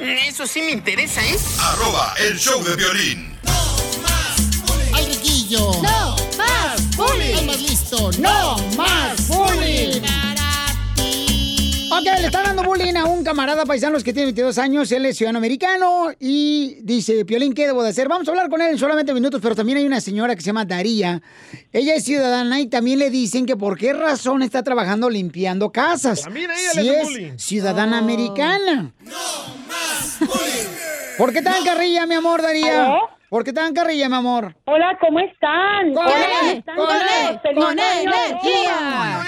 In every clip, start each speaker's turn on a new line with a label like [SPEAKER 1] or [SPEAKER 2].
[SPEAKER 1] Eso sí me interesa, ¿eh?
[SPEAKER 2] arroba el show de violín.
[SPEAKER 3] al riquillo.
[SPEAKER 4] ¡No más
[SPEAKER 3] El
[SPEAKER 4] bullying!
[SPEAKER 3] más listo.
[SPEAKER 4] ¡No más bullying!
[SPEAKER 3] Ok, le están dando bullying a un camarada paisano que tiene 22 años, él es ciudadano americano y dice, Piolín, ¿qué debo de hacer? Vamos a hablar con él en solamente minutos, pero también hay una señora que se llama Daría. Ella es ciudadana y también le dicen que por qué razón está trabajando limpiando casas.
[SPEAKER 5] También a ella
[SPEAKER 3] si
[SPEAKER 5] le hacen
[SPEAKER 3] es
[SPEAKER 5] bullying.
[SPEAKER 3] ciudadana americana. ¿Por qué tan carrilla, mi amor, Daría?
[SPEAKER 6] ¿Aló?
[SPEAKER 3] ¿Por qué tan carrilla, mi amor?
[SPEAKER 6] Hola, ¿cómo están?
[SPEAKER 3] Con
[SPEAKER 6] Hola,
[SPEAKER 3] él,
[SPEAKER 6] ¿cómo están
[SPEAKER 3] con
[SPEAKER 6] todos?
[SPEAKER 3] él,
[SPEAKER 6] Feliz
[SPEAKER 3] con
[SPEAKER 6] año.
[SPEAKER 3] energía.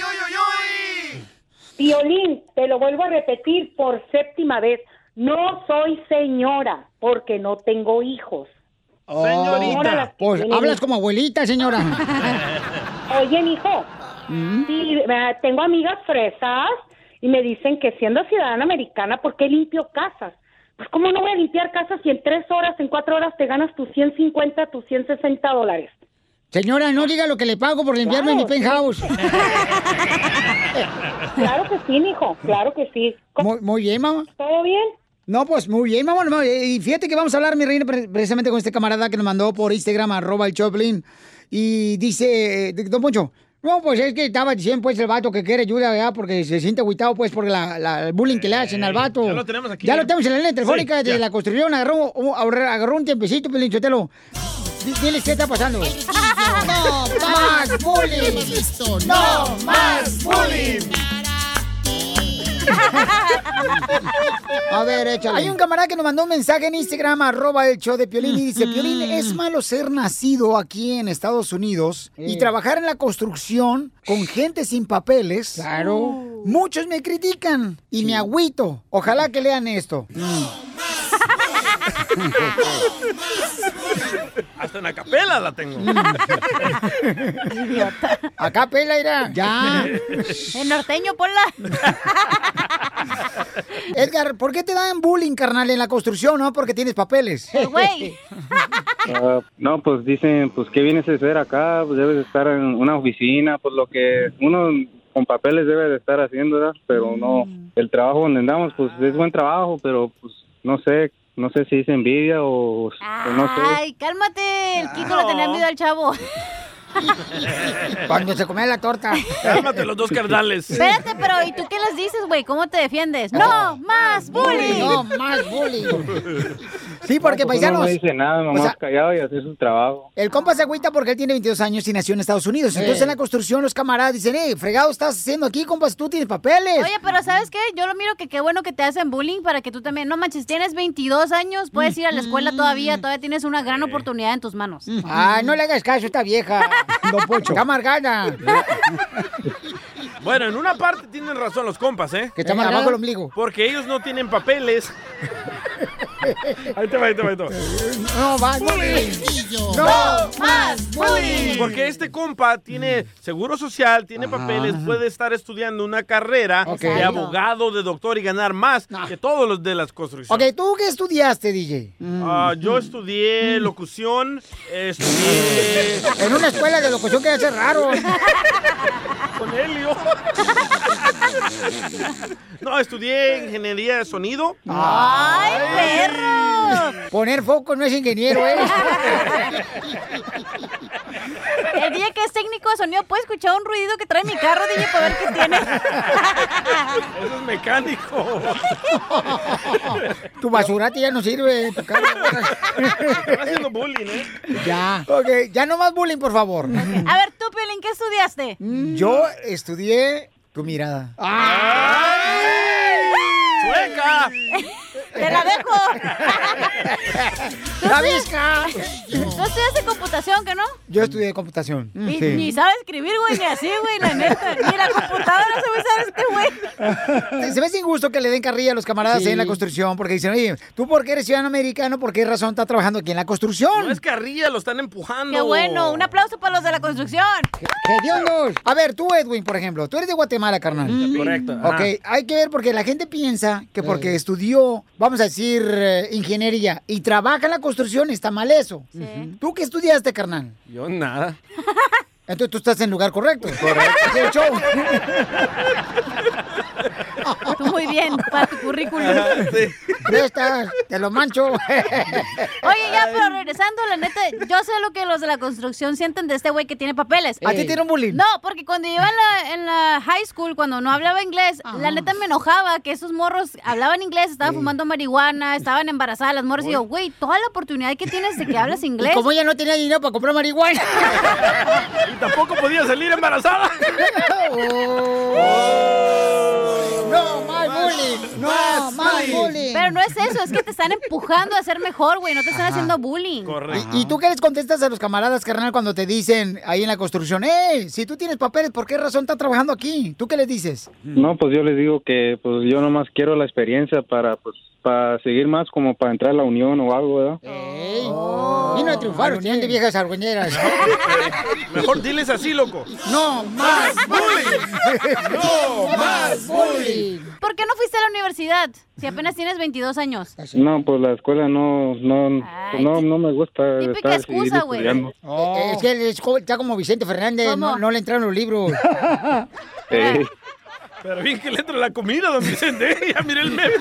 [SPEAKER 6] Violín, te lo vuelvo a repetir por séptima vez. No soy señora porque no tengo hijos. Señorita.
[SPEAKER 3] Pues hablas como abuelita, señora.
[SPEAKER 6] Oye, hijo,
[SPEAKER 3] Mm.
[SPEAKER 6] tengo amigas fresas y me dicen que siendo ciudadana americana, ¿por qué limpio casas? Pues, ¿cómo no voy a limpiar casas si en tres horas, en cuatro horas te ganas tus 150, tus 160 dólares?
[SPEAKER 3] Señora, no diga lo que le pago por limpiarme mi
[SPEAKER 6] Claro,
[SPEAKER 3] penthouse.
[SPEAKER 6] Claro que sí, hijo, claro que sí. ¿Cómo-
[SPEAKER 3] Muy, muy bien, mamá.
[SPEAKER 6] ¿Todo bien?
[SPEAKER 3] No, pues muy bien, mamá. no, eh, Y fíjate que vamos a hablar, mi reina, pre- precisamente con este camarada que nos mandó por Instagram, arroba el Choplin. Y dice, eh, don Poncho, no, pues es que estaba diciendo, pues, el vato que quiere ayuda, ¿verdad? Porque se siente agüitado, pues, por la, la- el bullying que le hacen al vato.
[SPEAKER 5] Eh, ya lo tenemos aquí,
[SPEAKER 3] Ya lo
[SPEAKER 5] ya.
[SPEAKER 3] tenemos en la línea telefónica
[SPEAKER 5] Sí,
[SPEAKER 3] de
[SPEAKER 5] ya.
[SPEAKER 3] la construcción. Agarró, un- agarró un tiempecito, Pelín Chotelo. Di- Diles qué está pasando.
[SPEAKER 4] ¡No
[SPEAKER 3] más
[SPEAKER 4] bullying!
[SPEAKER 3] bullying.
[SPEAKER 4] ¡Listo!
[SPEAKER 3] ¡No
[SPEAKER 4] más bullying!
[SPEAKER 3] A ver, échale. Hay un camarada que nos mandó un mensaje en Instagram, arroba el show de Piolín, y dice, Piolín, es malo ser nacido aquí en Estados Unidos y
[SPEAKER 5] Eh.
[SPEAKER 3] trabajar en la construcción con gente sin papeles.
[SPEAKER 5] Claro.
[SPEAKER 3] Muchos me critican y me agüito. Ojalá que lean esto.
[SPEAKER 5] Mm. Hasta una capela la tengo.
[SPEAKER 3] Acá pela irá. Ya.
[SPEAKER 7] El norteño, ponla.
[SPEAKER 3] Edgar, ¿por qué te dan bullying, carnal, en la construcción, no? Porque tienes papeles.
[SPEAKER 7] Eh, Güey.
[SPEAKER 8] Ah, no, pues dicen, pues qué vienes a hacer acá, pues debes de estar en una oficina, pues lo que uno con papeles debe de estar haciendo, ¿verdad? Pero no, el trabajo donde andamos, pues es buen trabajo, pero pues no sé, no sé si es envidia o, o no sé.
[SPEAKER 7] Ay, cálmate. El Kiko le tenía miedo al chavo.
[SPEAKER 3] Cuando se comía la torta.
[SPEAKER 5] Cálmate los dos cardales.
[SPEAKER 7] Espérate, pero ¿y tú qué les dices, güey? ¿Cómo te defiendes? ¡No más bullying!
[SPEAKER 3] No, más bullying. Sí, porque
[SPEAKER 8] Pues, No, pues, uno
[SPEAKER 3] paisanos...
[SPEAKER 8] no dice nada, nomás
[SPEAKER 3] sea-
[SPEAKER 8] callado y hacer su trabajo.
[SPEAKER 3] El compa se agüita porque él tiene 22 años y nació en Estados Unidos. Entonces en la construcción los camaradas dicen, eh, fregado estás haciendo aquí, compas, tú tienes papeles.
[SPEAKER 7] Oye, pero ¿sabes qué? Yo lo miro que qué bueno que te hacen bullying para que tú también... No manches, tienes 22 años, puedes ir a la escuela todavía, todavía tienes una gran oportunidad en tus manos.
[SPEAKER 3] Mm.
[SPEAKER 7] mm.
[SPEAKER 3] Ay, no le hagas caso a esta vieja. Don Pocho. Está amargada.
[SPEAKER 5] Bueno, en una parte tienen razón los compas, ¿eh?
[SPEAKER 3] Que está más abajo el ombligo.
[SPEAKER 5] Porque ellos no tienen papeles. Ahí te va, ahí te va, ahí te va.
[SPEAKER 3] No, va. no.
[SPEAKER 4] ¡No más bullying!
[SPEAKER 5] Porque este compa tiene seguro social, tiene papeles, puede estar estudiando una carrera
[SPEAKER 3] Ok.
[SPEAKER 5] de
[SPEAKER 3] Exacto.
[SPEAKER 5] abogado, de doctor y ganar más que todos los de las construcciones.
[SPEAKER 3] Ok, ¿tú qué estudiaste, DJ?
[SPEAKER 5] Ah, yo estudié locución, estudié
[SPEAKER 3] En una escuela de locución que hace raro.
[SPEAKER 5] con Helio. No, estudié ingeniería de sonido.
[SPEAKER 7] ¡Ay, perro!
[SPEAKER 3] Poner foco no es ingeniero, ¿eh?
[SPEAKER 7] El El día que es técnico de sonido puede escuchar un ruido que trae mi carro, DJ, para ver qué tiene.
[SPEAKER 5] Eso es mecánico.
[SPEAKER 3] Tu basurate ya no sirve. Tu carro.
[SPEAKER 5] Están haciendo bullying, ¿eh?
[SPEAKER 3] ya. Ok, ya no más bullying, por favor.
[SPEAKER 7] A ver, tú, Piolín, ¿qué estudiaste?
[SPEAKER 3] Yo estudié tu mirada.
[SPEAKER 7] ¡Sueca! ¡Te la dejo! ¿Tú
[SPEAKER 3] ¡La
[SPEAKER 7] estudias- ¿Tú estudiaste computación, que no?
[SPEAKER 3] Yo estudié computación.
[SPEAKER 7] Ni,
[SPEAKER 3] Sí.
[SPEAKER 7] ni sabe escribir, güey, ni así, güey, la neta. Ni la computadora se me sabe este güey.
[SPEAKER 3] Se se me hace injusto que le den carrilla a los camaradas ahí en la construcción porque dicen, oye, tú porque eres ciudadano americano, ¿por qué razón estás trabajando aquí en la construcción?
[SPEAKER 5] No es carrilla, lo están empujando.
[SPEAKER 7] Qué bueno, un aplauso para los de la construcción.
[SPEAKER 3] ¡Hediondos! A ver, tú, Edwin, por ejemplo, tú eres de Guatemala, carnal.
[SPEAKER 5] Correcto, ajá.
[SPEAKER 3] Ok, hay que ver porque la gente piensa que porque estudió, vamos a decir, eh, ingeniería y trabaja en la construcción, está mal eso. ¿Tú qué estudiaste, carnal?
[SPEAKER 5] Yo nada.
[SPEAKER 3] Entonces tú estás en lugar correcto. Correcto. el show.
[SPEAKER 7] Tú muy bien, para tu currículum.
[SPEAKER 3] Ya está, te lo mancho.
[SPEAKER 7] Oye, ya, pero regresando, la neta, yo sé lo que los de la construcción sienten de este güey que tiene papeles.
[SPEAKER 3] ¿A ti te dieron bullying?
[SPEAKER 7] No, porque cuando yo iba en la, en la high school, cuando no hablaba inglés, la neta me enojaba que esos morros hablaban inglés, estaban fumando marihuana, estaban embarazadas las morras. Y yo, güey, toda la oportunidad que tienes de que hablas inglés.
[SPEAKER 3] Y como ella no tenía dinero para comprar marihuana.
[SPEAKER 5] Y tampoco podía salir embarazada.
[SPEAKER 9] Oh.
[SPEAKER 3] No, más bullying.
[SPEAKER 9] No, más bullying.
[SPEAKER 7] Pero no es eso, es que te están empujando a ser mejor, güey, no te están
[SPEAKER 3] Ajá.
[SPEAKER 7] haciendo bullying.
[SPEAKER 3] ¿Y, y tú qué les contestas a los camaradas, carnal, cuando te dicen ahí en la construcción, eh, si tú tienes papeles, ¿por qué razón estás trabajando aquí? ¿Tú qué les dices?
[SPEAKER 10] No, pues yo les digo que pues yo nomás quiero la experiencia para pues para seguir más como para entrar a la unión o algo, ¿verdad?
[SPEAKER 7] Oh,
[SPEAKER 3] Vino a triunfar, unión de viejas argüeñeras.
[SPEAKER 5] Mejor diles así, loco.
[SPEAKER 3] No más bullying.
[SPEAKER 5] No más
[SPEAKER 3] bullying.
[SPEAKER 7] ¿Por qué no fuiste a la universidad si apenas tienes 22 años?
[SPEAKER 10] No, pues la escuela no no
[SPEAKER 7] Ay,
[SPEAKER 10] no, no me gusta
[SPEAKER 7] típica
[SPEAKER 10] estar
[SPEAKER 7] excusa,
[SPEAKER 10] seguir
[SPEAKER 7] güey.
[SPEAKER 10] estudiando.
[SPEAKER 7] Oh.
[SPEAKER 3] Eh, Es que él es jo- está como Vicente Fernández, no, no le entraron los libros.
[SPEAKER 10] Eh,
[SPEAKER 5] Pero bien que le entra la comida, don Vicente. ¿eh? Ya miré el meme.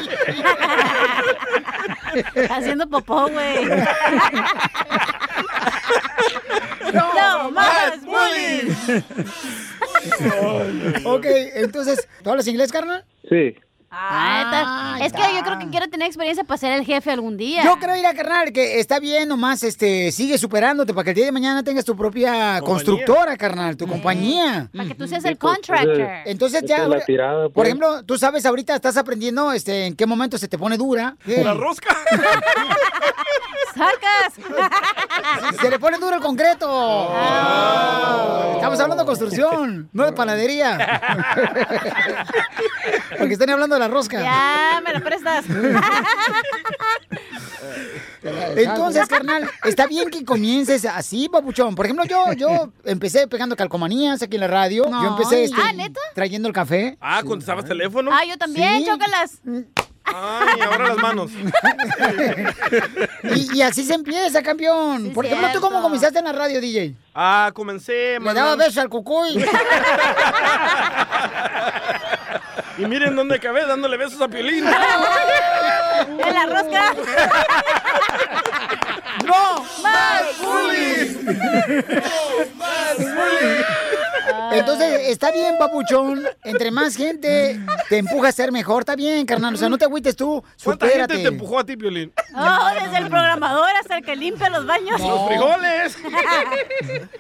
[SPEAKER 7] Haciendo popó, güey. No, más bullying.
[SPEAKER 3] ok, entonces, ¿tú hablas inglés, carnal?
[SPEAKER 10] sí.
[SPEAKER 7] Ah, está- es que yo creo que quiero tener experiencia para ser el jefe algún día.
[SPEAKER 3] Yo creo ir a carnal, que está bien nomás, este, sigue superándote para que el día de mañana tengas tu propia constructora, carnal, tu compañía.
[SPEAKER 7] Para que tú seas el
[SPEAKER 10] contractor.
[SPEAKER 3] Entonces
[SPEAKER 10] pues, eh, Esa
[SPEAKER 3] ya.
[SPEAKER 10] es la tirada,
[SPEAKER 3] Por
[SPEAKER 10] pues.
[SPEAKER 3] ejemplo, tú sabes ahorita, estás aprendiendo este, en qué momento se te pone dura.
[SPEAKER 10] La
[SPEAKER 5] rosca.
[SPEAKER 7] ¡Sacas!
[SPEAKER 3] Se le pone duro el concreto.
[SPEAKER 10] Oh.
[SPEAKER 3] Estamos hablando de construcción, no de panadería. Porque están hablando de la rosca.
[SPEAKER 7] Ya, me la prestas.
[SPEAKER 3] Entonces, carnal, está bien que comiences así, papuchón. Por ejemplo, yo, yo empecé pegando calcomanías aquí en la radio.
[SPEAKER 7] No.
[SPEAKER 3] Yo empecé este,
[SPEAKER 7] Ah, ¿neta?
[SPEAKER 3] trayendo el café.
[SPEAKER 5] Ah, ¿contestabas teléfono?
[SPEAKER 7] Ah, yo también,
[SPEAKER 3] Sí.
[SPEAKER 7] chócalas.
[SPEAKER 5] Ay, ahora las manos.
[SPEAKER 3] Y, y así se empieza, campeón. Por ejemplo, ¿tú cómo comenzaste en la radio, DJ?
[SPEAKER 5] Ah, comencé.
[SPEAKER 3] Le
[SPEAKER 5] mandando-
[SPEAKER 3] daba besos al cucuy.
[SPEAKER 5] Y miren dónde acabé dándole besos a Piolín.
[SPEAKER 7] ¡En la rosca!
[SPEAKER 3] ¡No!
[SPEAKER 7] ¡Más
[SPEAKER 5] bullying!
[SPEAKER 3] Entonces, está bien, papuchón. Entre más gente te empuja a ser mejor, está bien, carnal. O sea, no te agüites tú.
[SPEAKER 5] ¿Cuánta gente
[SPEAKER 3] Supérate.
[SPEAKER 5] te empujó a ti, Piolín?
[SPEAKER 7] Oh, desde el programador hasta el que limpia los baños.
[SPEAKER 5] Los frijoles.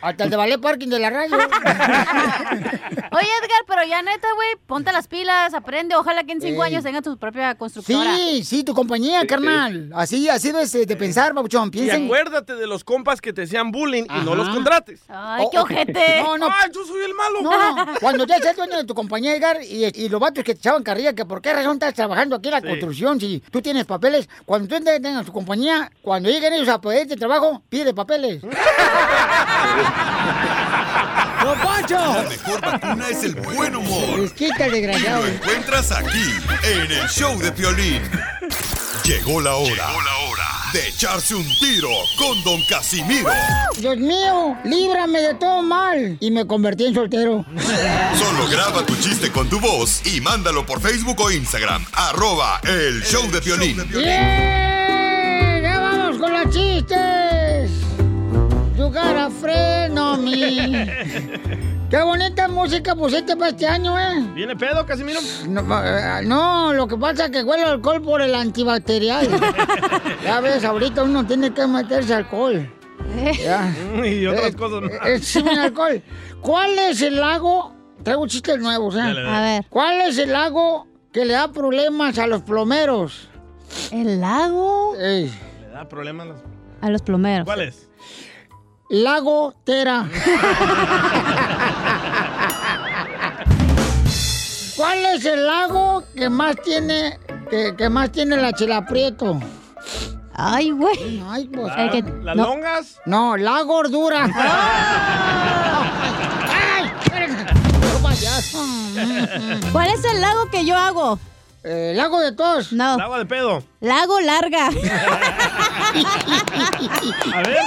[SPEAKER 3] Hasta el de Ballet Parking de la radio.
[SPEAKER 7] Oye, Edgar, pero ya neta, güey, ponte las pilas, aprende. Ojalá que en cinco
[SPEAKER 3] Ey.
[SPEAKER 7] años tengas tu propia constructora.
[SPEAKER 3] Sí, sí, tu compañía, carnal. Así, así debes eh, de pensar, papuchón.
[SPEAKER 5] Y
[SPEAKER 3] Piensa en...
[SPEAKER 5] acuérdate de los compas que te hacían bullying y no
[SPEAKER 3] Ajá.
[SPEAKER 5] los contrates.
[SPEAKER 7] Ay,
[SPEAKER 3] qué ojete. No, no.
[SPEAKER 5] Ay, yo soy el malo.
[SPEAKER 3] No, no. Cuando ya seas dueño de tu compañía, Edgar, y, y los vatos que te echaban carrilla, que por qué razón estás trabajando aquí en la
[SPEAKER 5] Sí.
[SPEAKER 3] construcción si tú tienes papeles. Cuando tú te- tengas tu compañía, cuando lleguen ellos a pedirte trabajo, pide papeles. ¡No,
[SPEAKER 2] La mejor vacuna es el buen humor.
[SPEAKER 3] Quita el
[SPEAKER 2] Y
[SPEAKER 3] desgraciado.
[SPEAKER 2] lo encuentras aquí, en el show de Piolín. Llegó la hora. De echarse un tiro con Don Casimiro.
[SPEAKER 3] Dios mío, líbrame de todo mal. Y me convertí en soltero.
[SPEAKER 2] Solo graba tu chiste con tu voz y mándalo por Facebook o Instagram. Arroba el show de Piolín.
[SPEAKER 3] ¡Bien! ¡Ya vamos con los chistes! You gotta freno me. Qué bonita música pusiste para este año, ¿eh?
[SPEAKER 5] ¿Viene pedo, Casimiro?
[SPEAKER 3] No, eh, no, lo que pasa es que huele alcohol por el antibacterial. ya ves, ahorita uno tiene que meterse alcohol.
[SPEAKER 5] Eh.
[SPEAKER 3] Ya.
[SPEAKER 5] Y otras cosas más.
[SPEAKER 3] Eh, sí, mira, alcohol. ¿Cuál es el lago? Traigo chistes nuevos, ¿eh?
[SPEAKER 5] Dale, dale. A ver.
[SPEAKER 3] ¿Cuál es el lago que le da problemas a los plomeros?
[SPEAKER 7] ¿El lago?
[SPEAKER 5] Le da problemas las-
[SPEAKER 7] A los plomeros.
[SPEAKER 5] ¿Cuál es?
[SPEAKER 3] Lago Tera. ¿Cuál es el lago que más tiene que, que más tiene la chilaprieto? Ay, güey. Ay, pues.
[SPEAKER 11] ¿El que- ¿Las Ah.
[SPEAKER 3] no.
[SPEAKER 5] longas?
[SPEAKER 3] No, la gordura. ¡Ay!
[SPEAKER 7] ¿Cuál es el lago que yo hago?
[SPEAKER 3] Eh, lago de tos.
[SPEAKER 7] No.
[SPEAKER 5] Lago de pedo.
[SPEAKER 7] Lago larga.
[SPEAKER 5] A ver.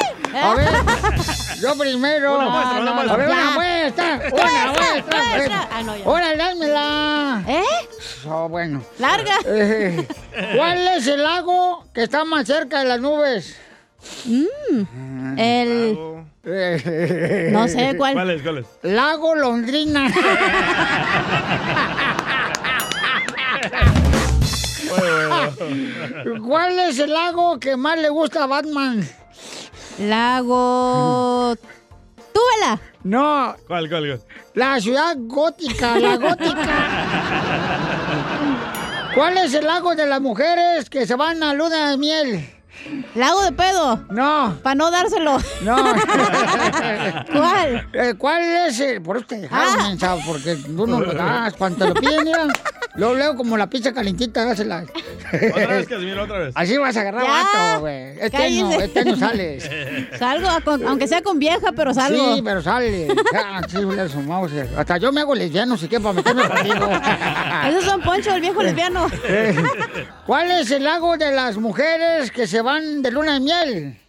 [SPEAKER 3] A ver, yo primero.
[SPEAKER 11] Una muestra, una
[SPEAKER 3] A
[SPEAKER 11] muestra.
[SPEAKER 3] ver, una
[SPEAKER 11] Ya.
[SPEAKER 3] muestra.
[SPEAKER 11] Muestra,
[SPEAKER 3] Una muestra.
[SPEAKER 11] muestra.
[SPEAKER 3] Ah, no,
[SPEAKER 11] ya.
[SPEAKER 3] Órale, dámela. ¿Eh? Oh, bueno.
[SPEAKER 7] Larga.
[SPEAKER 3] Eh, ¿Cuál es el lago que está más cerca de las nubes?
[SPEAKER 7] Mm, El. No sé cuál.
[SPEAKER 5] ¿Cuál es? ¿Cuál es?
[SPEAKER 3] Lago Londrina. ¿Cuál es el lago que más le gusta a Batman?
[SPEAKER 7] Lago. ¡Túbela!
[SPEAKER 3] No,
[SPEAKER 5] ¿Cuál, cuál, cuál?
[SPEAKER 3] la ciudad gótica, la gótica. ¿Cuál es el lago de las mujeres que se van a luna de miel?
[SPEAKER 7] ¿Lago de pedo?
[SPEAKER 3] No.
[SPEAKER 7] Para no dárselo.
[SPEAKER 3] No.
[SPEAKER 7] ¿Cuál? Ah.
[SPEAKER 3] Eh, ¿Cuál es el? Por eso te dejaron, mensa, porque tú no lo das. Cuando te lo piden, mira, luego leo como la pizza calentita, dásela.
[SPEAKER 5] Otra vez, Casimiro, otra vez.
[SPEAKER 3] Así vas a agarrar
[SPEAKER 7] Ya,
[SPEAKER 3] vato, güey. Este año,
[SPEAKER 7] cállese.
[SPEAKER 3] este año sales.
[SPEAKER 7] Salgo, a- con- aunque sea con vieja, pero salgo.
[SPEAKER 3] Sí, pero sale. Ah, sí, le sumamos. Hasta yo me hago lesbiano, si quieres, para meterme contigo.
[SPEAKER 7] Ese es Don Poncho, el viejo lesbiano.
[SPEAKER 3] Eh, ¿Cuál es el lago de las mujeres que se van de luna de miel?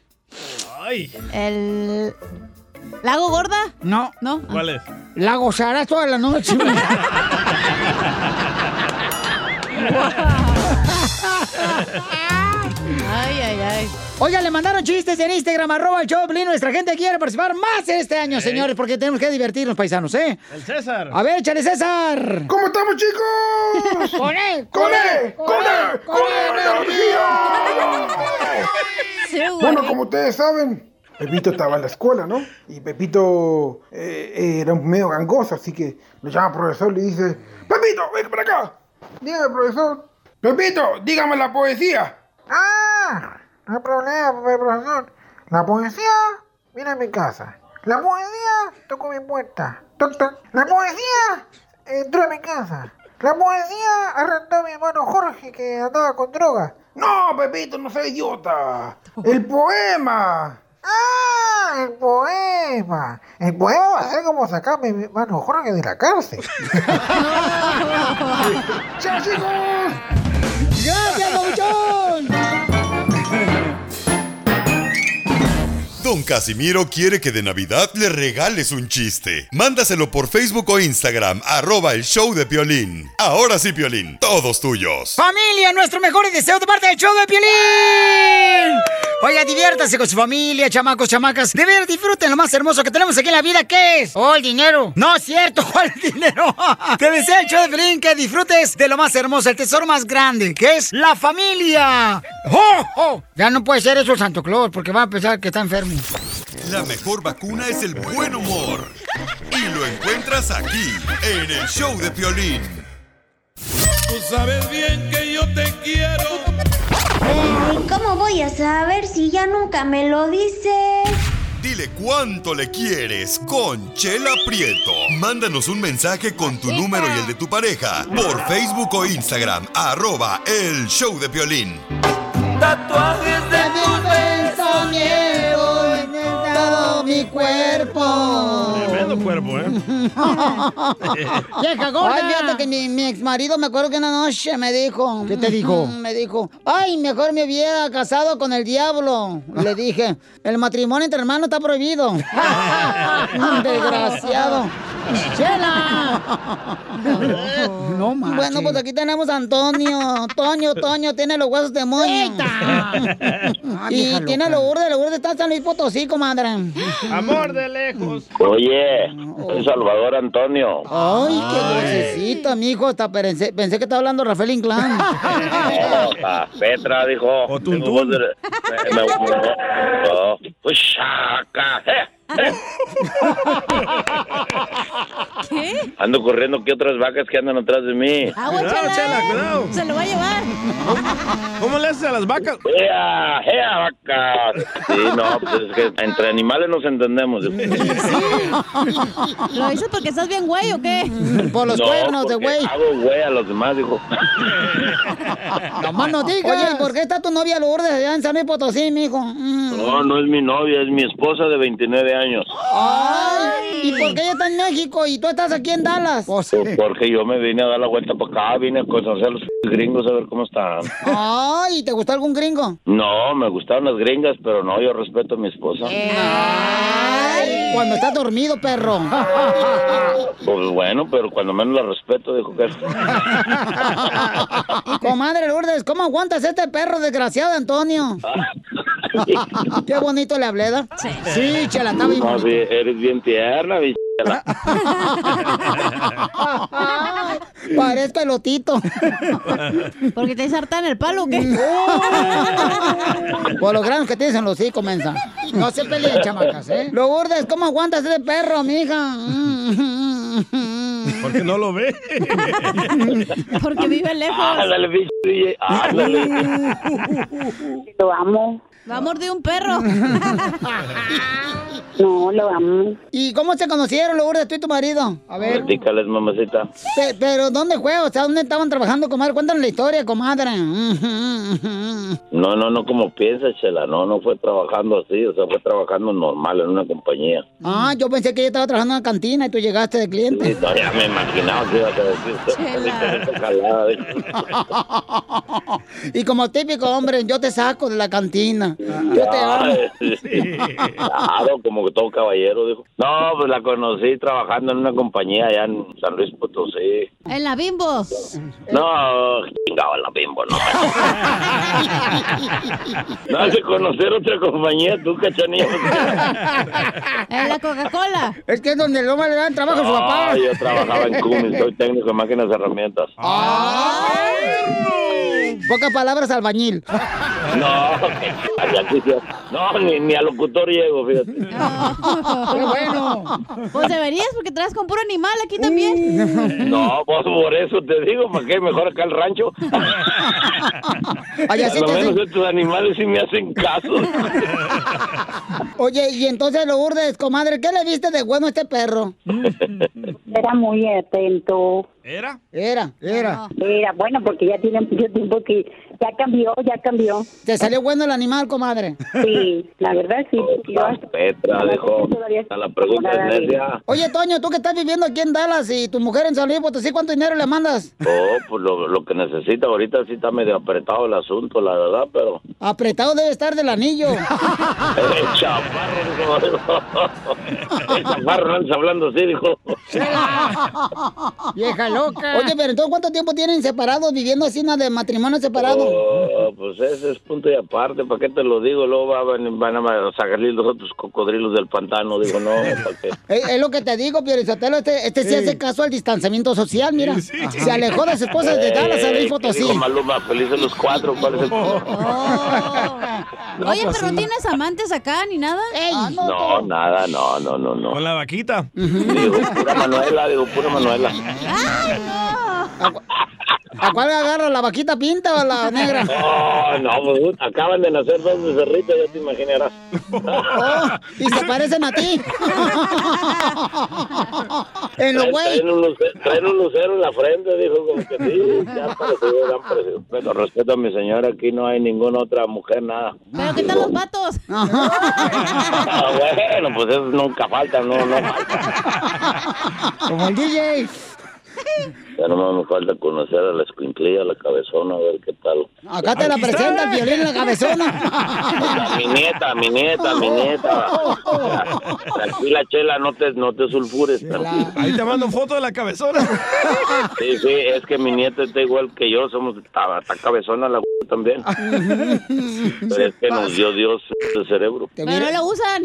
[SPEAKER 5] Ay.
[SPEAKER 7] El. ¿Lago gorda?
[SPEAKER 3] No.
[SPEAKER 7] No.
[SPEAKER 5] ¿Cuál es?
[SPEAKER 3] La gozarás toda la noche. güey.
[SPEAKER 7] Ay, ay, ay.
[SPEAKER 3] Oiga, le mandaron chistes en Instagram, arroba el show de Piolín. Nuestra gente quiere participar más este año, señores, porque tenemos que divertirnos, paisanos, ¿eh?
[SPEAKER 5] El César.
[SPEAKER 3] A ver, échale, César.
[SPEAKER 11] ¿Cómo estamos, chicos?
[SPEAKER 3] ¡Con él!
[SPEAKER 11] ¡Con él! ¡Con él! ¡Con energía! Bueno, como ustedes saben, Pepito estaba en la escuela, ¿no? Y Pepito eh, era un medio gangoso, así que lo llama al profesor y le dice, Pepito, ven para acá. Dígame, profesor. Pepito, dígame la poesía. Ah, no hay problema, pues, profesor. La poesía viene a mi casa. La poesía tocó mi puerta. Toc, toc. La poesía entró a mi casa. La poesía arrendó a mi hermano Jorge que andaba con droga. No, Pepito, no seas idiota. El poema. Ah, el poema. El poema va a ser como sacar a mi hermano Jorge de la cárcel. ¡Chao, chicos!
[SPEAKER 3] ¡Gracias, babuchón!
[SPEAKER 2] Don Casimiro quiere que de Navidad le regales un chiste. Mándaselo por Facebook o Instagram, arroba el show de Piolín. Ahora sí, Piolín, todos tuyos.
[SPEAKER 3] Familia, nuestros mejores deseos de parte del show de Piolín. Oiga, diviértase con su familia, chamacos, chamacas. De ver, disfruten lo más hermoso que tenemos aquí en la vida, ¿qué es? Oh, el dinero. No es cierto, ¿cuál dinero? Te desea el show de Piolín que disfrutes de lo más hermoso, el tesoro más grande, que es la familia. ¡Oh, oh! Ya no puede ser eso Santo Claus, porque va a pensar que está enfermo.
[SPEAKER 2] La mejor vacuna es el buen humor. Y lo encuentras aquí, en el show de Piolín.
[SPEAKER 12] Tú sabes bien que yo te quiero.
[SPEAKER 13] Ay, ¿cómo voy a saber si ya nunca me lo dices?
[SPEAKER 2] Dile cuánto le quieres con Chela Prieto. Mándanos un mensaje con tu número y el de tu pareja por Facebook o Instagram, arroba el show de Piolín.
[SPEAKER 12] Tatuajes de tus
[SPEAKER 3] pensamientos en todo mi cuerpo.
[SPEAKER 5] Tremendo cuerpo, ¿eh?
[SPEAKER 3] Vieja gorda. Ay, fíjate que mi, mi ex marido me acuerdo que una noche me dijo. ¿Qué te dijo? Me dijo, ay, mejor me hubiera casado con el diablo. Le dije, el matrimonio entre hermanos está prohibido. Mm, Desgraciado.
[SPEAKER 14] ¡Chela! No manches.
[SPEAKER 3] Bueno, pues aquí tenemos a Antonio. Toño, Toño, tiene los huesos de moño. y
[SPEAKER 14] vieja
[SPEAKER 3] tiene
[SPEAKER 14] loca.
[SPEAKER 3] los urdes, los urdes está en San Luis Potosí, comadre.
[SPEAKER 5] Amor de lejos.
[SPEAKER 15] Oye, soy Salvador Antonio.
[SPEAKER 3] Ay, qué dulcecita, mijo. Hasta pensé, pensé que estaba hablando Rafael Inclán.
[SPEAKER 15] No, pa, Petra dijo. O tú, ¡Eh!
[SPEAKER 12] ¿Qué?
[SPEAKER 15] Ando corriendo que otras vacas que andan atrás de mí.
[SPEAKER 12] Cuidado, chela, cuidado.
[SPEAKER 3] Ah, Se lo va a llevar.
[SPEAKER 5] ¿Cómo le haces a las vacas?
[SPEAKER 15] ¡Ea, ea, vaca! eh, Sí, no, pues es que entre animales nos entendemos.
[SPEAKER 3] ¿Lo dices porque estás bien güey o qué? Por los
[SPEAKER 15] No,
[SPEAKER 3] cuernos de
[SPEAKER 15] porque
[SPEAKER 3] güey.
[SPEAKER 15] Hago güey a los demás, dijo.
[SPEAKER 3] Nomás no digas. Oye, ¿y ¿por qué está tu novia Lourdes allá en San Luis Potosí, mijo? Mm.
[SPEAKER 15] No, no es mi novia, es mi esposa de 29 años.
[SPEAKER 3] Ay, ¿y por qué ella está en México y tú estás aquí en Dallas?
[SPEAKER 15] Porque yo me vine a dar la vuelta para acá, vine a conocer a los gringos a ver cómo están.
[SPEAKER 3] Ay, ¿te gustó algún gringo?
[SPEAKER 15] No, me gustaron las gringas, pero no, yo respeto a mi esposa.
[SPEAKER 3] Eh. Ay, cuando estás dormido, perro.
[SPEAKER 15] Pues bueno, pero cuando menos la respeto, dijo que...
[SPEAKER 3] Comadre Lourdes, ¿cómo aguantas este perro desgraciado, Antonio? Qué bonito le hablé, ¿da? Sí. Sí, chela, está bien
[SPEAKER 15] No, sí, eres bien tierna, bichela.
[SPEAKER 3] Parezco elotito.
[SPEAKER 7] Porque te harta en el palo, ¿o qué?
[SPEAKER 3] Por los granos que tienes en los sí, comienza. No se peleen, chamacas, ¿eh? Lourdes, ¿cómo aguantas este perro, mija?
[SPEAKER 5] Porque no lo ve.
[SPEAKER 3] Porque vive lejos.
[SPEAKER 15] Ándale, bicho, DJ, ándale.
[SPEAKER 9] Lo amo.
[SPEAKER 7] Va a morder un perro.
[SPEAKER 9] No, lo amo.
[SPEAKER 3] ¿Y cómo se conocieron, Lourdes, tú y tu marido? A ver.
[SPEAKER 15] Platícales, mamacita.
[SPEAKER 3] Pe- pero, ¿dónde fue? O sea, ¿dónde estaban trabajando, comadre? Cuéntanos la historia, comadre.
[SPEAKER 15] No, no, no como piensas, chela. No, no fue trabajando así, o sea, fue trabajando normal en una compañía.
[SPEAKER 3] Ah, yo pensé que ella estaba trabajando en la cantina y tú llegaste de cliente.
[SPEAKER 15] No, ya me imaginaba que ibas a decir usted. Jalada, dijo.
[SPEAKER 3] Y como típico hombre, yo te saco de la cantina. Yo te amo.
[SPEAKER 15] Ay, Ah, sí. Claro, como que todo caballero, dijo. No, pues la conocí trabajando en una compañía allá en San Luis Potosí.
[SPEAKER 7] En la bimbo.
[SPEAKER 15] No, chingaba la bimbo, no. No hace conocer otra compañía, tú, cachanillo.
[SPEAKER 3] En Eh, la Coca-Cola. Es que es donde el hombre le dan trabajo a su papá.
[SPEAKER 15] Ah, yo trabajaba en Cummins, soy técnico de máquinas y herramientas.
[SPEAKER 3] Ah. Pocas palabras, albañil.
[SPEAKER 15] No, que allá sí, sí. no ni, ni al locutor llego, fíjate.
[SPEAKER 7] Qué
[SPEAKER 3] bueno.
[SPEAKER 7] Pues deberías porque traes con puro animal aquí también.
[SPEAKER 15] No, pues por eso te digo, ¿para qué? Mejor acá el rancho.
[SPEAKER 3] Allá
[SPEAKER 15] a
[SPEAKER 3] sí
[SPEAKER 15] lo
[SPEAKER 3] te hacen-
[SPEAKER 15] menos estos animales sí me hacen caso.
[SPEAKER 3] Oye, y entonces Lourdes, comadre, ¿qué le viste de bueno a este perro?
[SPEAKER 9] Era muy atento.
[SPEAKER 5] ¿Era?
[SPEAKER 3] Era, era.
[SPEAKER 9] Era bueno porque ya tiene mucho tiempo que ya cambió, ya cambió.
[SPEAKER 3] ¿Te salió bueno el animal, comadre?
[SPEAKER 9] Sí, la verdad sí. porque yo hasta-
[SPEAKER 15] Petra, dejó a la pregunta es necia.
[SPEAKER 3] Oye, Toño, tú que estás viviendo aquí en Dallas y tu mujer en San Luis Potosí, ¿cuánto dinero le mandas?
[SPEAKER 15] Oh, pues lo, lo que necesita ahorita sí está medio apretado el asunto, la verdad, pero...
[SPEAKER 3] Apretado debe estar del anillo. Ah.
[SPEAKER 15] Eh, chaparro, dijo. El chaparro andas hablando así, dijo.
[SPEAKER 3] Vieja loca. Oye, pero entonces, ¿cuánto tiempo tienen separados viviendo así, nada de matrimonio separado?
[SPEAKER 15] Oh, pues ese es punto y aparte, ¿para qué te lo digo? Luego va- van, van a salir los otros cocodrilos del pantano, digo, no, ¿para qué?
[SPEAKER 3] Eh, Es, es lo que te digo, Piorizotelo, este, este sí, hace caso al distanciamiento social, mira. Se alejó de su esposa de Dallas a Luis
[SPEAKER 15] Ey, Eh, ¿qué
[SPEAKER 3] Potosí.
[SPEAKER 15] dijo Maluma, felices los cuatro, ¿cuál es el
[SPEAKER 7] Oye,
[SPEAKER 15] pues
[SPEAKER 7] pero no
[SPEAKER 15] sí.
[SPEAKER 7] tienes amantes acá ni nada. Ah, no.
[SPEAKER 15] No, nada, no, no, no, no.
[SPEAKER 5] Con la vaquita.
[SPEAKER 15] Digo, pura Manuela, digo, pura Manuela.
[SPEAKER 3] ¿A cuál le agarra? ¿La vaquita pinta o la negra?
[SPEAKER 15] Oh, no, pues, acaban de nacer dos becerritos, ya te imaginarás.
[SPEAKER 3] Oh, y se parecen a ti. en los
[SPEAKER 15] Traen-
[SPEAKER 3] güey.
[SPEAKER 15] Traen, un luce- traen un lucero en la frente, dijo, como que sí, ya han parecido, ya han parecido. Pero respeto a mi señora, aquí no hay ninguna otra mujer, nada.
[SPEAKER 7] Pero ¿qué tal los vatos?
[SPEAKER 15] Ah, bueno, pues eso nunca falta, no, no falta.
[SPEAKER 3] Como el DJ.
[SPEAKER 15] Ya nomás me falta conocer a la escuinclilla, la cabezona, a ver qué tal.
[SPEAKER 3] Acá te la presenta el violín en la cabezona.
[SPEAKER 15] A mi nieta, a mi nieta, a mi nieta. Tranquila, Chela, no te, no te sulfures. tranquila.
[SPEAKER 5] Ahí te mando foto de la cabezona.
[SPEAKER 15] Sí, sí, es que mi nieta está igual que yo, somos, está, está cabezona la también. Pero es que nos dio Dios el cerebro.
[SPEAKER 16] Pero no lo usan.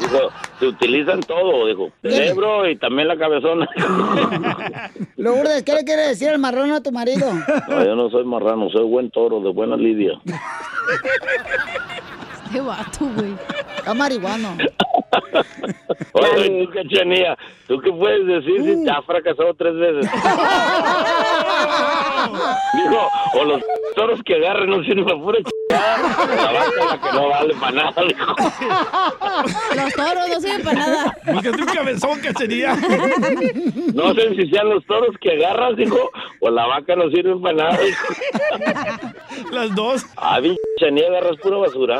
[SPEAKER 15] Dijo, se utilizan todo, dijo. Cerebro y también la cabezona.
[SPEAKER 3] Lourdes, ¿qué le quiere decir el marrón a tu marido?
[SPEAKER 15] No, yo no soy marrano, soy buen toro, de buena lidia.
[SPEAKER 16] Este vato, güey.
[SPEAKER 3] Está marihuano.
[SPEAKER 15] Oye, ¿y tú qué chenía? ¿Tú qué puedes decir si te has fracasado tres veces? Dijo, o los toros que agarren no sirven para pura chingada, la vaca la que no vale para nada, dijo.
[SPEAKER 16] Los toros no sirven para nada.
[SPEAKER 5] Búscate un cabezón, cachería.
[SPEAKER 15] No sé si sean los toros que agarras, dijo, o la vaca no sirve para nada, dijo.
[SPEAKER 5] Las dos.
[SPEAKER 15] Ah, bien, chenía, agarras pura basura.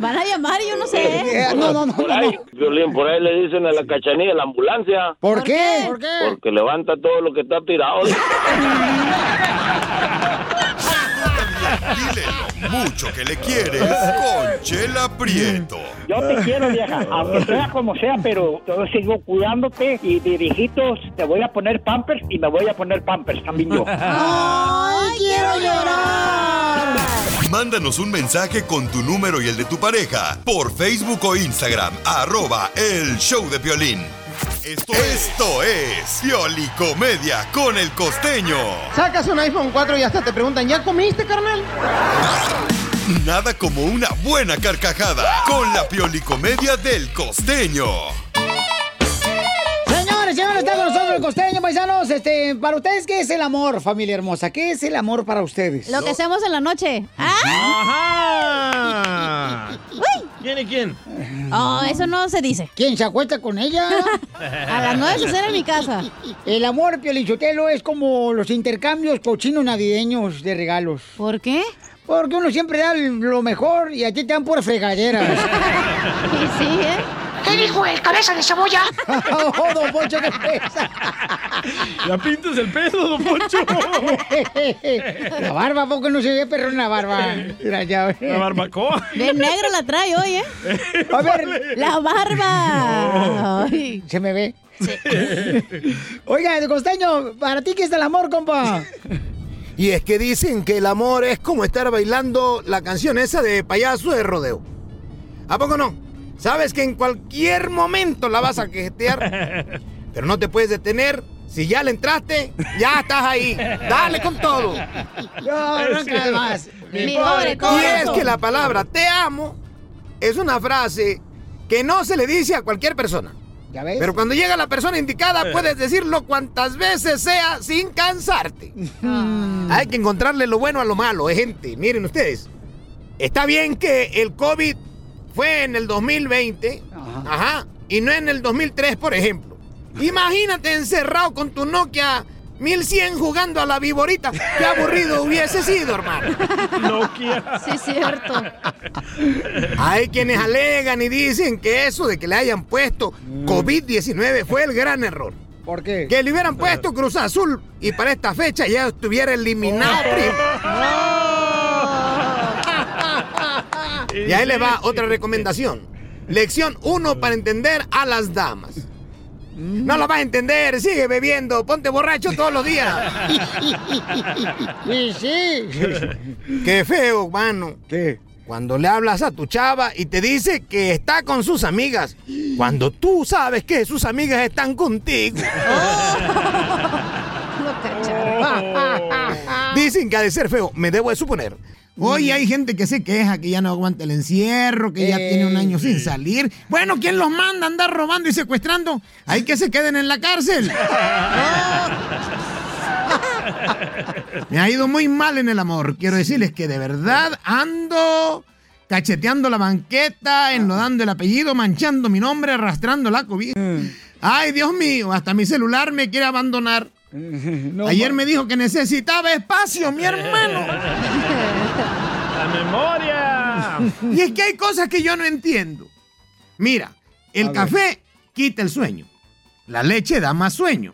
[SPEAKER 16] Van a llamar y yo no sé. ¿eh?
[SPEAKER 3] No, no, no.
[SPEAKER 15] Por ahí, Violín, por ahí le dicen a la cachanilla, la ambulancia.
[SPEAKER 3] ¿Por qué?
[SPEAKER 16] ¿Por qué?
[SPEAKER 15] Porque levanta todo lo que está tirado.
[SPEAKER 2] Dile lo mucho que le quieres con Chela Prieto.
[SPEAKER 17] Yo te quiero, vieja, aunque sea como sea, pero yo sigo cuidándote y de viejitos te voy a poner pampers y me voy a poner pampers también yo.
[SPEAKER 3] ¡Ay, quiero llorar!
[SPEAKER 2] Mándanos un mensaje con tu número y el de tu pareja por Facebook o Instagram, arroba el show de violín. Esto, esto es Piolicomedia con el costeño.
[SPEAKER 18] Sacas un iPhone 4 y hasta te preguntan, ¿ya comiste, carnal?
[SPEAKER 2] Nada como una buena carcajada con la Piolicomedia del costeño.
[SPEAKER 3] Señores, señores, está con nosotros el costeño, paisanos. Este, para ustedes, ¿qué es el amor, familia hermosa? ¿Qué es el amor para ustedes?
[SPEAKER 16] Lo que hacemos en la noche. Ah.
[SPEAKER 5] ¡Ajá!
[SPEAKER 16] ¡Uy!
[SPEAKER 5] ¿Quién y quién?
[SPEAKER 16] Oh, eso no se dice.
[SPEAKER 3] ¿Quién se acuesta con ella?
[SPEAKER 16] A las nueve se cena en mi casa.
[SPEAKER 3] El amor, Piolichotelo, es como los intercambios cochinos navideños de regalos.
[SPEAKER 16] ¿Por qué?
[SPEAKER 3] Porque uno siempre da lo mejor y a ti te dan por fregaderas.
[SPEAKER 16] Sí, sí, ¿eh?
[SPEAKER 19] ¿Qué dijo el cabeza de cebolla?
[SPEAKER 3] oh, don Poncho, qué pesa.
[SPEAKER 5] Ya pintas el peso, don Poncho.
[SPEAKER 3] La barba, ¿a poco no se ve perro en la barba? Mira, ya ve.
[SPEAKER 5] La barbacoa.
[SPEAKER 16] De negro la trae hoy, ¿eh?
[SPEAKER 3] A ver,
[SPEAKER 16] La barba. Ay.
[SPEAKER 3] se me ve. Oiga, el costeño, ¿para ti qué es el amor, compa?
[SPEAKER 1] Y es que dicen que el amor es como estar bailando la canción esa de payaso de rodeo. ¿A poco no? Sabes que en cualquier momento la vas a quejetear, pero no te puedes detener. Si ya le entraste, ya estás ahí. Dale con todo.
[SPEAKER 3] No, no cae más.
[SPEAKER 16] Mi pobre
[SPEAKER 1] Y es
[SPEAKER 16] corazón.
[SPEAKER 1] que la palabra te amo es una frase que no se le dice a cualquier persona.
[SPEAKER 3] ¿Ya ves?
[SPEAKER 1] Pero cuando llega la persona indicada, puedes decirlo cuantas veces sea sin cansarte. Hay que encontrarle lo bueno a lo malo, eh, gente. Miren ustedes. Está bien que el COVID fue en el 2020, ajá. y no en el 2003, por ejemplo. Imagínate encerrado con tu Nokia 1100 jugando a la viborita. Qué aburrido hubiese sido, hermano.
[SPEAKER 5] Nokia.
[SPEAKER 16] Sí, es cierto.
[SPEAKER 1] Hay quienes alegan y dicen que eso de que le hayan puesto COVID-19 fue el gran error.
[SPEAKER 3] Mm. ¿Por qué?
[SPEAKER 1] Que le hubieran puesto Cruz Azul y para esta fecha ya estuviera eliminado. primo. Y ahí le va otra recomendación. Lección 1 para entender a las damas. No lo vas a entender, sigue bebiendo, ponte borracho todos los días.
[SPEAKER 3] Sí, sí.
[SPEAKER 1] Qué feo, mano.
[SPEAKER 3] ¿Qué?
[SPEAKER 1] Cuando le hablas a tu chava y te dice que está con sus amigas, cuando tú sabes que sus amigas están contigo.
[SPEAKER 3] Oh.
[SPEAKER 16] Lo cacharon.
[SPEAKER 1] Dicen que ha de ser feo, me debo de suponer. Mm. Hoy hay gente que se queja que ya no aguanta el encierro, que ya
[SPEAKER 3] Ey.
[SPEAKER 1] tiene un año sin salir. Bueno, ¿quién los manda a andar robando y secuestrando? Hay que se queden en la cárcel. Me ha ido muy mal en el amor. Quiero decirles que de verdad ando cacheteando la banqueta, enlodando el apellido, manchando mi nombre, arrastrando la cobija. Ay, Dios mío, hasta mi celular me quiere abandonar.
[SPEAKER 3] No,
[SPEAKER 1] Ayer me dijo que necesitaba espacio, mi hermano.
[SPEAKER 5] ¡La memoria!
[SPEAKER 1] Y es que hay cosas que yo no entiendo. Mira, el
[SPEAKER 3] A ver.
[SPEAKER 1] café quita el sueño. La leche da más sueño.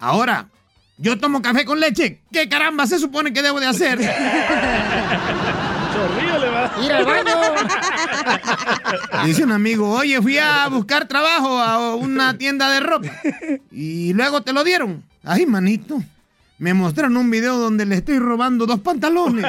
[SPEAKER 1] Ahora, yo tomo café con leche. ¿Qué caramba se supone que debo de hacer?
[SPEAKER 5] Chorrillo le va.
[SPEAKER 3] Ir al baño.
[SPEAKER 1] Dice un amigo, oye, fui a buscar trabajo a una tienda de ropa. Y luego te lo dieron. Ay, manito. Me mostraron un video donde le estoy robando dos pantalones.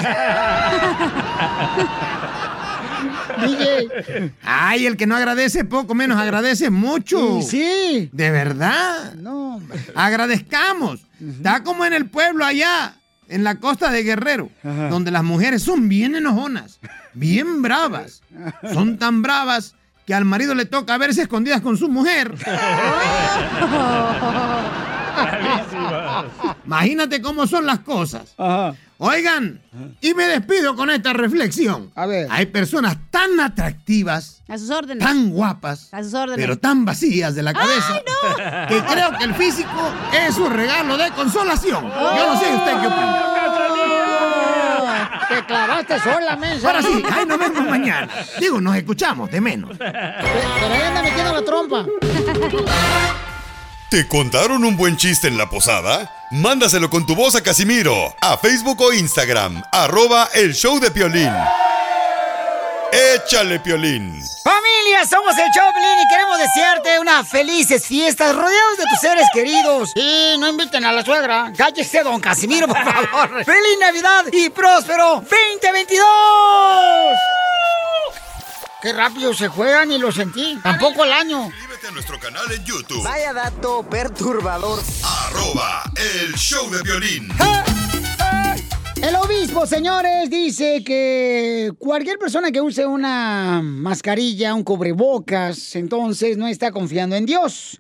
[SPEAKER 3] DJ.
[SPEAKER 1] Ay, el que no agradece poco menos agradece mucho.
[SPEAKER 3] Y sí.
[SPEAKER 1] De verdad.
[SPEAKER 3] No, hombre.
[SPEAKER 1] Agradezcamos. Está como en el pueblo allá, en la costa de Guerrero, donde las mujeres son bien enojonas, bien bravas. Son tan bravas que al marido le toca verse escondidas con su mujer. Imagínate cómo son las cosas. Oigan, y me despido con esta reflexión.
[SPEAKER 3] A ver.
[SPEAKER 1] Hay personas tan atractivas,
[SPEAKER 7] A sus órdenes.
[SPEAKER 1] tan guapas,
[SPEAKER 7] A sus órdenes.
[SPEAKER 1] pero tan vacías de la cabeza,
[SPEAKER 7] ¡Ay,
[SPEAKER 1] que creo que el físico es un regalo de consolación. Yo no sé usted qué opina.
[SPEAKER 3] Oh, Te clavaste sola, mensa.
[SPEAKER 1] Ahora sí, ahí nos vemos mañana. Digo, nos escuchamos, de menos.
[SPEAKER 3] Pero ahí anda metiendo la trompa.
[SPEAKER 2] ¿Te contaron un buen chiste en la posada? Mándaselo con tu voz a Casimiro, a Facebook o Instagram, arroba el show de Piolín. Échale, Piolín.
[SPEAKER 20] Familia, somos el Choplin y queremos desearte unas felices fiestas rodeados de tus seres queridos. Y no inviten a la suegra. Cállese, don Casimiro, por favor. ¡Feliz Navidad y próspero 2022! Qué rápido se juegan y lo sentí. Tampoco el año.
[SPEAKER 2] Vete a nuestro canal en YouTube,
[SPEAKER 20] Vaya dato perturbador.
[SPEAKER 2] arroba el show de Piolín.
[SPEAKER 3] El obispo, señores, dice que cualquier persona que use una mascarilla, un cubrebocas, entonces no está confiando en Dios.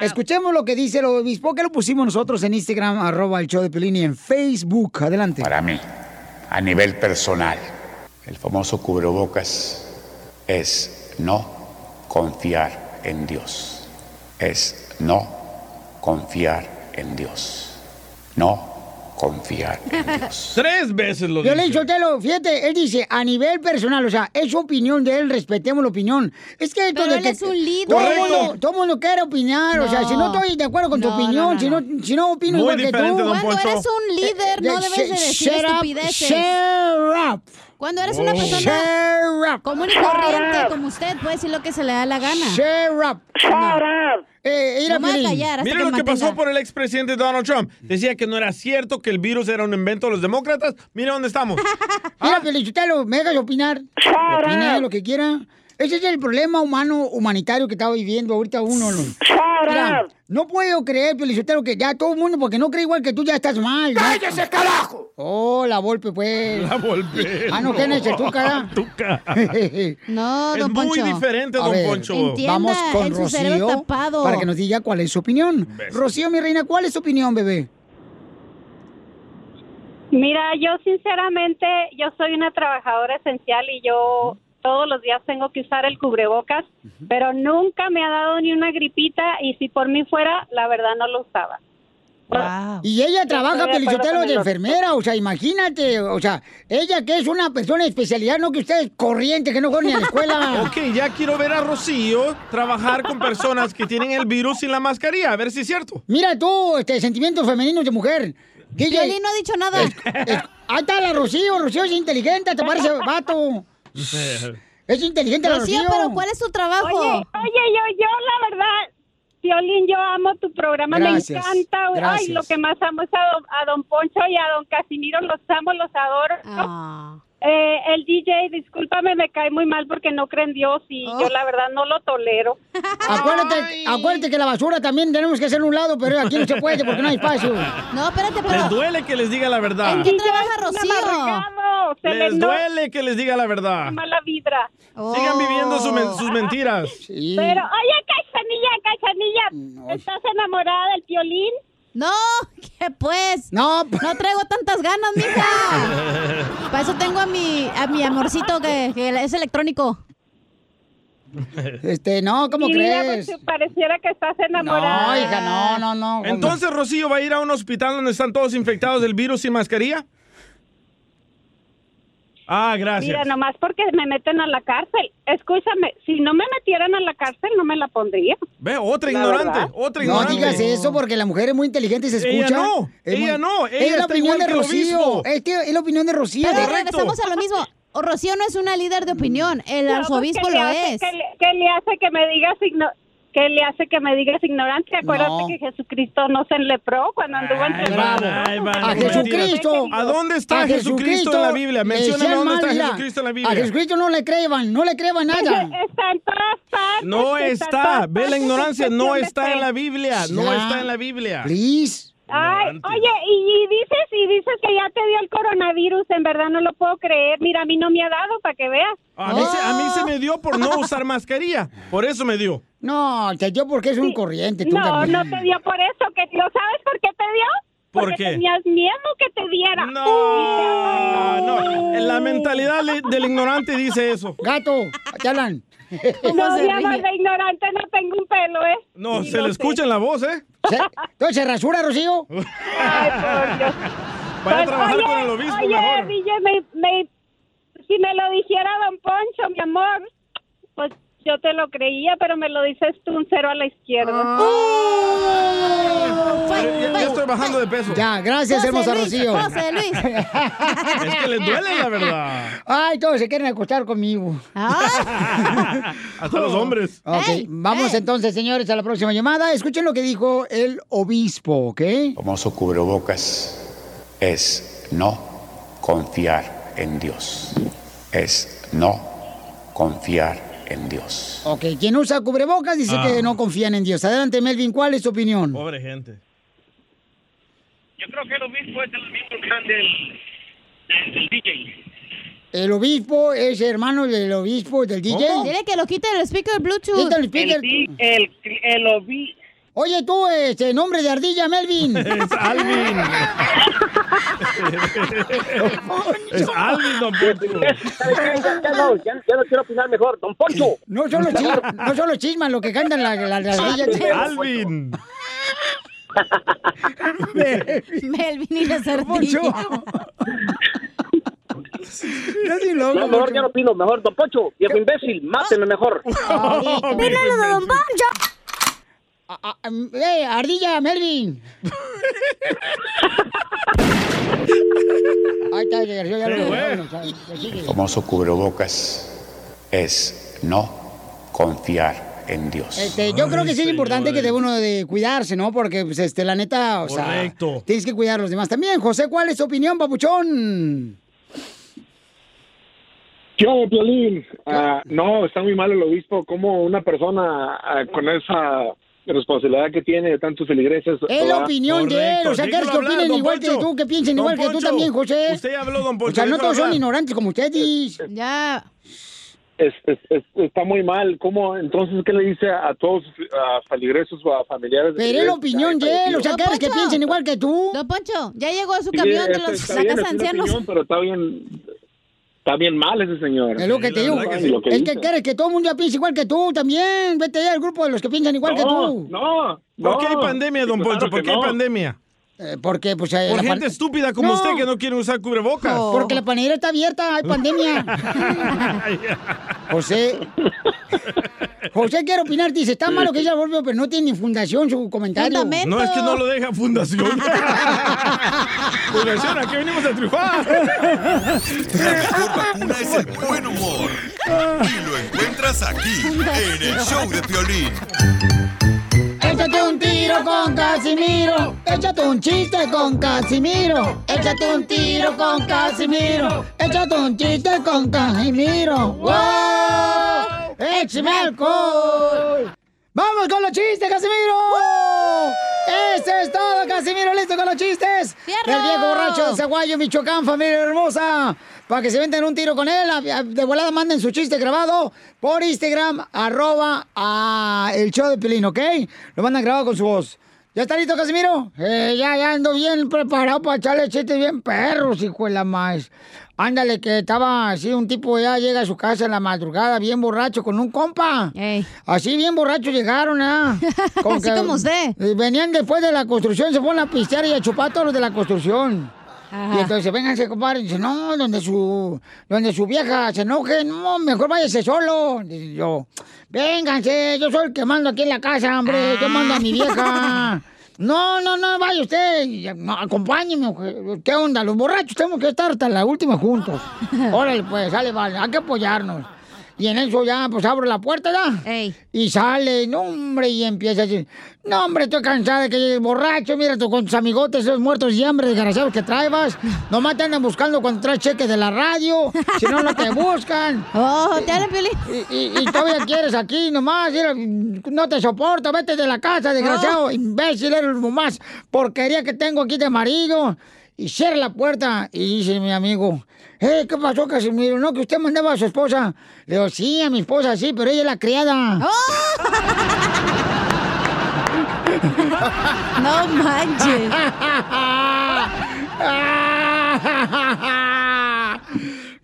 [SPEAKER 3] Escuchemos lo que dice el obispo, que lo pusimos nosotros en Instagram, arroba el show de Pelín y en Facebook. Adelante.
[SPEAKER 21] Para mí, a nivel personal, el famoso cubrebocas es no confiar en Dios. Es no confiar en Dios. No confiar en
[SPEAKER 5] Tres veces lo
[SPEAKER 3] Yo le
[SPEAKER 5] dice.
[SPEAKER 3] Sotelo, fíjate, él dice a nivel personal, o sea, es su opinión de él, respetemos la opinión. Es que
[SPEAKER 7] Pero
[SPEAKER 3] todo-
[SPEAKER 7] él es un líder.
[SPEAKER 3] Todo
[SPEAKER 7] Correcto.
[SPEAKER 3] mundo, todo mundo quiere opinar, o sea,
[SPEAKER 7] No.
[SPEAKER 3] si no estoy de acuerdo con tu
[SPEAKER 7] No, no,
[SPEAKER 3] opinión,
[SPEAKER 7] no,
[SPEAKER 3] si no, si no opino
[SPEAKER 7] Muy
[SPEAKER 3] igual que tú.
[SPEAKER 7] diferente, don Cuando Poncho. eres un líder, no debes de
[SPEAKER 3] Eh, sh-
[SPEAKER 7] decir
[SPEAKER 3] shut up,
[SPEAKER 7] estupideces.
[SPEAKER 3] shut up.
[SPEAKER 7] Cuando eres una
[SPEAKER 3] Oh.
[SPEAKER 7] persona común y corriente como usted, puede decir lo que se le da la gana.
[SPEAKER 3] Share up.
[SPEAKER 7] Share
[SPEAKER 3] up. Eh,
[SPEAKER 7] no me voy a callar hasta
[SPEAKER 5] Mira
[SPEAKER 7] que
[SPEAKER 5] lo que
[SPEAKER 7] mantenga.
[SPEAKER 5] pasó por el expresidente Donald Trump. Decía que no era cierto que el virus era un invento de los demócratas. Mira dónde estamos.
[SPEAKER 7] Ah.
[SPEAKER 3] Mira, Felicitalo, me hagas opinar. Opina de lo que quiera. Ese es el problema humano, humanitario que está viviendo ahorita uno. ¿no? Mira, no puedo creer, Felicitalo, que ya todo el mundo, porque no cree igual que tú, ya estás mal. ¡Cállese, carajo! Oh, la golpe, pues.
[SPEAKER 5] La Volpe.
[SPEAKER 3] Ah, no, ¿qué es ese, tú, cara?
[SPEAKER 5] Tuca.
[SPEAKER 3] No,
[SPEAKER 5] Es don muy Poncho. diferente,
[SPEAKER 3] A
[SPEAKER 5] don
[SPEAKER 3] ver,
[SPEAKER 5] Poncho.
[SPEAKER 7] Entienda,
[SPEAKER 3] Vamos con
[SPEAKER 7] en su cerebro
[SPEAKER 3] Rocío
[SPEAKER 7] tapado.
[SPEAKER 3] para que nos diga cuál es su opinión. Rocío, mi reina, ¿cuál es su opinión, bebé?
[SPEAKER 22] Mira, yo sinceramente, yo soy una trabajadora esencial y yo todos los días tengo que usar el cubrebocas, pero nunca me ha dado ni una gripita y si por mí fuera, la verdad no lo usaba.
[SPEAKER 3] Y ella trabaja,
[SPEAKER 22] Estoy de acuerdo
[SPEAKER 3] Pelichotelo,
[SPEAKER 22] con
[SPEAKER 3] de
[SPEAKER 22] el
[SPEAKER 3] enfermera, o sea, imagínate, o sea, ella que es una persona de especialidad, no que ustedes corriente, que no juegan ni a la escuela.
[SPEAKER 5] Ok, ya quiero ver a Rocío trabajar con personas que tienen el virus y la mascarilla, a ver si es cierto.
[SPEAKER 3] Mira tú, este, sentimientos femeninos de mujer.
[SPEAKER 5] Piolín
[SPEAKER 3] no ha dicho nada. ahí está la Rocío, Rocío es inteligente, te parece vato. Es inteligente la Rocío.
[SPEAKER 22] Rocío, pero ¿cuál
[SPEAKER 3] es tu trabajo?
[SPEAKER 22] Oye, oye, yo, yo la verdad, Violín, yo amo tu programa,
[SPEAKER 3] Gracias,
[SPEAKER 22] me encanta.
[SPEAKER 3] gracias.
[SPEAKER 22] Ay, lo que más amo es a don, a don Poncho y a don Casimiro, los amo, los adoro.
[SPEAKER 3] Ah.
[SPEAKER 22] Eh, el DJ, discúlpame, me cae muy mal porque no cree en Dios y
[SPEAKER 3] Oh.
[SPEAKER 22] yo la verdad no lo tolero.
[SPEAKER 3] Acuérdate, acuérdate que la basura también tenemos que hacer un lado, pero aquí no se puede porque no hay espacio.
[SPEAKER 7] No, espérate,
[SPEAKER 5] Les
[SPEAKER 7] pero...
[SPEAKER 5] duele que les diga la verdad.
[SPEAKER 7] ¿En qué trabaja Rocío?
[SPEAKER 22] Amargado, se le
[SPEAKER 5] Les
[SPEAKER 22] nota
[SPEAKER 5] duele que les diga la verdad.
[SPEAKER 22] mala vibra.
[SPEAKER 5] Sigan viviendo su men-
[SPEAKER 3] Oh.
[SPEAKER 7] Oh.
[SPEAKER 5] sus mentiras.
[SPEAKER 22] Pero,
[SPEAKER 3] ah,
[SPEAKER 22] oye, Cachanilla, Cachanilla, ¿estás enamorada del violín?
[SPEAKER 7] No, que pues.
[SPEAKER 3] No.
[SPEAKER 7] No traigo tantas ganas, mija. Para eso tengo a mi, a mi amorcito que, que es electrónico.
[SPEAKER 3] Este, no, ¿cómo
[SPEAKER 22] Mi vida,
[SPEAKER 3] crees?
[SPEAKER 22] pues, pareciera que estás enamorada.
[SPEAKER 3] No, hija, no, no, no.
[SPEAKER 5] Entonces, Rocío va a ir a un hospital donde están todos infectados del virus sin mascarilla. Ah, gracias.
[SPEAKER 22] Mira, nomás porque me meten a la cárcel. Escúchame, si no me metieran a la cárcel, no me la pondría.
[SPEAKER 5] Ve, otra
[SPEAKER 22] La
[SPEAKER 5] ignorante,
[SPEAKER 22] verdad.
[SPEAKER 5] otra
[SPEAKER 3] No
[SPEAKER 5] ignorante.
[SPEAKER 3] digas eso porque la mujer es muy inteligente y se
[SPEAKER 5] Ella
[SPEAKER 3] escucha.
[SPEAKER 5] no,
[SPEAKER 3] Es
[SPEAKER 5] ella no, ella
[SPEAKER 3] es la
[SPEAKER 5] está
[SPEAKER 3] opinión
[SPEAKER 5] igual
[SPEAKER 3] de
[SPEAKER 5] que el
[SPEAKER 3] Rocío.
[SPEAKER 5] obispo.
[SPEAKER 3] Es, que es la opinión de Rocío.
[SPEAKER 7] Pero regresamos a lo mismo. O Rocío no es una líder de opinión, el
[SPEAKER 22] No, pues,
[SPEAKER 7] arzobispo
[SPEAKER 22] ¿qué le
[SPEAKER 7] lo
[SPEAKER 22] hace-
[SPEAKER 7] es.
[SPEAKER 22] ¿Qué le, qué le hace que me digas igno- qué le hace que me digas ignorante? Acuérdate que Jesucristo no se enlepró cuando anduvo en
[SPEAKER 5] Ahí van, ahí van,
[SPEAKER 3] A
[SPEAKER 5] no mentiras.
[SPEAKER 3] Jesucristo.
[SPEAKER 5] ¿A dónde está
[SPEAKER 3] A
[SPEAKER 5] Jesucristo en la Biblia?
[SPEAKER 3] le
[SPEAKER 5] Mencióname
[SPEAKER 3] decían
[SPEAKER 5] dónde
[SPEAKER 3] mal,
[SPEAKER 5] está
[SPEAKER 3] mira,
[SPEAKER 5] Jesucristo en la
[SPEAKER 3] A
[SPEAKER 5] Biblia.
[SPEAKER 3] Jesucristo no le creban, no le creban nada.
[SPEAKER 22] Está en todas partes.
[SPEAKER 5] No
[SPEAKER 3] pues,
[SPEAKER 5] está. Ve la ignorancia. No está en la Biblia. No
[SPEAKER 3] Ya.
[SPEAKER 5] está en la Biblia.
[SPEAKER 3] Please.
[SPEAKER 22] Ay, oye, y, y dices y dices que ya te dio el coronavirus, en verdad no lo puedo creer. Mira, a mí no me ha dado para que veas.
[SPEAKER 5] A mí, se, a mí
[SPEAKER 3] Ah.
[SPEAKER 5] se me dio por no usar mascarilla. Por eso me dio.
[SPEAKER 3] No, te dio porque es un corriente. Tú
[SPEAKER 22] no,
[SPEAKER 3] también.
[SPEAKER 22] no te dio por eso, que ¿lo sabes por qué te dio?
[SPEAKER 5] ¿Por
[SPEAKER 22] Porque
[SPEAKER 5] qué?
[SPEAKER 22] tenías miedo que te diera.
[SPEAKER 5] No, no. Eh, La mentalidad le- del ignorante dice eso.
[SPEAKER 3] Gato, te hablan.
[SPEAKER 22] No, mi amor, de ignorante no tengo un pelo, ¿eh?
[SPEAKER 5] No,
[SPEAKER 22] Y
[SPEAKER 5] se le escucha en la voz, ¿eh?
[SPEAKER 3] Se- Entonces, ¿se rasura, Rocío?
[SPEAKER 5] Vaya a
[SPEAKER 22] Pues,
[SPEAKER 5] trabajar
[SPEAKER 22] oye,
[SPEAKER 5] con el obispo
[SPEAKER 22] oye,
[SPEAKER 5] mejor.
[SPEAKER 22] DJ, me- me- si me lo dijera Don Poncho, mi amor, pues yo te lo creía, pero me lo dices tú un cero a la izquierda.
[SPEAKER 1] Pues,
[SPEAKER 5] Ya, ya estoy bajando de peso.
[SPEAKER 3] Ya, gracias,
[SPEAKER 22] José
[SPEAKER 3] hermosa
[SPEAKER 22] Luis,
[SPEAKER 3] Rocío.
[SPEAKER 22] José Luis.
[SPEAKER 5] Es que le duele, la verdad.
[SPEAKER 3] Ay, todos se quieren acostar conmigo.
[SPEAKER 5] Hasta los hombres.
[SPEAKER 3] Ah, Ok, vamos entonces, señores, a la próxima llamada. Escuchen lo que dijo el obispo, ¿ok?
[SPEAKER 21] famoso cubrebocas es no confiar en Dios. Es no confiar en Dios.
[SPEAKER 3] Ok, quien usa cubrebocas dice
[SPEAKER 21] Ah.
[SPEAKER 3] que no confían en Dios. Adelante, Melvin, ¿cuál es tu opinión?
[SPEAKER 5] Pobre gente.
[SPEAKER 10] Yo creo que el obispo es el mismo can del, del, del DJ.
[SPEAKER 3] El obispo es hermano del obispo del DJ.
[SPEAKER 7] Dile que lo quite el speaker Bluetooth.
[SPEAKER 3] Quita el speaker.
[SPEAKER 10] El, el obispo.
[SPEAKER 3] Oye, tú, este, nombre de ardilla, Melvin.
[SPEAKER 5] Es Alvin. es Alvin, don
[SPEAKER 10] Ya, ya no quiero opinar mejor, don Poncho.
[SPEAKER 3] No son los, chi- no son los chismas lo que cantan las la, las ardillas.
[SPEAKER 5] Alvin.
[SPEAKER 7] Melvin y la
[SPEAKER 10] No, mejor ya no opino, mejor, don Poncho. Viejo imbécil, máteme mejor.
[SPEAKER 3] Dígalo de Don Poncho. Ah, ah, eh, ardilla, Melvin. Ahí está, ya, ya lo- ya lo- ya lo- sigue.
[SPEAKER 21] El famoso cubrebocas es no confiar en Dios.
[SPEAKER 3] Este, yo creo que sí es importante que debe uno de cuidarse, ¿no? Porque, pues, este, la neta, o sea,
[SPEAKER 21] Correcto.
[SPEAKER 3] tienes que cuidar a los demás también. José, ¿cuál es tu opinión, papuchón?
[SPEAKER 23] Yo, Piolín. Ah, no, está muy mal el obispo. Como una persona ah, con esa responsabilidad que tiene de tantos feligreses.
[SPEAKER 3] Es la
[SPEAKER 23] ¿verdad?
[SPEAKER 3] opinión de él. O sea, ¿quieres que
[SPEAKER 5] déjelo hablar,
[SPEAKER 3] opinen
[SPEAKER 5] don
[SPEAKER 3] igual que
[SPEAKER 5] Poncho.
[SPEAKER 3] tú? Que piensen
[SPEAKER 5] Don
[SPEAKER 3] igual que tú
[SPEAKER 5] Poncho,
[SPEAKER 3] también, José.
[SPEAKER 5] usted ya habló, don
[SPEAKER 3] O
[SPEAKER 5] Poncho,
[SPEAKER 3] sea, no
[SPEAKER 5] déjalo
[SPEAKER 3] todos son
[SPEAKER 5] hablar.
[SPEAKER 3] ignorantes como ustedes.
[SPEAKER 7] Ya.
[SPEAKER 23] Es- es- es- está muy mal. ¿Cómo? Entonces, ¿qué le dice a todos a feligreses o a familiares? de
[SPEAKER 3] Pero es la
[SPEAKER 23] feligreses?
[SPEAKER 3] opinión de él. O sea,
[SPEAKER 7] Don
[SPEAKER 3] ¿quieres que
[SPEAKER 7] Poncho.
[SPEAKER 3] piensen igual que tú?
[SPEAKER 7] Don Poncho, ya llegó su
[SPEAKER 23] Sí,
[SPEAKER 7] camión de
[SPEAKER 23] este,
[SPEAKER 7] los,
[SPEAKER 23] está
[SPEAKER 7] la
[SPEAKER 23] bien,
[SPEAKER 7] casa de
[SPEAKER 23] es una
[SPEAKER 7] ancianos.
[SPEAKER 23] opinión, pero está bien, está bien mal ese señor.
[SPEAKER 3] Es lo que te digo.
[SPEAKER 23] Lo que
[SPEAKER 3] es
[SPEAKER 23] hizo.
[SPEAKER 3] que quieres que todo el mundo ya piense igual que tú también. Vete ahí al grupo de los que piensan igual que tú.
[SPEAKER 23] No,
[SPEAKER 5] ¿Por qué hay pandemia, don Poncho? ¿Por qué hay pandemia?
[SPEAKER 3] porque, pues.
[SPEAKER 5] Por
[SPEAKER 3] la pan-
[SPEAKER 5] gente estúpida como
[SPEAKER 3] No.
[SPEAKER 5] usted que no quiere usar cubrebocas.
[SPEAKER 3] Porque la panadera está abierta, hay pandemia. José. José quiere opinar, dice, está malo que ella volvió, pero no tiene ni fundación su comentario.
[SPEAKER 5] No es que no lo deja Fundación. fundación, aquí venimos a triunfar.
[SPEAKER 2] La mejor vacuna es el buen humor. Y lo encuentras aquí, en el show de Piolín.
[SPEAKER 3] Échate un tiro con Casimiro. Échate un chiste con Casimiro. Échate un tiro con Casimiro. Échate un chiste con Casimiro. ¡Wow! ¡Échame alcohol! ¡Vamos con los chistes, Casimiro! ¡Eso es todo, Casimiro! ¡Listo con los chistes!
[SPEAKER 12] ¡Fierro!
[SPEAKER 3] El viejo borracho de Zaguayo, Michoacán, familia hermosa. Para que se venden un tiro con él, a- a- de volada manden su chiste grabado por Instagram, arroba a el show de Pelín, ¿ok? Lo mandan grabado con su voz. ¿Ya está listo, Casimiro? Eh, ya, ya ando bien preparado para echarle chistes bien perros, hijo de la más. Ándale, que estaba así, un tipo ya llega a su casa en la madrugada, bien borracho, con un compa. Así bien borracho llegaron, ¿ah?
[SPEAKER 7] Así como usted.
[SPEAKER 3] Venían después de la construcción, se fueron a pistear y a chupar todos los de la construcción. Y entonces, vénganse, compadre. Dice, no, donde su, donde su vieja se enoje, no, mejor váyase solo. Dice yo, vénganse, yo soy el que mando aquí en la casa, hombre. Yo mando a mi vieja. No, no, no, vaya usted, Y ya, no, acompáñeme. mujer. ¿Qué onda? Los borrachos tenemos que estar hasta la última juntos. Órale, pues, sale, vale, hay que apoyarnos. Y en eso ya, pues abro la puerta, ¿ya? Y sale, no, hombre, y empieza a decir, no, hombre, estoy cansada de que llegue el borracho, mira, tú con tus amigotes, esos muertos y hambre, desgraciados que traebas, nomás te andan buscando cuando traes cheques de la radio, si no, no te buscan. Oh, te hablan, Y, y, y todavía quieres aquí, nomás, mira, no te soporto, vete de la casa, desgraciado, imbécil, eres lo más porquería que tengo aquí de marido. Y cierra la puerta y dice mi amigo, "Eh, ¿qué pasó, Casimiro? ¿No que usted mandaba a su esposa? Le digo, sí, a mi esposa, sí, pero ella es la criada. no manches.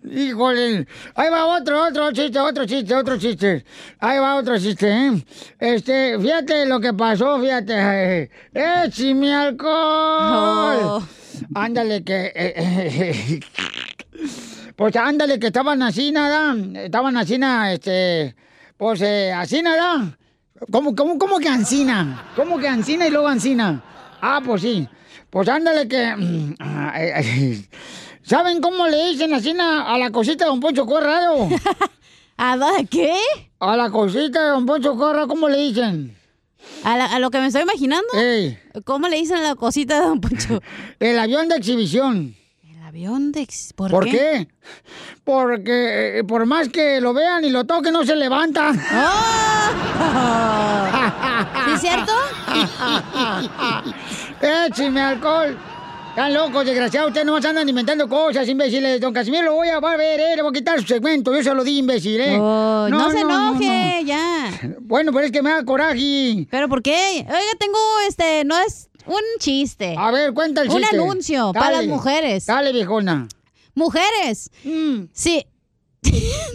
[SPEAKER 3] Híjole. Ahí va otro, otro chiste, otro chiste, otro chiste. Ahí va otro chiste, ¿eh? Este, fíjate lo que pasó, fíjate. ¡Échame alcohol! Ándale, que. eh, pues ándale, que estaban así, nada. Estaban así, nada, este. Pues eh, así, nada. ¿Cómo, cómo, cómo que ansina? ¿Cómo que ansina y luego ansina? Ah, pues sí. Pues ándale, que. ah, eh, eh, ¿Saben cómo le dicen ansina a la cosita de Don Poncho Corrado? ¿A qué? A la cosita de Don Poncho Corrado, ¿cómo le dicen? ¿A, lo que me estoy imaginando? ¿Cómo le dicen a la cosita de Don Poncho? El avión de exhibición.
[SPEAKER 7] El avión de... ex- ¿Por,
[SPEAKER 3] ¿Por qué? Porque eh, por más que lo vean y lo toquen, no se levanta.
[SPEAKER 7] ¡Ah!
[SPEAKER 3] ¿Sí es cierto? Écheme alcohol. Están locos, desgraciados. Ustedes nomás andan inventando cosas, imbéciles. Don Casimiro lo voy a volver, ¿eh? Le voy a quitar su segmento. Yo se lo di, imbécil, ¿eh?
[SPEAKER 7] no se enoje,
[SPEAKER 3] ya. Bueno, pero es que me da coraje.
[SPEAKER 7] ¿Pero por qué? Oiga, tengo este, no es un chiste.
[SPEAKER 3] A ver, cuenta el
[SPEAKER 7] Un
[SPEAKER 3] chiste.
[SPEAKER 7] anuncio para las
[SPEAKER 3] Dale,
[SPEAKER 7] mujeres.
[SPEAKER 3] Dale, viejona. Mm.
[SPEAKER 7] Mujeres. Sí.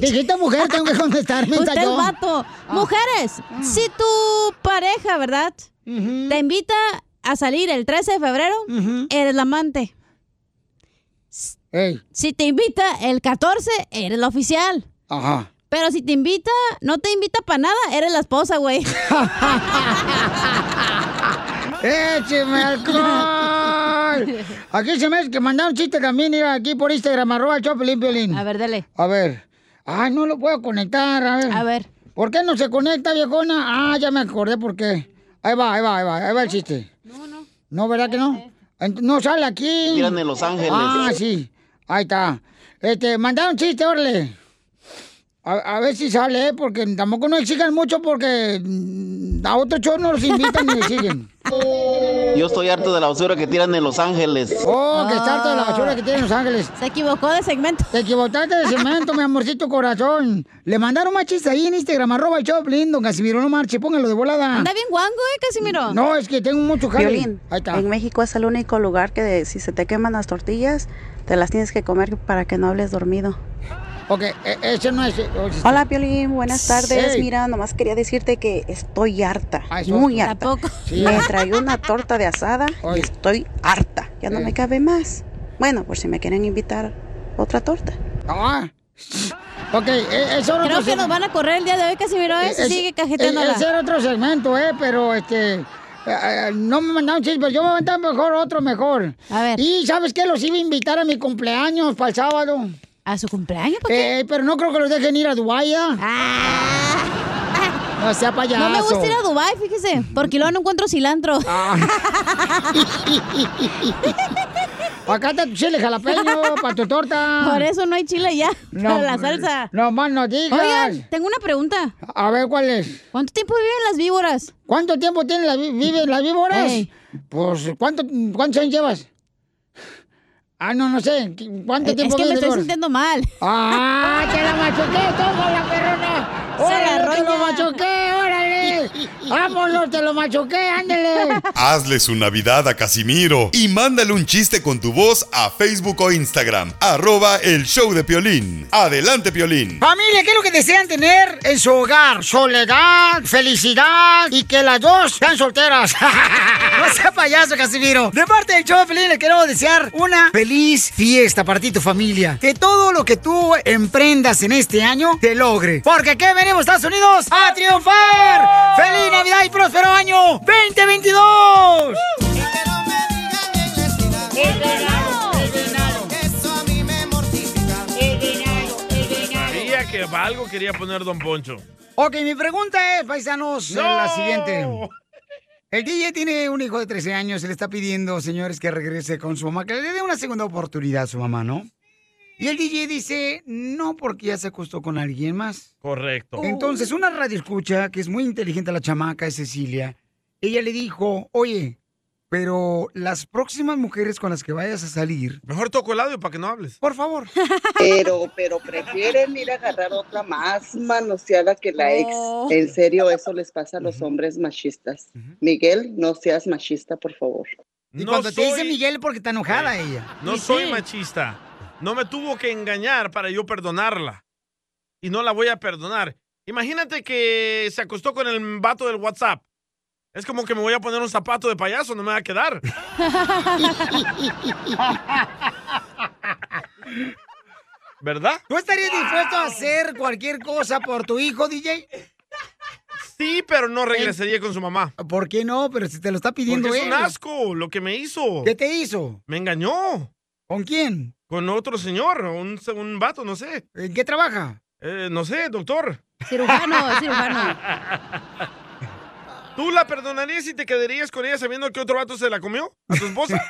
[SPEAKER 3] Dijiste mujer, tengo que contestar. mensa,
[SPEAKER 7] Usted es
[SPEAKER 3] yo. Ah.
[SPEAKER 7] vato. Mujeres, si tu pareja, ¿verdad? Te invita a salir el 13 de febrero, eres la amante. S- Si te invita el 14, eres la oficial.
[SPEAKER 3] Ajá.
[SPEAKER 7] Pero si te invita, no te invita para nada, eres la esposa, güey.
[SPEAKER 3] ¡Écheme alcohol! Aquí se me hace que mandaron chiste también, mira, aquí por Instagram, arroba el Choplin Piolín. A ver, dale. A ver. Ay, no lo puedo conectar, a ver. A ver. ¿Por qué no se conecta, viejona? Ah, ya me acordé por qué. Ahí va, ahí va, ahí va, ahí va el chiste. No, no. Este. ¿No, verdad que no? Ent- No sale aquí.
[SPEAKER 24] Miran en Los Ángeles.
[SPEAKER 3] Ah, sí. Ahí está. Este, mandaron chiste, órale. A, a ver si sale, ¿eh? porque tampoco no exigen mucho porque mm, a otro show no los invitan ni exigen.
[SPEAKER 24] Yo estoy harto de la basura que tiran en Los Ángeles.
[SPEAKER 3] Oh, que salta de la basura que tiene Los Ángeles. Se equivocó de segmento. Te equivocaste de segmento, mi amorcito corazón. Le mandaron más chistes ahí en Instagram, arroba el Choplin, don Casimiro, no marche, póngalo de volada.
[SPEAKER 7] Anda bien guango, ¿eh, Casimiro?
[SPEAKER 3] No, es que tengo mucho jale.
[SPEAKER 4] Violín,
[SPEAKER 3] Ahí está.
[SPEAKER 4] en México es el único lugar que de- si se te queman las tortillas, te las tienes que comer para que no hables dormido.
[SPEAKER 3] Ok, e- ese no es...
[SPEAKER 4] Hola, Piolín, buenas tardes.
[SPEAKER 3] Hey.
[SPEAKER 4] Mira, nomás quería decirte que estoy harta,
[SPEAKER 3] Ay, eso
[SPEAKER 4] muy
[SPEAKER 3] sí.
[SPEAKER 4] harta.
[SPEAKER 3] Tampoco. Ah, Sí.
[SPEAKER 4] Me traigo una torta de asada y estoy harta. Ya no
[SPEAKER 3] Eh.
[SPEAKER 4] me cabe más. Bueno, por si me quieren invitar otra torta.
[SPEAKER 3] Ah. Ok, e- es otro E,
[SPEAKER 4] Creo que nos
[SPEAKER 7] van a correr el día de hoy, Casimiro, ¿eh? Si sigue cajeteándola.
[SPEAKER 3] Ese era otro segmento, ¿eh? Pero, este... eh, eh, no me mandaron chistes, pero yo me mandé mejor otro mejor. A ver. Y, ¿sabes qué? Los iba a invitar a mi cumpleaños para el sábado. ¿A su cumpleaños? ¿Por qué? Eh, pero no creo que los dejen ir a Dubái, ¿ah? No sea payaso.
[SPEAKER 7] No me gusta ir a Dubai, fíjese, porque luego no encuentro cilantro.
[SPEAKER 3] Ah, Acá está tu chile jalapeño para tu torta.
[SPEAKER 7] Por eso no hay chile ya, para la salsa.
[SPEAKER 3] No más no digas.
[SPEAKER 7] Oigan, tengo una pregunta.
[SPEAKER 3] A ver, ¿cuál es?
[SPEAKER 7] ¿Cuánto tiempo viven las víboras?
[SPEAKER 3] ¿Cuánto tiempo tienen las vi- viven las víboras?
[SPEAKER 7] Ey.
[SPEAKER 3] Pues, ¿cuánto, ¿cuántos años llevas? Ah, no, no sé. ¿Cuánto
[SPEAKER 7] Eh,
[SPEAKER 3] tiempo
[SPEAKER 7] es que me
[SPEAKER 3] viven las
[SPEAKER 7] estoy
[SPEAKER 3] víboras?
[SPEAKER 7] sintiendo mal.
[SPEAKER 3] ¡Ah, te la machuqué! ¡Toma la perrona!
[SPEAKER 7] Se la
[SPEAKER 3] ¡Órale, te lo
[SPEAKER 7] roña.
[SPEAKER 3] machuqué! ¡Órale! ¡Vámonos, te lo machoqué, ándele!
[SPEAKER 2] Hazle su Navidad a Casimiro y mándale un chiste con tu voz a Facebook o Instagram. Arroba el show de Piolín. Adelante, Piolín.
[SPEAKER 25] Familia, ¿qué es lo que desean tener en su hogar? Soledad, felicidad y que las dos sean solteras. no sea payaso, Casimiro. De parte del show, Feliz, le queremos desear una feliz fiesta para ti y tu familia. Que todo lo que tú emprendas en este año te logre. Porque aquí venimos, Estados Unidos, a triunfar. ¡Feliz Navidad y próspero año 2022!
[SPEAKER 12] El venado, el venado. Eso a mí me mortifica. El venado, el venado.
[SPEAKER 5] Sabía que algo quería poner Don Poncho.
[SPEAKER 3] Ok, mi pregunta es, paisanos, eh, la
[SPEAKER 5] ¡No!
[SPEAKER 3] siguiente. El DJ tiene un hijo de 13 años y le está pidiendo, señores, que regrese con su mamá, que le dé una segunda oportunidad a su mamá, ¿no? Y el DJ dice, no, porque ya se acostó con alguien más.
[SPEAKER 5] Correcto.
[SPEAKER 3] Entonces, una radio escucha, que es muy inteligente la chamaca, es Cecilia, ella le dijo, oye, pero las próximas mujeres con las que vayas a salir...
[SPEAKER 5] Mejor toco el audio para que no hables.
[SPEAKER 3] Por favor.
[SPEAKER 16] Pero, pero prefieren ir a agarrar otra más manoseada que la ex.
[SPEAKER 3] Oh.
[SPEAKER 16] En serio, eso les pasa a los hombres machistas. Miguel, no seas machista, por favor.
[SPEAKER 3] Y cuando te dice Miguel porque está enojada ella.
[SPEAKER 5] No
[SPEAKER 3] Y
[SPEAKER 5] soy
[SPEAKER 3] sí.
[SPEAKER 5] machista. No me tuvo que engañar para yo perdonarla. Y no la voy a perdonar. Imagínate que se acostó con el vato del WhatsApp. Es como que me voy a poner un zapato de payaso, no me va a quedar. ¿Verdad?
[SPEAKER 3] ¿Tú estarías dispuesto a hacer cualquier cosa por tu hijo, DJ?
[SPEAKER 5] Sí, pero no regresaría con su mamá.
[SPEAKER 3] ¿Por qué no? Pero si te lo está pidiendo
[SPEAKER 5] Porque es
[SPEAKER 3] él.
[SPEAKER 5] un asco lo que me hizo.
[SPEAKER 3] ¿Qué te hizo?
[SPEAKER 5] Me engañó.
[SPEAKER 3] ¿Con quién?
[SPEAKER 5] Con otro señor, un, un vato, no sé. Eh,
[SPEAKER 3] ¿En qué trabaja?
[SPEAKER 5] no sé, doctor.
[SPEAKER 7] Cirujano, cirujano.
[SPEAKER 5] ¿Tú la perdonarías y te quedarías con ella sabiendo que otro vato se la comió? ¿A tu esposa?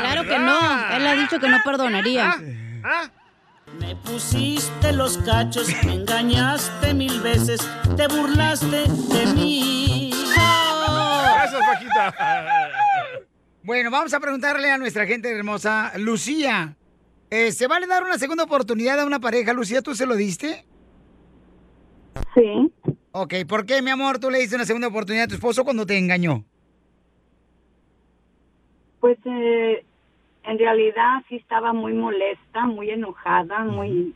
[SPEAKER 7] Claro que no. Él ha dicho que no perdonaría. ah,
[SPEAKER 26] Me pusiste los cachos, me engañaste mil veces, te burlaste de mí.
[SPEAKER 5] Gracias, Paquita.
[SPEAKER 3] Bueno, vamos a preguntarle a nuestra gente hermosa, Lucía. eh, ¿Se vale dar una segunda oportunidad a una pareja? Lucía, ¿tú se lo diste?
[SPEAKER 9] Sí.
[SPEAKER 3] Ok, ¿por qué, mi amor, tú le diste una segunda oportunidad a tu esposo cuando te engañó?
[SPEAKER 9] Pues eh, en realidad sí estaba muy molesta, muy enojada, muy,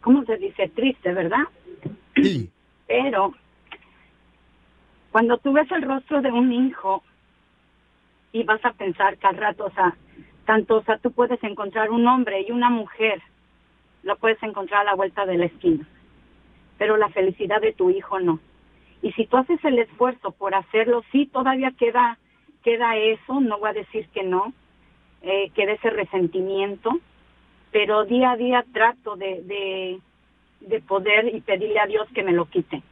[SPEAKER 9] ¿cómo se dice? Triste, ¿verdad? Pero cuando tú ves el rostro de un hijo y vas a pensar que al rato, o sea, tanto, o sea, tú puedes encontrar un hombre y una mujer, la puedes encontrar a la vuelta de la esquina, pero la felicidad de tu hijo no. Y si tú haces el esfuerzo por hacerlo, sí, todavía queda queda eso, no voy a decir que no, eh, queda ese resentimiento, pero día a día trato de, de, de poder y pedirle a Dios que me lo quite.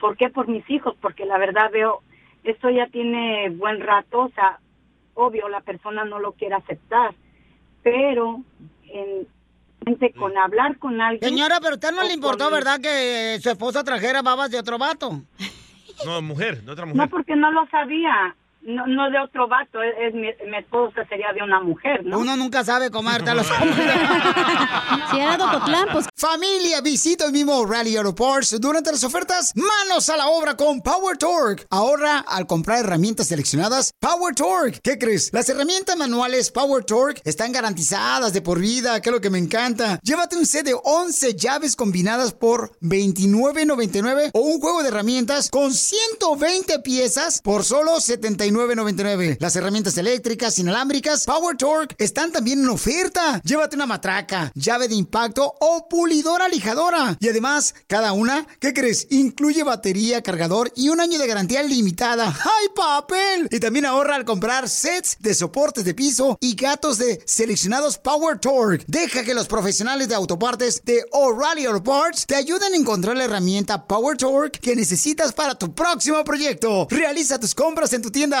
[SPEAKER 9] ¿Por qué? Por mis hijos, porque la verdad veo, esto ya tiene buen rato, o sea, obvio la persona no lo quiere aceptar, pero en, gente con hablar con alguien...
[SPEAKER 3] Señora, pero a usted no
[SPEAKER 9] o
[SPEAKER 3] le importó,
[SPEAKER 9] con-
[SPEAKER 3] ¿verdad, que eh, su esposa trajera babas de otro vato?
[SPEAKER 5] No, mujer, de otra mujer.
[SPEAKER 9] No,
[SPEAKER 3] pues,
[SPEAKER 9] porque no lo sabía. No, no de otro vato, es, es mi, mi esposa sería de una mujer, ¿no?
[SPEAKER 3] Uno nunca sabe comer, a los hombres.
[SPEAKER 7] Si era de Ocotlán, pues...
[SPEAKER 3] Familia, visita el mismo O'Reilly Auto Parts durante las ofertas. Manos a la obra con Power Torque. Ahora, al comprar herramientas seleccionadas, Power Torque. ¿Qué crees? Las herramientas manuales Power Torque están garantizadas de por vida, que es lo que me encanta. Llévate un set de 11 llaves combinadas por $29.99 o un juego de herramientas con 120 piezas por solo $79.99. Las herramientas eléctricas, inalámbricas, Power Torque están también en oferta. Llévate una matraca, llave de impacto o pulidora lijadora. Y además, cada una, ¿qué crees? Incluye batería, cargador y un año de garantía limitada. ¡Ay, papel! Y también ahorra al comprar sets de soportes de piso y gatos de seleccionados Power Torque. Deja que los profesionales de autopartes de O'Reilly Auto Parts te ayuden a encontrar la herramienta Power Torque que necesitas para tu próximo proyecto. Realiza tus compras en tu tienda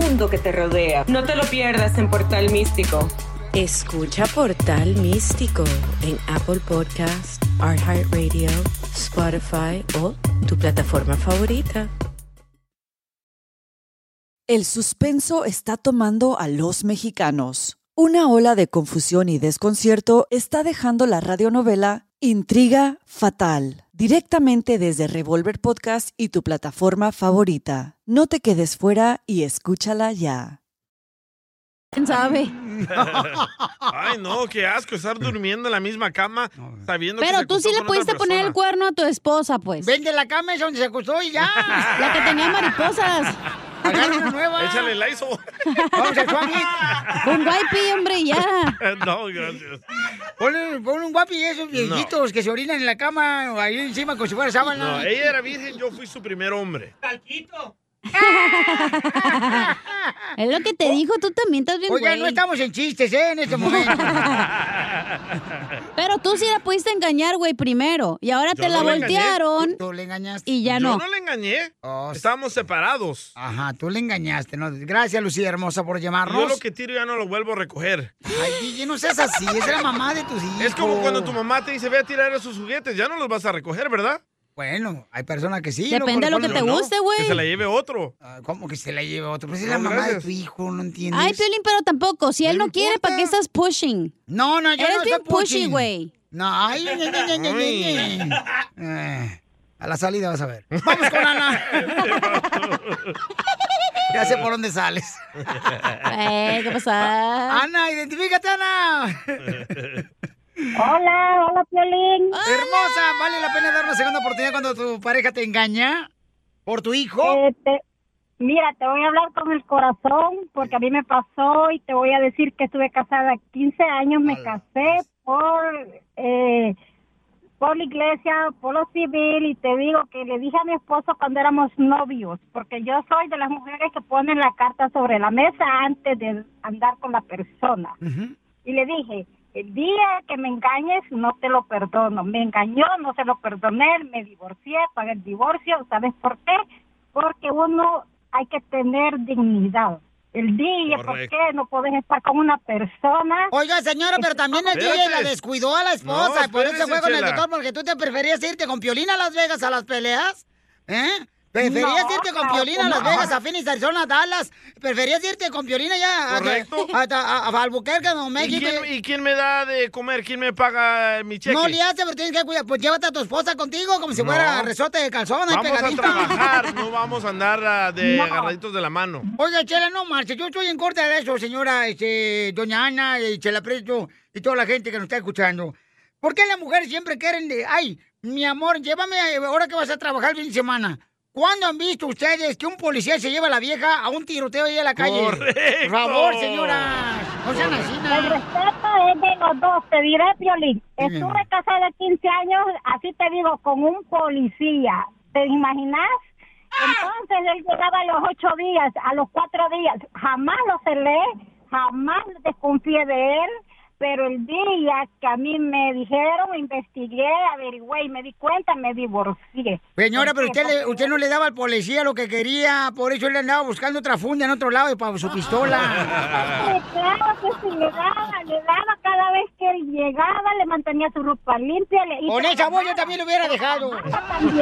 [SPEAKER 27] mundo que te rodea. No te lo pierdas en Portal Místico.
[SPEAKER 28] Escucha Portal Místico en Apple Podcast, iHeartRadio, Spotify o tu plataforma favorita.
[SPEAKER 29] El suspenso está tomando a los mexicanos. Una ola de confusión y desconcierto está dejando la radionovela Intriga Fatal, directamente desde Revolver Podcast y tu plataforma favorita. No te quedes fuera y escúchala ya.
[SPEAKER 7] ¿Quién sabe?
[SPEAKER 5] Ay, no, qué asco estar durmiendo en la misma cama sabiendo que
[SPEAKER 7] Pero
[SPEAKER 5] se
[SPEAKER 7] tú sí
[SPEAKER 5] acostó
[SPEAKER 7] le
[SPEAKER 5] con
[SPEAKER 7] pudiste
[SPEAKER 5] otra
[SPEAKER 7] poner el
[SPEAKER 5] persona.
[SPEAKER 7] cuerno a tu esposa, pues.
[SPEAKER 3] Vende la cama es donde se acostó y ya.
[SPEAKER 7] La que tenía mariposas.
[SPEAKER 3] Agarra una nueva.
[SPEAKER 5] Échale el ISO.
[SPEAKER 3] Vamos al Juanit.
[SPEAKER 7] Un guaypi, hombre, ya.
[SPEAKER 5] No, gracias.
[SPEAKER 3] Ponle, ponle un guapi a esos viejitos que se orinan en la cama o ahí encima como si fuera sábana.
[SPEAKER 5] No, ella era virgen, yo fui su primer hombre.
[SPEAKER 7] Es lo que te dijo, tú también estás bien
[SPEAKER 3] Oiga,
[SPEAKER 7] güey.
[SPEAKER 3] no estamos en chistes, ¿eh? En este momento.
[SPEAKER 7] Pero tú sí la pudiste engañar, güey, primero. Y ahora
[SPEAKER 5] Yo
[SPEAKER 7] te la
[SPEAKER 5] no la engañé.
[SPEAKER 7] voltearon.
[SPEAKER 3] Tú le engañaste.
[SPEAKER 7] Y ya
[SPEAKER 5] yo
[SPEAKER 7] no.
[SPEAKER 5] no le engañé. Estábamos separados.
[SPEAKER 3] Oh, Ajá, tú le engañaste, ¿no? Gracias, Lucía Hermosa, por
[SPEAKER 5] Yo lo
[SPEAKER 3] llamarnos.
[SPEAKER 5] que tiro ya no lo vuelvo a recoger.
[SPEAKER 3] Ay, DJ, no seas así. Es la mamá de tus hijos.
[SPEAKER 5] Es como cuando tu mamá te dice, ve a tirar esos juguetes, ya no los vas a recoger, ¿verdad?
[SPEAKER 3] Bueno, hay personas que sí.
[SPEAKER 7] Depende de lo que te guste, güey.
[SPEAKER 5] Que se la lleve otro.
[SPEAKER 3] Ah, ¿Cómo que se la lleve otro? Pues es
[SPEAKER 5] No,
[SPEAKER 3] la mamá
[SPEAKER 5] gracias.
[SPEAKER 3] de tu hijo, no entiendes.
[SPEAKER 7] Ay, Piolín, pero tampoco. Si él no quiere, ¿para qué estás pushing?
[SPEAKER 3] No, no, yo
[SPEAKER 7] Eres
[SPEAKER 3] no
[SPEAKER 7] bien
[SPEAKER 3] estoy
[SPEAKER 7] pushy,
[SPEAKER 3] pushing.
[SPEAKER 7] güey.
[SPEAKER 3] No, ay, ay, ay, ay, ay, ay, ay. Eh, a la salida vas a ver. Vamos con Ana. ya sé por dónde sales.
[SPEAKER 7] Eh, ¿qué pasa?
[SPEAKER 3] Ana, identifícate, Ana.
[SPEAKER 9] Hola, hola, Piolín.
[SPEAKER 3] Hermosa, ¿vale la pena dar una segunda oportunidad cuando tu pareja te engaña? ¿Por tu hijo?
[SPEAKER 9] Eh, Mira, te voy a hablar con el corazón porque a mí me pasó y te voy a decir que estuve casada 15 años, me casé por eh, por la iglesia, por lo civil y te digo que le dije a mi esposo cuando éramos novios, porque yo soy de las mujeres que ponen la carta sobre la mesa antes de andar con la persona. Y le dije, el día que me engañes no te lo perdono. Me engañó, no se lo perdoné, me divorcié, pagué el divorcio. ¿Sabes por qué? Porque uno hay que tener dignidad. El día, ¿por
[SPEAKER 3] Correcto.
[SPEAKER 9] qué no puedes estar con una persona?
[SPEAKER 3] Oiga, señora, pero también el DJ la descuidó a la esposa
[SPEAKER 9] No,
[SPEAKER 3] y por eso se fue
[SPEAKER 9] espérese,
[SPEAKER 3] con el
[SPEAKER 9] Chela.
[SPEAKER 3] doctor porque tú te preferías irte con Piolina a Las Vegas a las peleas. ¿Eh? ¿Preferías
[SPEAKER 9] No,
[SPEAKER 3] irte con
[SPEAKER 9] no,
[SPEAKER 3] Piolina a Las
[SPEAKER 9] no.
[SPEAKER 3] Vegas, a Phoenix, Arizona, a Dallas? ¿Preferías irte con Piolina ya a,
[SPEAKER 5] Correcto.
[SPEAKER 3] a, a, a Albuquerque, a Nuevo
[SPEAKER 5] ¿Y
[SPEAKER 3] México?
[SPEAKER 5] quién, y quién me da de comer? ¿Quién me paga mi cheque?
[SPEAKER 3] No le hace, pero tienes que cuidar. Pues llévate a tu esposa contigo como si fuera
[SPEAKER 5] No.
[SPEAKER 3] resorte de calzón. ahí
[SPEAKER 5] Vamos a
[SPEAKER 3] pegadito.
[SPEAKER 5] trabajar, no vamos a andar ah, de
[SPEAKER 3] No.
[SPEAKER 5] agarraditos de la mano.
[SPEAKER 3] Oiga, Chela, no marche. Yo estoy en contra de eso, señora este, doña Ana y Chela Preto y toda la gente que nos está escuchando. ¿Por qué las mujeres siempre quieren de, ay, mi amor, llévame eh, ahora que vas a trabajar el fin de semana? ¿Cuándo han visto ustedes que un policía se lleva a la vieja a un tiroteo ahí a la calle? Por favor, señora. No sean así,
[SPEAKER 9] El respeto es de los dos, te diré, Piolín. Estuve casada 15 años, así te digo, con un policía. ¿Te imaginas?
[SPEAKER 3] ¡Ah!
[SPEAKER 9] Entonces él llegaba a los ocho días, a los cuatro días. Jamás lo celé, jamás desconfié de él. Pero el día que a mí me dijeron, investigué, averigüé y me di cuenta, me divorcié.
[SPEAKER 3] Señora, pero
[SPEAKER 9] ¿Por qué?
[SPEAKER 3] usted, le- usted no le daba al policía lo que quería, por eso él andaba buscando otra funda en otro lado y para su pistola.
[SPEAKER 9] Sí, claro que sí, le daba, le daba cada vez que él llegaba, le mantenía su ropa limpia. Le
[SPEAKER 3] Con esa voz yo también lo hubiera dejado.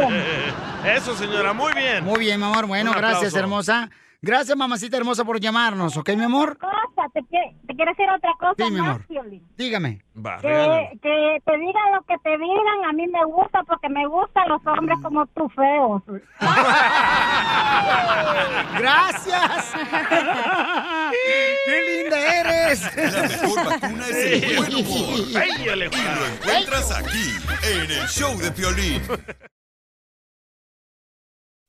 [SPEAKER 5] Eso, señora, muy bien.
[SPEAKER 3] Muy bien, mi amor. Bueno,
[SPEAKER 5] Un
[SPEAKER 3] gracias,
[SPEAKER 5] aplauso.
[SPEAKER 3] hermosa. Gracias, mamacita hermosa, por llamarnos, ¿ok, mi amor?
[SPEAKER 30] Cosa, te, quie- te quiero decir otra cosa
[SPEAKER 3] Sí, mi
[SPEAKER 30] más,
[SPEAKER 3] amor. Ah,
[SPEAKER 30] Piolín.
[SPEAKER 3] Dígame.
[SPEAKER 30] Que,
[SPEAKER 9] Eh,
[SPEAKER 30] que te digan lo que te digan, a mí me gusta porque me gustan los
[SPEAKER 3] Mm.
[SPEAKER 30] hombres como tú feos.
[SPEAKER 3] ¡Gracias! ¡Qué linda eres!
[SPEAKER 2] Una es el buen humor. Y lo encuentras aquí, en el show de Piolín.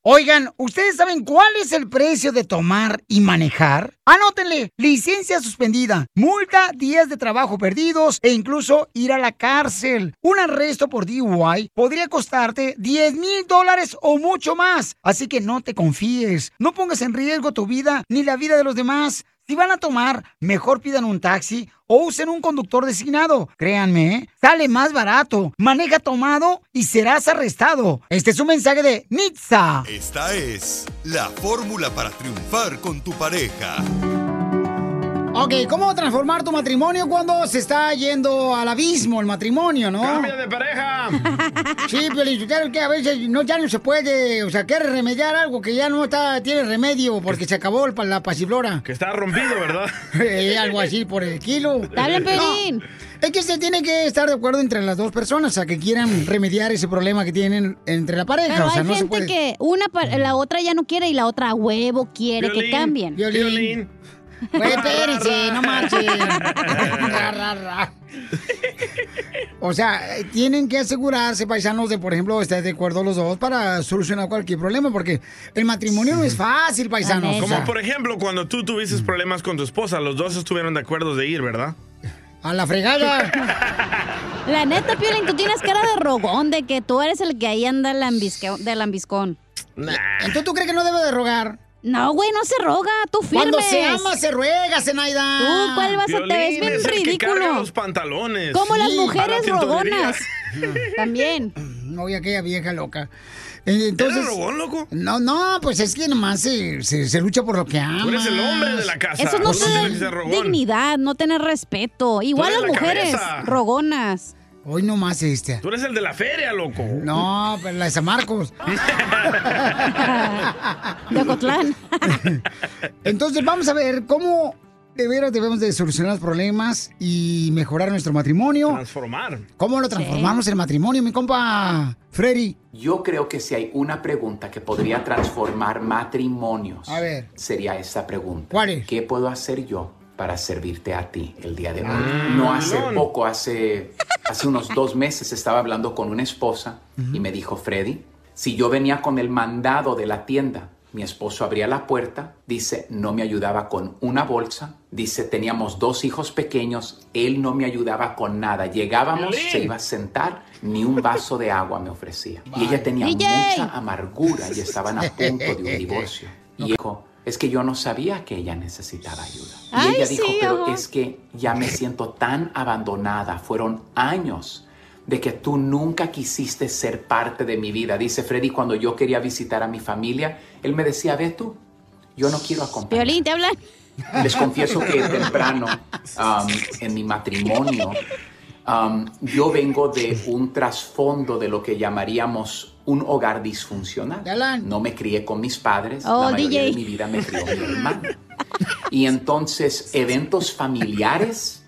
[SPEAKER 3] Oigan, ¿ustedes saben cuál es el precio de tomar y manejar? Anótenle, licencia suspendida, multa, días de trabajo perdidos e incluso ir a la cárcel. Un arresto por DUI podría costarte 10 mil dólares o mucho más. Así que no te confíes, no pongas en riesgo tu vida ni la vida de los demás. Si van a tomar, mejor pidan un taxi o usen un conductor designado. Créanme, ¿eh? sale más barato. Maneja tomado y serás arrestado. Este es un mensaje de Nitza.
[SPEAKER 2] Esta es la fórmula para triunfar con tu pareja.
[SPEAKER 3] Ok, ¿cómo transformar tu matrimonio cuando se está yendo al abismo el matrimonio, no?
[SPEAKER 5] Cambia de pareja.
[SPEAKER 3] Sí, pero yo creo que a veces no, ya no se puede, o sea, quiere remediar algo que ya no está, tiene remedio porque se acabó el pa- la pasiflora.
[SPEAKER 5] Que está rompido, ¿verdad?
[SPEAKER 3] Eh, algo así por el kilo.
[SPEAKER 5] Dale,
[SPEAKER 3] No, es que se tiene que estar de acuerdo entre las dos personas, o sea, que quieran remediar ese problema que tienen entre la pareja.
[SPEAKER 7] Pero
[SPEAKER 3] o sea,
[SPEAKER 7] hay
[SPEAKER 3] no se
[SPEAKER 7] gente
[SPEAKER 3] puede.
[SPEAKER 7] que una pa- la otra ya no quiere y la otra a huevo quiere que
[SPEAKER 3] Violín,
[SPEAKER 7] cambien.
[SPEAKER 3] violín. Güey, espérense, no marchen. Ra, ra, ra. O sea, eh, tienen que asegurarse, paisanos, de por ejemplo, estar de acuerdo los dos para solucionar cualquier problema, porque el matrimonio no es fácil, paisanos. o sea,
[SPEAKER 5] Como por ejemplo, cuando tú tuviste problemas con tu esposa, los dos estuvieron de acuerdo de ir, ¿verdad?
[SPEAKER 3] a la fregada.
[SPEAKER 7] La neta, Piolín, tú tienes cara de rogón, de que tú eres el que ahí anda lambisque- de lambiscón.
[SPEAKER 3] Entonces, ¿tú crees que no debe de rogar?
[SPEAKER 7] No, güey, no se roga, tú firmes.
[SPEAKER 3] Cuando se ama, se ruega, Zenaida.
[SPEAKER 7] Tú, ¿cuál vas a... Te ves
[SPEAKER 5] Piolín
[SPEAKER 7] bien
[SPEAKER 5] es el que carga
[SPEAKER 7] ridículo.
[SPEAKER 5] los pantalones.
[SPEAKER 7] Como las
[SPEAKER 5] A la
[SPEAKER 7] mujeres
[SPEAKER 5] cinturería.
[SPEAKER 7] rogonas.
[SPEAKER 3] También. No, y aquella vieja loca. Eh, Entonces,
[SPEAKER 5] ¿Eres rogón, loco?
[SPEAKER 3] No, no, pues es que nomás se, se- se lucha por lo que ama.
[SPEAKER 5] eres el hombre de la casa.
[SPEAKER 7] Eso no
[SPEAKER 5] Pues sí,
[SPEAKER 7] te
[SPEAKER 5] dice
[SPEAKER 7] da
[SPEAKER 5] rogón.
[SPEAKER 7] dignidad, no tener respeto. Igual
[SPEAKER 5] eres
[SPEAKER 7] las
[SPEAKER 5] la
[SPEAKER 7] mujeres
[SPEAKER 5] cabeza.
[SPEAKER 7] rogonas.
[SPEAKER 3] Hoy nomás este.
[SPEAKER 5] Tú eres el de la feria, loco.
[SPEAKER 3] No, pero la de San Marcos.
[SPEAKER 7] De Ocotlán.
[SPEAKER 3] Entonces vamos a ver cómo de veras debemos de solucionar los problemas y mejorar nuestro matrimonio.
[SPEAKER 5] Transformar.
[SPEAKER 3] ¿Cómo lo transformamos el matrimonio, mi compa Freddy?
[SPEAKER 19] Yo creo que si hay una pregunta que podría transformar matrimonios,
[SPEAKER 3] A ver.
[SPEAKER 19] sería esta pregunta.
[SPEAKER 3] ¿Cuál es?
[SPEAKER 19] ¿Qué puedo hacer yo para servirte a ti el día de hoy? Ah, no hace melón. poco, hace, hace unos dos meses estaba hablando con una esposa y me dijo, Freddy, si yo venía con el mandado de la tienda, mi esposo abría la puerta, dice, no me ayudaba con una bolsa, dice, teníamos dos hijos pequeños, él no me ayudaba con nada, llegábamos,
[SPEAKER 17] Violín.
[SPEAKER 19] se iba a sentar, ni un vaso de agua me ofrecía. Y ella tenía
[SPEAKER 17] DJ.
[SPEAKER 19] mucha amargura y estaban a punto de un divorcio. Y dijo, es que yo no sabía que ella necesitaba ayuda. Y
[SPEAKER 17] Ay,
[SPEAKER 19] ella dijo,
[SPEAKER 17] sí,
[SPEAKER 19] pero
[SPEAKER 17] ajá.
[SPEAKER 19] es que ya me siento tan abandonada. Fueron años de que tú nunca quisiste ser parte de mi vida. Dice Freddy, cuando yo quería visitar a mi familia, él me decía, ve tú, yo no quiero acompañar.
[SPEAKER 7] Violín, te hablan.
[SPEAKER 19] Les confieso que temprano um, en mi matrimonio, um, yo vengo de un trasfondo de lo que llamaríamos un hogar disfuncional.
[SPEAKER 3] Galán.
[SPEAKER 19] No me crié con mis padres,
[SPEAKER 7] Oh,
[SPEAKER 19] la mayoría
[SPEAKER 7] DJ.
[SPEAKER 19] de mi vida me crió mi hermano. Y entonces eventos familiares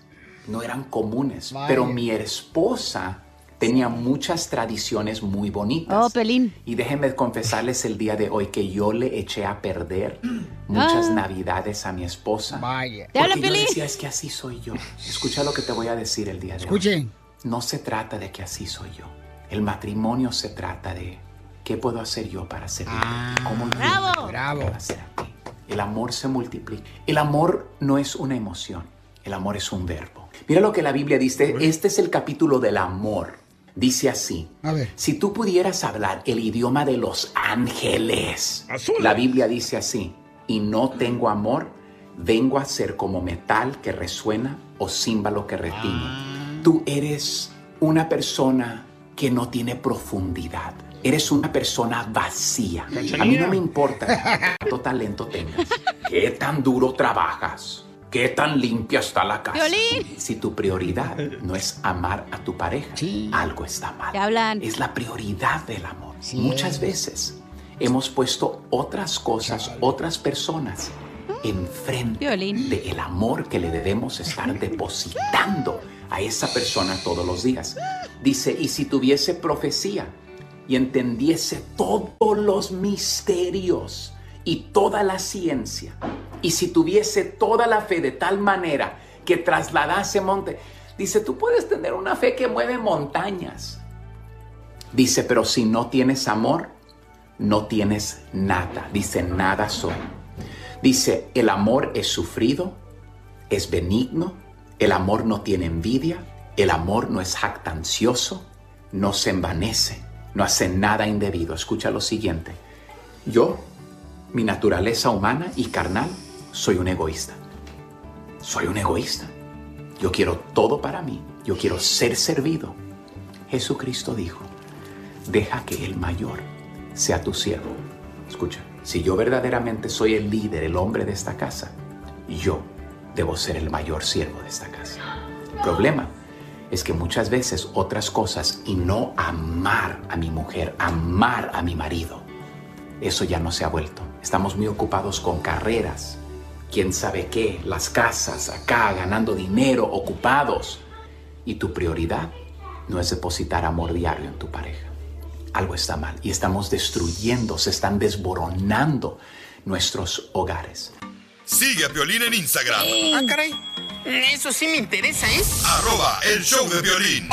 [SPEAKER 19] no eran comunes,
[SPEAKER 7] Vaya.
[SPEAKER 19] pero mi esposa tenía muchas tradiciones muy bonitas.
[SPEAKER 7] Oh, Pelín.
[SPEAKER 19] Y déjenme confesarles el día de hoy que yo le eché a perder muchas
[SPEAKER 7] Ah.
[SPEAKER 19] navidades a mi esposa.
[SPEAKER 3] Vaya.
[SPEAKER 7] Te habla,
[SPEAKER 19] Porque yo
[SPEAKER 7] Pelín.
[SPEAKER 19] decía, es que así soy yo. Escucha lo que te voy a decir el día de hoy.
[SPEAKER 3] Escuchen.
[SPEAKER 19] No se trata de que así soy yo. El matrimonio se trata de qué puedo hacer yo para servir. ¿Cómo yo
[SPEAKER 7] Bravo.
[SPEAKER 19] puedo hacer a ti? El amor se multiplica. El amor no es una emoción. El amor es un verbo. Mira lo que la Biblia dice. Este es el capítulo del amor. Dice así.
[SPEAKER 3] A ver.
[SPEAKER 19] Si tú pudieras hablar el idioma de los ángeles, la Biblia dice así, y no tengo amor, vengo a ser como metal que resuena o címbalo que retiñe. Tú eres una persona que no tiene profundidad. Eres una persona vacía. A mí no me importa cuánto talento tengas, qué tan duro trabajas, qué tan limpia está la casa. Si tu prioridad no es amar a tu pareja, algo está mal.
[SPEAKER 7] Te hablan.
[SPEAKER 19] Es la prioridad del amor. Muchas veces hemos puesto otras cosas, otras personas enfrente
[SPEAKER 7] Violín.
[SPEAKER 19] del amor que le debemos estar depositando a esa persona todos los días. Dice, y si tuviese profecía y entendiese todos los misterios y toda la ciencia, y si tuviese toda la fe de tal manera que trasladase monte, dice, tú puedes tener una fe que mueve montañas. Dice, pero si no tienes amor, no tienes nada. Dice, nada soy. Dice, el amor es sufrido, es benigno, el amor no tiene envidia, el amor no es jactancioso, no se envanece, no hace nada indebido. Escucha lo siguiente. Yo, mi naturaleza humana y carnal, soy un egoísta. Soy un egoísta. Yo quiero todo para mí. Yo quiero ser servido. Jesucristo dijo, deja que el mayor sea tu siervo. Escucha, si yo verdaderamente soy el líder, el hombre de esta casa, yo debo ser el mayor siervo de esta casa. El problema es que muchas veces otras cosas y no amar a mi mujer, amar a mi marido, eso ya no se ha vuelto. Estamos muy ocupados con carreras, quién sabe qué, las casas, acá, ganando dinero, ocupados. Y tu prioridad no es depositar amor diario en tu pareja. Algo está mal y estamos destruyendo, se están desboronando nuestros hogares.
[SPEAKER 2] Sigue a Violín en Instagram.
[SPEAKER 12] Ah, caray. Eso sí me interesa, ¿eh?
[SPEAKER 2] Arroba el show de violín.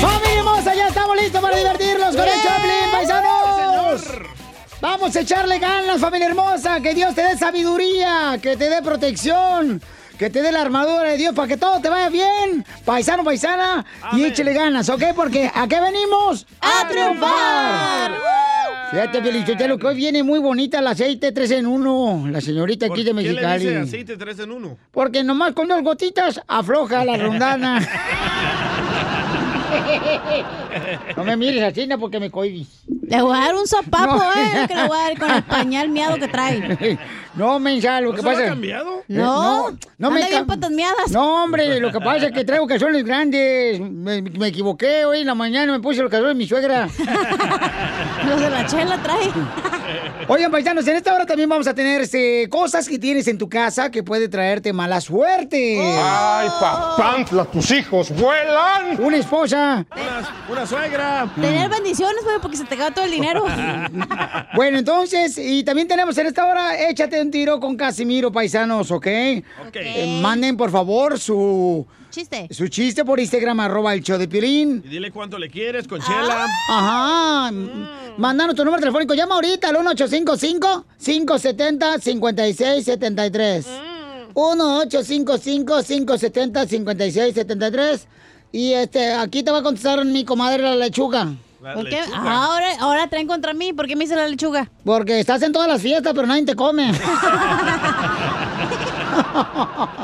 [SPEAKER 3] ¡Familia hermosa! Ya estamos listos para divertirnos con el Choplin, paisanos. Vamos a echarle ganas, familia hermosa. Que Dios te dé sabiduría, que te dé protección, que te dé la armadura de Dios para que todo te vaya bien, paisano, paisana. Y échale ganas, ¿ok? Porque ¿a qué venimos? ¡A triunfar! Fíjate, Felicitelo, que hoy viene muy bonita el aceite 3 en 1, la señorita aquí de
[SPEAKER 5] ¿Qué le
[SPEAKER 3] Mexicali.
[SPEAKER 5] dice aceite 3 en 1?
[SPEAKER 3] Porque nomás con dos gotitas afloja la rondana. No me mires así, no, porque me cohibis.
[SPEAKER 7] Le voy a dar un sopapo, eh, que le voy a dar con el pañal miado que trae.
[SPEAKER 3] No, mensa, lo
[SPEAKER 7] ¿No
[SPEAKER 3] que
[SPEAKER 7] se lo ha
[SPEAKER 3] pasa...
[SPEAKER 7] cambiado?
[SPEAKER 3] Eh,
[SPEAKER 7] No,
[SPEAKER 3] no,
[SPEAKER 7] anda bien
[SPEAKER 3] cam- No, hombre, lo que pasa es que traigo calzones grandes. Me, me equivoqué hoy en la mañana, me puse los calzones de mi suegra.
[SPEAKER 7] Los de la chela trae.
[SPEAKER 3] Oigan, paisanos, en esta hora también vamos a tener este, cosas que tienes en tu casa que puede traerte mala suerte. Oh. ¡Ay, papantla, tus hijos vuelan! Una esposa.
[SPEAKER 5] Una suegra.
[SPEAKER 7] Tener bendiciones, güey, porque se te acaba todo el dinero.
[SPEAKER 3] Bueno, entonces, y también tenemos en esta hora, échate un tiro con Casimiro, paisanos, ¿ok? Eh, manden, por favor, su...
[SPEAKER 7] Chiste.
[SPEAKER 3] Su chiste por Instagram, arroba el show de Piolín.
[SPEAKER 5] Y dile cuánto le quieres, Conchela.
[SPEAKER 3] Ajá. Mándanos tu número telefónico. Llama ahorita al 1855-570-5673. 1855-570-5673. Y este, aquí te va a contestar mi comadre la lechuga.
[SPEAKER 7] ¿Por qué? Ahora, ahora traen contra mí. ¿Por qué me hice la lechuga?
[SPEAKER 3] Porque estás en todas las fiestas, pero nadie te come.
[SPEAKER 7] Ah,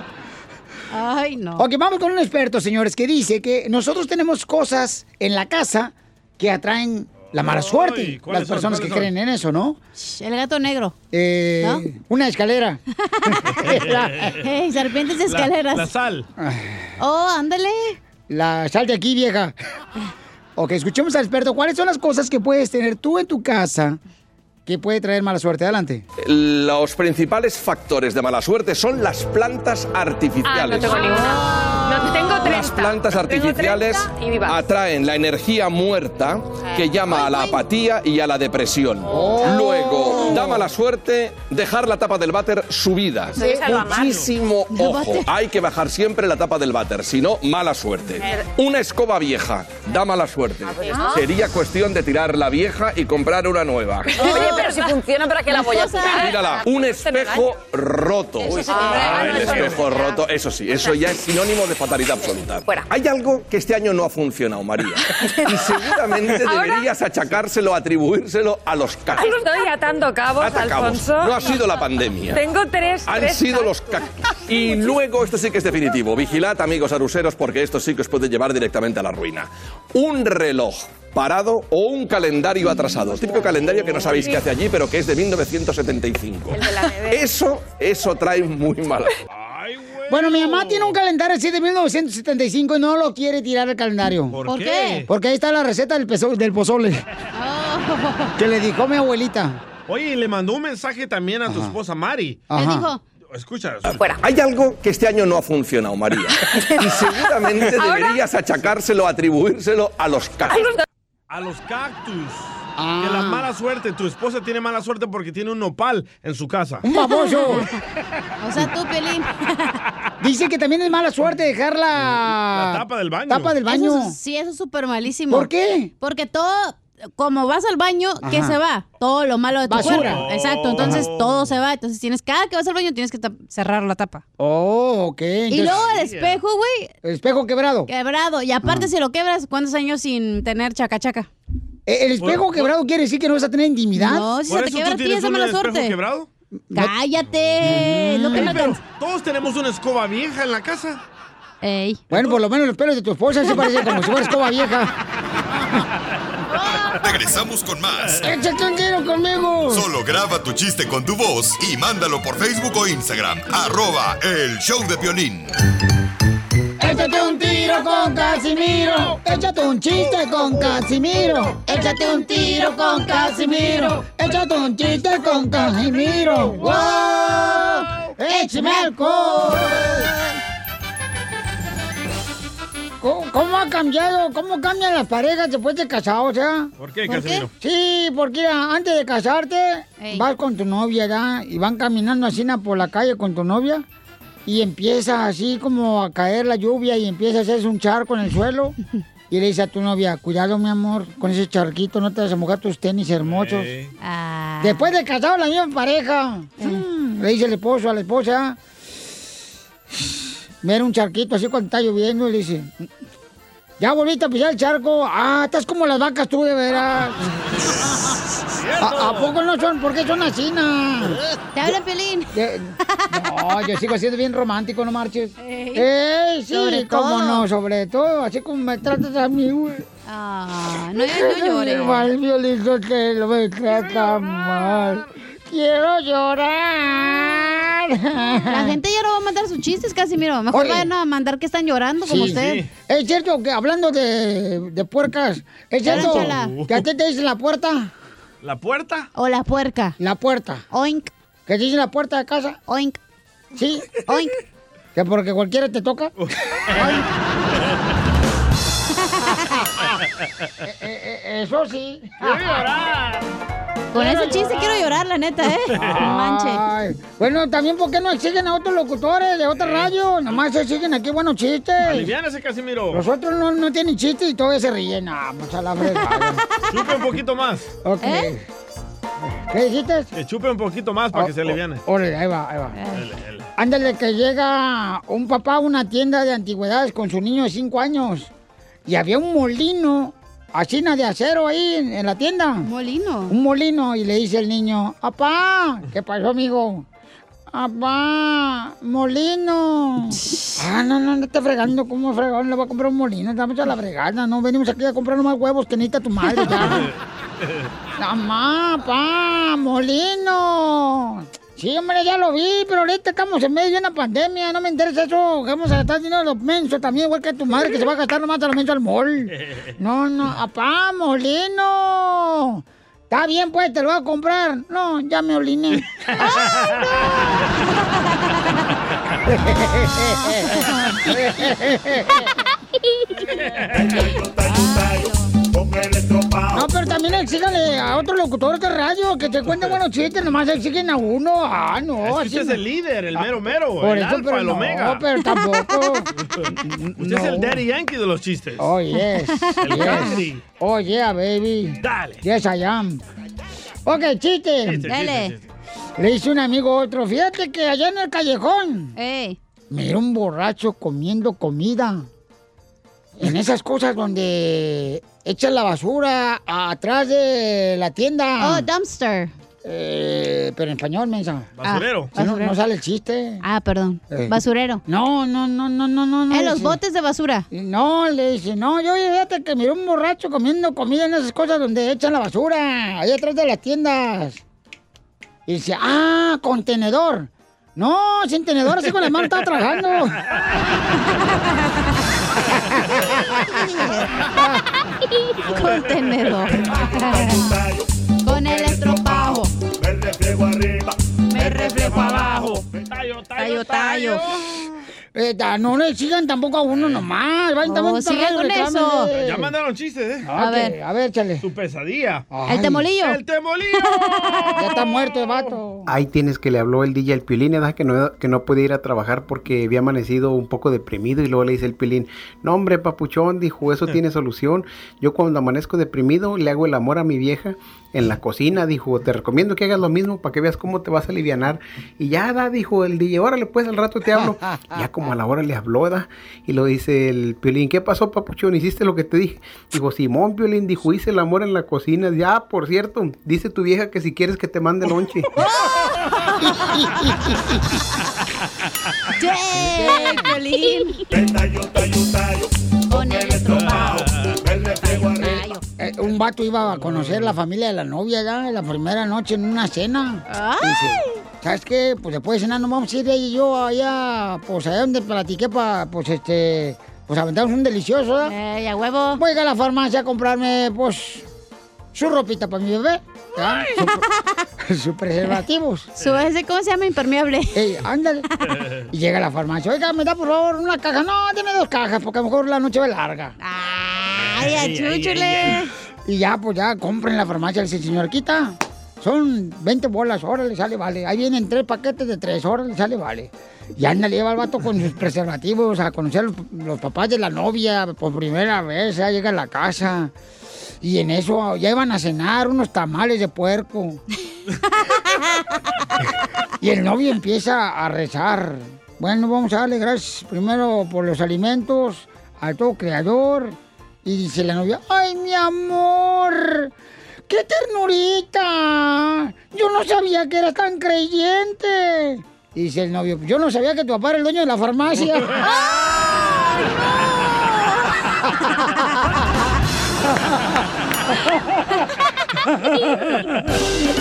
[SPEAKER 7] Ay, no.
[SPEAKER 3] Ok, vamos con un experto, señores, que dice que nosotros tenemos cosas en la casa que atraen la mala suerte.
[SPEAKER 7] ¿cuáles
[SPEAKER 3] Las
[SPEAKER 7] son?
[SPEAKER 3] personas que
[SPEAKER 7] ¿cuáles son?
[SPEAKER 3] creen en eso, ¿no?
[SPEAKER 7] El gato negro.
[SPEAKER 3] Eh, Una escalera.
[SPEAKER 7] Ey, eh, serpientes de escaleras.
[SPEAKER 5] sal.
[SPEAKER 7] Oh, ándale.
[SPEAKER 3] La sal de aquí, vieja. Ok, escuchemos al experto. ¿Cuáles son las cosas que puedes tener tú en tu casa que puede traer mala suerte? Adelante.
[SPEAKER 17] Los principales factores de mala suerte son las plantas artificiales.
[SPEAKER 1] Ah, no tengo ninguna. No, tengo 30.
[SPEAKER 17] Las plantas artificiales
[SPEAKER 1] Tengo 30 y vivas. Ah.
[SPEAKER 17] atraen la energía muerta que llama a la apatía y a la depresión.
[SPEAKER 1] Oh.
[SPEAKER 17] Luego, da mala suerte dejar la tapa del váter subida.
[SPEAKER 1] Eso es algo amargo.
[SPEAKER 17] Muchísimo
[SPEAKER 1] El
[SPEAKER 17] ojo.
[SPEAKER 1] váter.
[SPEAKER 17] Hay que bajar siempre la tapa del váter, si no, mala suerte. Una escoba vieja da mala suerte.
[SPEAKER 1] Ah.
[SPEAKER 17] Sería cuestión de tirar la vieja y comprar una nueva.
[SPEAKER 1] Oye, pero si funciona, ¿para qué la voy a tirar?
[SPEAKER 17] Mírala, un
[SPEAKER 7] Este
[SPEAKER 17] espejo roto.
[SPEAKER 1] Eso sí,
[SPEAKER 17] Ah,
[SPEAKER 1] hombre,
[SPEAKER 17] el
[SPEAKER 1] no es
[SPEAKER 17] espejo roto, eso sí, eso ya es sinónimo de fatalidad absoluta. Hay algo que este año no ha funcionado, María. Y seguramente
[SPEAKER 1] Ahora-
[SPEAKER 17] deberías achacárselo, atribuírselo a los cactus.
[SPEAKER 1] Algo estoy atando cabos,
[SPEAKER 17] Ata cabos.
[SPEAKER 1] Alfonso.
[SPEAKER 17] No ha sido la pandemia.
[SPEAKER 1] Tengo tres.
[SPEAKER 17] Han
[SPEAKER 1] tres
[SPEAKER 17] sido
[SPEAKER 1] cactus.
[SPEAKER 17] los cactus. Y luego, esto sí que es definitivo. Vigilad, amigos aruseros, porque esto sí que os puede llevar directamente a la ruina. Un reloj parado o un calendario atrasado. Típico calendario que no sabéis qué hace allí, pero que es de 1975. Eso, eso trae muy mal.
[SPEAKER 3] Bueno, mi mamá tiene un calendario así de 1975 y no lo quiere tirar el calendario.
[SPEAKER 12] ¿Por ¿Por qué? qué?
[SPEAKER 3] Porque ahí está la receta del, pezo- del pozole
[SPEAKER 7] Oh.
[SPEAKER 3] que le dijo mi abuelita.
[SPEAKER 5] Oye, y le mandó un mensaje también a tu esposa Mari.
[SPEAKER 17] Ajá.
[SPEAKER 5] Escucha.
[SPEAKER 17] Hay algo que este año no ha funcionado, María. Y seguramente
[SPEAKER 5] Ahora-
[SPEAKER 17] deberías achacárselo, atribuírselo a los cactus.
[SPEAKER 5] A los cactus.
[SPEAKER 3] Ah.
[SPEAKER 5] Que la mala suerte, tu esposa tiene mala suerte porque tiene un nopal en su casa.
[SPEAKER 3] ¡Un baboso!
[SPEAKER 7] O sea, tú, Pelín.
[SPEAKER 3] Dice que también es mala suerte dejar la...
[SPEAKER 5] La tapa del baño.
[SPEAKER 3] Tapa del baño.
[SPEAKER 7] Eso es- sí, eso es súper malísimo.
[SPEAKER 3] ¿Por qué?
[SPEAKER 7] Porque todo, como vas al baño, ¿qué
[SPEAKER 3] Ajá.
[SPEAKER 7] se va? Todo lo malo de tu
[SPEAKER 3] Basura.
[SPEAKER 7] cuerpo. Exacto, entonces todo se va. Entonces tienes, cada que vas al baño tienes que tap- cerrar la tapa.
[SPEAKER 3] Oh, ok.
[SPEAKER 7] y
[SPEAKER 3] entonces-
[SPEAKER 7] luego el espejo, güey.
[SPEAKER 3] El espejo quebrado.
[SPEAKER 7] Quebrado. Y
[SPEAKER 3] Ah.
[SPEAKER 7] aparte, si lo quebras, ¿cuántos años sin tener chacachaca?
[SPEAKER 3] Eh, ¿El espejo quebrado quiere decir que no vas a tener intimidad?
[SPEAKER 7] No, si se te quebra, tienes de mala suerte. ¡Cállate!
[SPEAKER 3] Mm.
[SPEAKER 7] Lo que
[SPEAKER 5] Ey,
[SPEAKER 7] no
[SPEAKER 5] pero
[SPEAKER 7] te...
[SPEAKER 5] todos tenemos una escoba vieja en la casa.
[SPEAKER 3] Bueno, por lo menos los pelos de tu esposa se parecen como si fuera escoba vieja.
[SPEAKER 2] Regresamos con más.
[SPEAKER 3] ¡Échate un tiro conmigo!
[SPEAKER 2] Solo graba tu chiste con tu voz y mándalo por Facebook o Instagram. Arroba el show de violín.
[SPEAKER 3] Échate un tiro con Casimiro. Échate un chiste con Casimiro. Échate un tiro con Casimiro. Échate un chiste con Casimiro. ¡Wow! ¡Échame alcohol! ¿Cómo, cómo ha cambiado? ¿Cómo cambian las parejas después de casados, ya?
[SPEAKER 5] ¿Por qué, Casimiro?
[SPEAKER 3] Sí, porque mira, antes de casarte, vas con tu novia, ¿verdad? Y van caminando así na, por la calle con tu novia. Y empieza así como a caer la lluvia y empieza a hacerse un charco en el suelo. Y le dice a tu novia, cuidado, mi amor, con ese charquito no te vas a mojar tus tenis hermosos.
[SPEAKER 7] Eh. Ah.
[SPEAKER 3] Después de casado, la misma pareja. Mm, Le dice el esposo a la esposa. Mira un charquito así cuando está lloviendo y le dice, ya volviste a pisar el charco. Ah, estás como las vacas tú, de veras. ¿A, a poco no son? ¿Por qué son así, na?
[SPEAKER 7] Te habla Pelín.
[SPEAKER 3] De- no, yo sigo siendo bien romántico, no marches.
[SPEAKER 7] Ey.
[SPEAKER 3] Ey, Eh, sí,
[SPEAKER 7] ¿Eh? Sobre
[SPEAKER 3] cómo
[SPEAKER 7] todo.
[SPEAKER 3] no, sobre todo. Así como me tratas a mí, güey.
[SPEAKER 7] Ah, no, no llores.
[SPEAKER 3] Igual Violín que lo me trata mal. Quiero llorar.
[SPEAKER 7] La gente ya no va a mandar sus chistes, Casimiro. Mejor
[SPEAKER 3] Oye.
[SPEAKER 7] vayan a mandar que están llorando como usted.
[SPEAKER 3] Es cierto que hablando de, de puercas, es cierto
[SPEAKER 7] Chala.
[SPEAKER 3] que a ti te dicen la puerta.
[SPEAKER 5] ¿La puerta?
[SPEAKER 7] O la puerca.
[SPEAKER 3] La puerta.
[SPEAKER 7] Oink.
[SPEAKER 3] ¿Que te dicen la puerta de casa?
[SPEAKER 7] Oink.
[SPEAKER 3] Sí.
[SPEAKER 7] Oink.
[SPEAKER 3] Que porque cualquiera te toca. Eh, Eso sí. Quiero
[SPEAKER 12] llorar.
[SPEAKER 7] Con ese chiste quiero llorar, la neta, ¿eh? No manche.
[SPEAKER 3] Ay, bueno, también porque no exigen a otros locutores de otra radio, nomás exigen aquí buenos chistes.
[SPEAKER 5] Aliviana ese Casimiro.
[SPEAKER 3] Los otros no, no tienen chistes y todavía se ríen. Ah, mucha la fregada.
[SPEAKER 5] Chupe un poquito más.
[SPEAKER 3] Ok.
[SPEAKER 7] ¿Eh?
[SPEAKER 3] ¿Qué dijiste?
[SPEAKER 5] Que chupe un poquito más para que se aliviane.
[SPEAKER 3] Ah, Órale, ahí va, ahí va.
[SPEAKER 5] Ele, ele.
[SPEAKER 3] Ándale, que llega un papá a una tienda de antigüedades con su niño de 5 años. Y había un molino, asina de acero ahí en, en la tienda.
[SPEAKER 7] ¿Molino?
[SPEAKER 3] Un molino. Y le dice el niño, ¡Apá! ¿Qué pasó, amigo? ¡Apá! ¡Molino! Ah, no, no, no está fregando. ¿Cómo fregado? No le va a comprar un molino. Estamos a la fregada. No venimos aquí a comprar más huevos que necesita tu madre ya. ¡Mamá, pa, molino! Sí, hombre, ya lo vi, pero ahorita estamos en medio de una pandemia, no me interesa eso. Vamos a gastar dinero a los mensos también, igual que tu madre que se va a gastar nomás a los mensos al mall. No, no, apá, molino. Está bien, pues, te lo voy a comprar. No, ya me oliné. No, pero también exíganle a otro locutor de radio que te cuente buenos chistes, nomás exigen a uno. Ah, no.
[SPEAKER 5] Es que usted
[SPEAKER 3] así
[SPEAKER 5] es
[SPEAKER 3] no.
[SPEAKER 5] el líder, el mero mero,
[SPEAKER 3] Ah,
[SPEAKER 5] el
[SPEAKER 3] Por eso,
[SPEAKER 5] alfa,
[SPEAKER 3] pero
[SPEAKER 5] el
[SPEAKER 3] no,
[SPEAKER 5] omega.
[SPEAKER 3] pero tampoco.
[SPEAKER 5] Usted es
[SPEAKER 3] no.
[SPEAKER 5] el daddy yankee de los chistes.
[SPEAKER 3] Oh, yes.
[SPEAKER 5] El
[SPEAKER 3] yes.
[SPEAKER 5] country.
[SPEAKER 3] Oh, yeah, baby.
[SPEAKER 5] Dale.
[SPEAKER 3] Yes, I am. Ok, chiste.
[SPEAKER 12] Chiste, Dale. chiste,
[SPEAKER 3] Le hice un amigo a otro. Fíjate que allá en el callejón.
[SPEAKER 7] Eh.
[SPEAKER 3] Mira un borracho comiendo comida. En esas cosas donde echan la basura atrás de la tienda.
[SPEAKER 7] Oh, dumpster.
[SPEAKER 3] Eh, pero en español, mensa.
[SPEAKER 7] Basurero.
[SPEAKER 3] Si no,
[SPEAKER 7] basurero.
[SPEAKER 3] no sale el chiste. Eh.
[SPEAKER 7] Ah, perdón. Basurero.
[SPEAKER 3] No, no, no, no, no, no. no
[SPEAKER 7] En los
[SPEAKER 3] sí.
[SPEAKER 7] botes de basura.
[SPEAKER 3] No, le dice, no, yo fíjate que miré un borracho comiendo comida en esas cosas donde echan la basura, ahí atrás de las tiendas. Y dice, ah, contenedor. No, sin tenedor, así con la mano estaba trabajando.
[SPEAKER 7] Con tenedor. Con el estropajo.
[SPEAKER 12] Me reflejo arriba, me reflejo abajo.
[SPEAKER 3] Tallo, tallo. Eh, da- no le sigan tampoco a uno nomás. Vayan también a
[SPEAKER 5] sigan
[SPEAKER 3] otro
[SPEAKER 5] Oh, con
[SPEAKER 3] lado y
[SPEAKER 5] eso.
[SPEAKER 3] reclámenle.
[SPEAKER 5] Ya mandaron chistes, ¿eh?
[SPEAKER 3] Ah,
[SPEAKER 5] A
[SPEAKER 3] ok,
[SPEAKER 5] ver.
[SPEAKER 3] A ver, chale.
[SPEAKER 5] Tu pesadilla.
[SPEAKER 3] Ay.
[SPEAKER 5] El temolillo.
[SPEAKER 3] ya está muerto el vato.
[SPEAKER 31] Ahí tienes que le habló el DJ al Piolín, ¿verdad? Que no, que no podía ir a trabajar porque había amanecido un poco deprimido y luego le dice el Piolín, no hombre, papuchón, dijo, eso tiene solución. Yo cuando amanezco deprimido le hago el amor a mi vieja en la cocina, dijo, te recomiendo que hagas lo mismo para que veas cómo te vas a alivianar. Y ya, da, dijo el DJ, órale, pues al rato te hablo. Ya como a la hora le habló, da, y lo dice el Piolín, ¿qué pasó, papuchón? ¿Hiciste lo que te dije? Dijo, Simón Piolín, dijo, hice el amor en la cocina. Ya, por cierto, dice tu vieja que si quieres que te mande lonche.
[SPEAKER 7] ¡Yay, Piolín!
[SPEAKER 12] Con el estropajo, me reflejo arriba.
[SPEAKER 3] Eh, un vato iba a conocer la familia de la novia ya en la primera noche en una cena. Dice, ¿Sabes qué? Pues después de cenar nos vamos a ir ella y yo allá, pues allá donde platiqué para, pues este, pues aventamos un delicioso, ¿verdad? Eh, a huevo. Voy a ir a la farmacia a comprarme, pues, su ropita para mi bebé. ¿ya? Su pro- Su, preservativos. Su ese, ¿cómo se llama? Impermeable. Ey, ándale. Y llega a la farmacia. Oiga, me da por favor una caja. No, deme dos cajas, porque a lo mejor la noche va larga.
[SPEAKER 7] Ay, achúchale.
[SPEAKER 3] Y ya, pues ya, compren la farmacia. Le dice, señor, quita. Son 20 bolas, órale, sale, vale. Ahí vienen tres paquetes de tres, órale, sale, vale. Y anda, le lleva al vato con sus preservativos a conocer los, los papás de la novia por primera vez. Ya llega a la casa. Y en eso ya iban a cenar unos tamales de puerco. Y el novio empieza a rezar. Bueno, vamos a darle gracias primero por los alimentos, al todo creador. Y dice la novia, ay mi amor, qué ternurita. Yo no sabía que eras tan creyente. Y dice el novio, yo no sabía que tu papá era el dueño de la farmacia.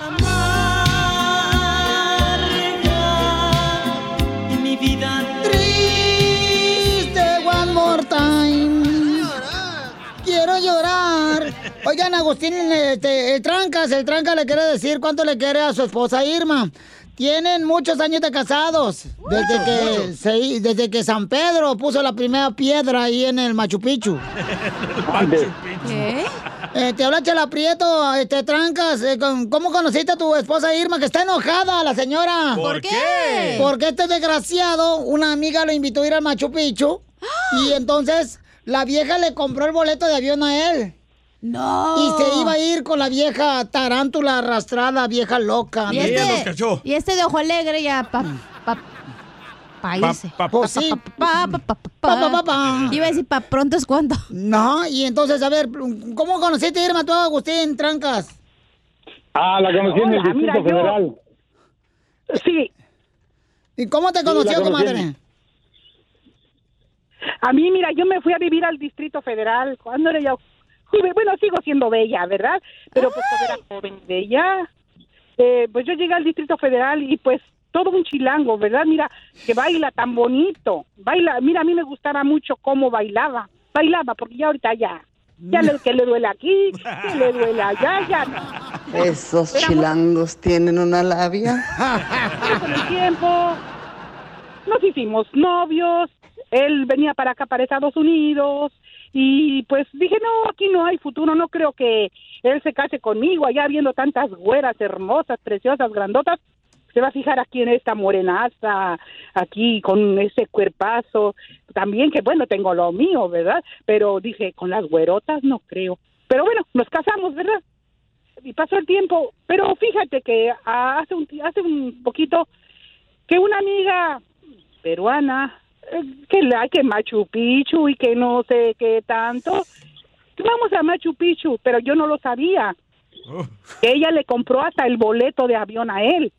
[SPEAKER 12] Amarga. Y mi vida
[SPEAKER 3] triste one more time. Quiero llorar. Oigan, Agustín, este, el Trancas, el Tranca le quiere decir cuánto le quiere a su esposa Irma. Tienen muchos años de casados. Desde que, se- desde que San Pedro puso la primera piedra ahí en el Machu Picchu. ¿Qué? Eh, te habla Chela Prieto, este, Trancas. eh, con- ¿Cómo conociste a tu esposa Irma? Que está enojada la señora.
[SPEAKER 12] ¿Por ¿Por qué? qué?
[SPEAKER 3] Porque este desgraciado, una amiga lo invitó a ir al Machu Picchu.
[SPEAKER 7] ¡Ah!
[SPEAKER 3] Y entonces la vieja le compró el boleto de avión a él. No. Y
[SPEAKER 7] Oh.
[SPEAKER 3] se iba a ir con la vieja tarántula arrastrada, vieja loca.
[SPEAKER 7] Y este, y este de ojo alegre ya pa, pa, paíse.
[SPEAKER 3] Pa- pa- Pues sí.
[SPEAKER 7] Pa, pa, pa, pa,
[SPEAKER 3] Pa, pa,
[SPEAKER 7] pa,
[SPEAKER 3] pa, pa.
[SPEAKER 7] Iba a decir pa pronto es cuando.
[SPEAKER 3] No, y entonces, a ver, ¿cómo conociste a Irma tú, Agustín Trancas?
[SPEAKER 32] Ah, la conocí en el
[SPEAKER 3] Hola, mira,
[SPEAKER 32] Distrito
[SPEAKER 3] yo-
[SPEAKER 32] Federal.
[SPEAKER 3] Sí. ¿Y cómo te
[SPEAKER 32] Sí, la
[SPEAKER 3] conoció,
[SPEAKER 32] conocí en-
[SPEAKER 3] comadre?
[SPEAKER 6] A mí, mira, yo me fui a vivir al Distrito Federal cuando era yo joven. Bueno, sigo siendo bella, ¿verdad? Pero pues cuando era joven y bella. eh, pues yo llegué al Distrito Federal y pues todo un chilango, ¿verdad? Mira, que baila tan bonito. Baila, mira, a mí me gustaba mucho cómo bailaba. Bailaba, porque ya ahorita ya. Ya le, que le duele aquí, que le duele allá, ya. no.
[SPEAKER 33] Esos
[SPEAKER 6] Era muy
[SPEAKER 33] chilangos tienen una labia.
[SPEAKER 6] con el tiempo nos hicimos novios, él venía para acá, para Estados Unidos, y pues dije, no, aquí no hay futuro, no creo que él se case conmigo, allá viendo tantas güeras hermosas, preciosas, grandotas, se va a fijar aquí en esta morenaza, aquí con ese cuerpazo, también que bueno, tengo lo mío, ¿verdad? Pero dije, con las güerotas no creo. Pero bueno, nos casamos, ¿verdad? y pasó el tiempo, pero fíjate que ah, hace un ti- hace un poquito que una amiga peruana eh, que la que Machu Picchu y que no sé qué tanto. Vamos a Machu Picchu, pero yo no lo sabía.
[SPEAKER 5] Oh.
[SPEAKER 6] Que ella le compró hasta el boleto de avión a él.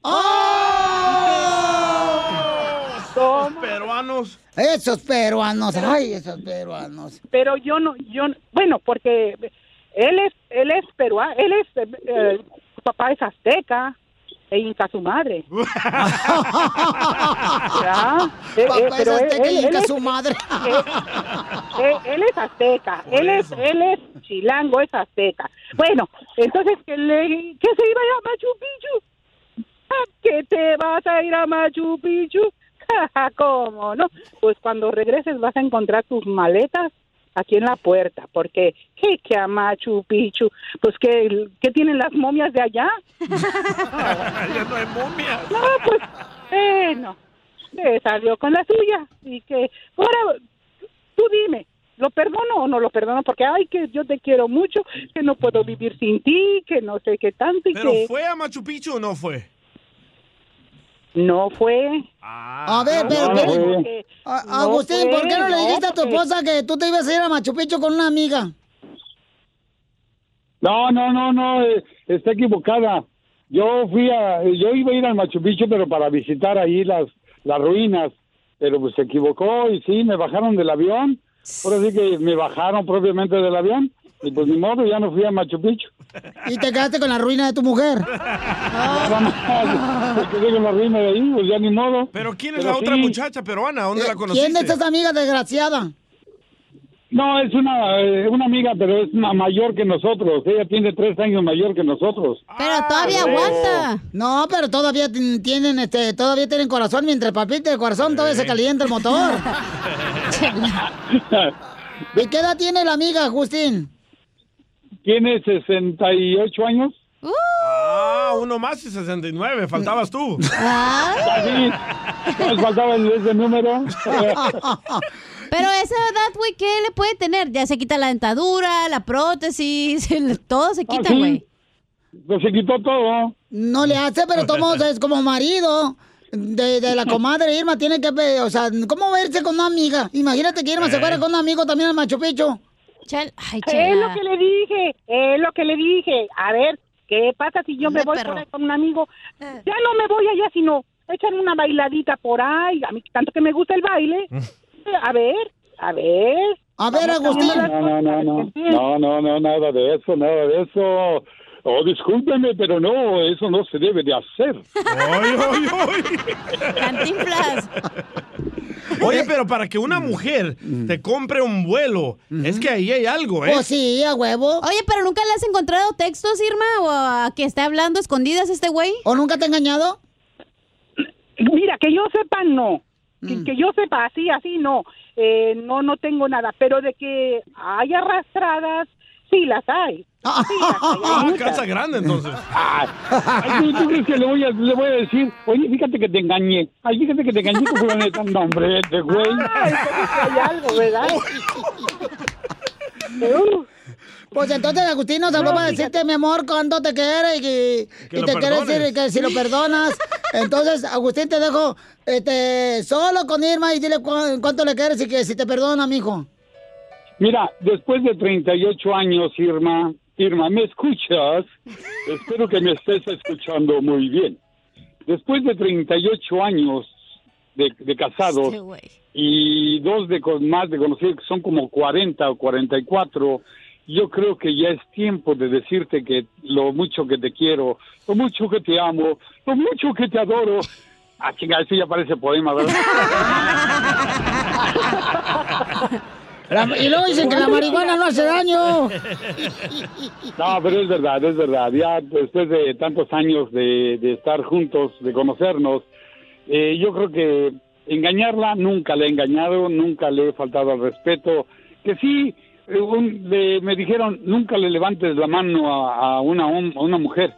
[SPEAKER 5] Los peruanos.
[SPEAKER 3] Esos peruanos, ay, esos peruanos.
[SPEAKER 6] Pero yo no, yo, no- bueno, porque él es, él es peruano, él es, eh, eh, su papá es azteca e inca su madre. Ya, eh, eh,
[SPEAKER 12] Papá es
[SPEAKER 6] pero él-
[SPEAKER 12] azteca e
[SPEAKER 6] él-
[SPEAKER 12] inca
[SPEAKER 6] él es-
[SPEAKER 12] su madre.
[SPEAKER 6] eh, eh, él es azteca,
[SPEAKER 12] Por
[SPEAKER 6] él es,
[SPEAKER 12] eso.
[SPEAKER 6] él es chilango, es azteca. Bueno, entonces que le, que se iba a Machu Picchu. Ah, que te vas a ir a Machu Picchu. Ja, ja, ¿Cómo no? Pues cuando regreses vas a encontrar tus maletas aquí en la puerta, porque que que a Machu Picchu, pues que qué tienen las momias de allá.
[SPEAKER 5] Ya no hay momia.
[SPEAKER 6] No, pues, bueno, eh, salió con la suya. Y que, ahora, tú dime, ¿lo perdono o no lo perdono? Porque, ay, que yo te quiero mucho, que no puedo vivir sin ti, que no sé qué tanto. Y
[SPEAKER 5] ¿Pero
[SPEAKER 6] que
[SPEAKER 5] fue a Machu Picchu o no fue?
[SPEAKER 6] no fue.
[SPEAKER 32] Ah,
[SPEAKER 3] A ver, pero, pero- A-
[SPEAKER 6] No
[SPEAKER 3] Agustín, ¿por
[SPEAKER 6] fue,
[SPEAKER 3] qué no le
[SPEAKER 6] no,
[SPEAKER 3] dijiste a tu
[SPEAKER 6] porque-
[SPEAKER 3] esposa que tú te ibas a ir a Machu Picchu con una amiga?
[SPEAKER 32] No, no, no, no, eh, está equivocada. Yo fui a, eh, yo iba a ir al Machu Picchu, pero para visitar ahí las, las ruinas, pero pues se equivocó y sí, me bajaron del avión. Ahora sí que me bajaron propiamente del avión y pues ni modo, ya no fui a Machu Picchu.
[SPEAKER 3] Y te quedaste con la ruina de tu mujer.
[SPEAKER 32] Porque yo que me arruiné de ahí, pues ya ni modo.
[SPEAKER 5] ¿Pero quién es
[SPEAKER 32] Pero
[SPEAKER 5] la otra
[SPEAKER 32] sí.
[SPEAKER 5] muchacha peruana? ¿Dónde la conociste?
[SPEAKER 3] Eh, ¿Quién de estas amigas desgraciada?
[SPEAKER 32] No, es una, eh, una amiga, pero es una mayor que nosotros. Ella tiene tres años mayor que nosotros.
[SPEAKER 3] Pero todavía
[SPEAKER 32] aguanta.
[SPEAKER 3] No, pero todavía t- tienen, este, todavía tienen corazón, mientras papita el corazón todavía se calienta el motor.
[SPEAKER 5] Ah.
[SPEAKER 3] ¿Y qué edad tiene la amiga, Agustín?
[SPEAKER 32] Tiene 68 años.
[SPEAKER 5] Uh. Ah, uno más y 69. Faltabas tú. Ah.
[SPEAKER 32] Así, nos faltaba el- ese número.
[SPEAKER 7] Pero esa edad, güey, ¿qué le puede tener? Ya se quita la dentadura, la prótesis, el- todo se quita,
[SPEAKER 32] sí.
[SPEAKER 7] güey.
[SPEAKER 32] Pues se quitó todo.
[SPEAKER 3] No le hace, pero tomo, es como marido de, de la comadre Irma, tiene que, pe- o sea, ¿cómo verse con una amiga? Imagínate que Irma se fuera con un amigo también al Machu Picchu.
[SPEAKER 6] Es lo que le dije, es lo que le dije. A ver, ¿qué pasa si yo me voy por ahí con un amigo? Ya no me voy allá, sino echan una bailadita por ahí. A mí tanto que me gusta el baile.
[SPEAKER 32] Mm.
[SPEAKER 6] A ver, a ver.
[SPEAKER 3] A
[SPEAKER 32] ver,
[SPEAKER 6] Agustín.
[SPEAKER 32] No, no, no, no, no, no, nada de eso, nada de eso. Oh, discúlpeme, pero no, eso no se debe de hacer.
[SPEAKER 5] Oye, pero para que una mujer te compre un vuelo, es que ahí hay algo, ¿eh?
[SPEAKER 3] sí, a huevo.
[SPEAKER 7] Oye, pero nunca le has encontrado textos, Irma, o a que esté hablando escondidas este güey.
[SPEAKER 3] ¿O nunca te ha engañado?
[SPEAKER 6] Mira, que yo sepa, no. Que, que yo sepa, así, así, no. Eh, no, no tengo nada. Pero de que hay arrastradas, sí las hay. Sí las hay, hay
[SPEAKER 5] Ah,
[SPEAKER 6] muchas.
[SPEAKER 5] casa grande, entonces.
[SPEAKER 32] Ah, Ay, ¿tú, tú crees que le voy, a, le voy a decir, oye, fíjate que te engañé? Ay, fíjate que te engañé con fulanita. No, hombre, este güey.
[SPEAKER 6] hay algo, ¿verdad?
[SPEAKER 3] Pues entonces Agustín nos habló
[SPEAKER 32] No,
[SPEAKER 3] para decirte, mi amor, cuánto te quiere y, que-
[SPEAKER 12] Que
[SPEAKER 3] y
[SPEAKER 12] lo
[SPEAKER 3] te quiere
[SPEAKER 12] perdones.
[SPEAKER 3] decir que si lo perdonas. Entonces, Agustín, te dejo este, solo con Irma y dile cu- cuánto le quieres y que si te perdona, mijo.
[SPEAKER 32] Mira, después de 38 años, Irma, Irma, ¿me escuchas? Espero que me estés escuchando muy bien. Después de 38 años de, de casados y dos de con, más de conocidos, que son como 40 o 44, yo creo que ya es tiempo de decirte que lo mucho que te quiero, lo mucho que te amo, lo mucho que te adoro. Ah, chinga, eso ya parece poema, ¿verdad?
[SPEAKER 3] La- y luego dicen que la marihuana no hace daño.
[SPEAKER 32] No, pero es verdad, es verdad. Ya después de tantos años de, de estar juntos, de conocernos, eh, yo creo que engañarla nunca le he engañado, nunca le he faltado al respeto. Que sí, eh, un- le- me dijeron, nunca le levantes la mano a, a una, hom- a una mujer.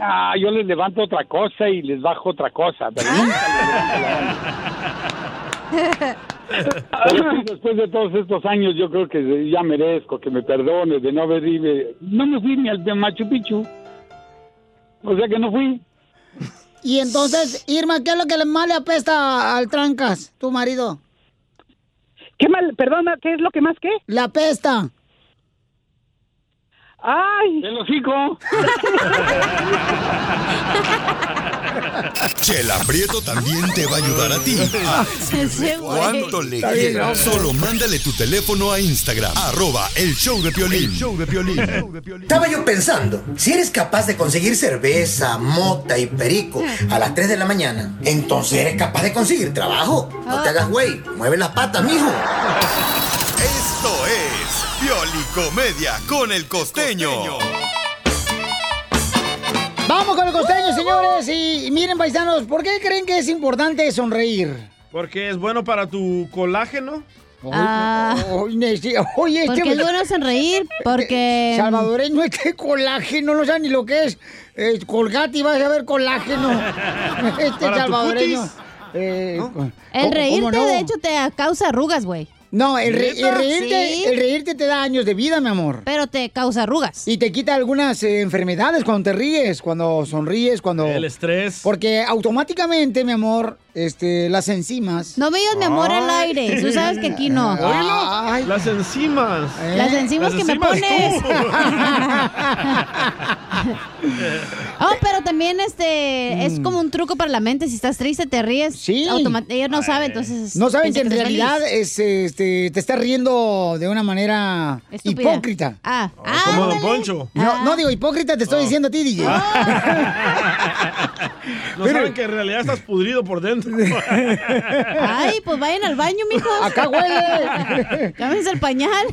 [SPEAKER 32] Ah, yo les levanto otra cosa y les bajo otra cosa, pero nunca les levanto la mano. Pero sí, pues, después de todos estos años, yo creo que ya merezco que me perdone de no haber ido. No me fui ni al de Machu Picchu. O sea que no fui.
[SPEAKER 3] Y entonces, Irma, ¿qué es lo que le- más le apesta al trancas, tu marido?
[SPEAKER 6] ¿Qué mal, perdona, qué es lo que más qué?
[SPEAKER 3] La pesta.
[SPEAKER 6] Ay.
[SPEAKER 32] El hocico.
[SPEAKER 2] Chela Prieto también te va a ayudar a ti. a decirle ¿Cuánto le
[SPEAKER 12] Está bien,
[SPEAKER 2] quieres?
[SPEAKER 12] loco.
[SPEAKER 2] Solo mándale tu teléfono a Instagram, arroba el show de Piolín.
[SPEAKER 24] Estaba yo pensando, si eres capaz de conseguir cerveza, mota y perico
[SPEAKER 12] Hmm.
[SPEAKER 24] a las 3 de la mañana, entonces eres capaz de conseguir trabajo. No
[SPEAKER 12] Ah.
[SPEAKER 24] te hagas güey, mueve las patas, mijo.
[SPEAKER 2] Esto es Piolicomedia con el costeño.
[SPEAKER 3] Vamos con el costeño, señores. Y, y miren, paisanos, ¿por qué creen que es importante sonreír?
[SPEAKER 5] Porque es bueno para tu colágeno.
[SPEAKER 3] Ah. Oye, este
[SPEAKER 7] Porque es bueno sonreír, porque...
[SPEAKER 3] Salvadoreño, este colágeno, no sabe ni lo que es. Eh, colgate y vas a ver colágeno. Este
[SPEAKER 7] Para tu
[SPEAKER 3] salvadoreño.
[SPEAKER 7] cutis.
[SPEAKER 3] Eh, co-
[SPEAKER 7] El
[SPEAKER 3] ¿cómo
[SPEAKER 7] reírte,
[SPEAKER 3] no?
[SPEAKER 7] de hecho, te causa arrugas, güey.
[SPEAKER 3] No, el, re- el reírte,
[SPEAKER 7] Sí.
[SPEAKER 3] el reírte te da años de vida, mi amor.
[SPEAKER 7] Pero te causa arrugas.
[SPEAKER 3] Y te quita algunas eh, enfermedades cuando te ríes, cuando sonríes, cuando... El estrés. Porque automáticamente, mi amor, este, las enzimas...
[SPEAKER 7] No me digas mi amor al
[SPEAKER 3] Ay.
[SPEAKER 7] aire. Tú sabes que aquí no.
[SPEAKER 3] Oílo. ¿Eh?
[SPEAKER 5] Las enzimas.
[SPEAKER 7] Las enzimas que me pones. Oh, pero también este
[SPEAKER 3] Mm.
[SPEAKER 7] es como un truco para la mente. Si estás triste, te ríes. Sí. Ella no sabe, entonces.
[SPEAKER 3] No saben que
[SPEAKER 7] piensa
[SPEAKER 3] en
[SPEAKER 7] estás
[SPEAKER 3] realidad
[SPEAKER 7] feliz.
[SPEAKER 3] es, este, te estás riendo de una manera
[SPEAKER 7] Estúpida.
[SPEAKER 3] hipócrita.
[SPEAKER 7] Ah,
[SPEAKER 5] Como Don Poncho. Ah.
[SPEAKER 3] No, no digo hipócrita, te estoy diciendo a ti, DJ.
[SPEAKER 7] Ah,
[SPEAKER 5] No saben que en realidad estás pudrido por dentro.
[SPEAKER 7] Ay, pues vayan al baño, mijos.
[SPEAKER 3] Acá huele.
[SPEAKER 7] Cámbiense el pañal.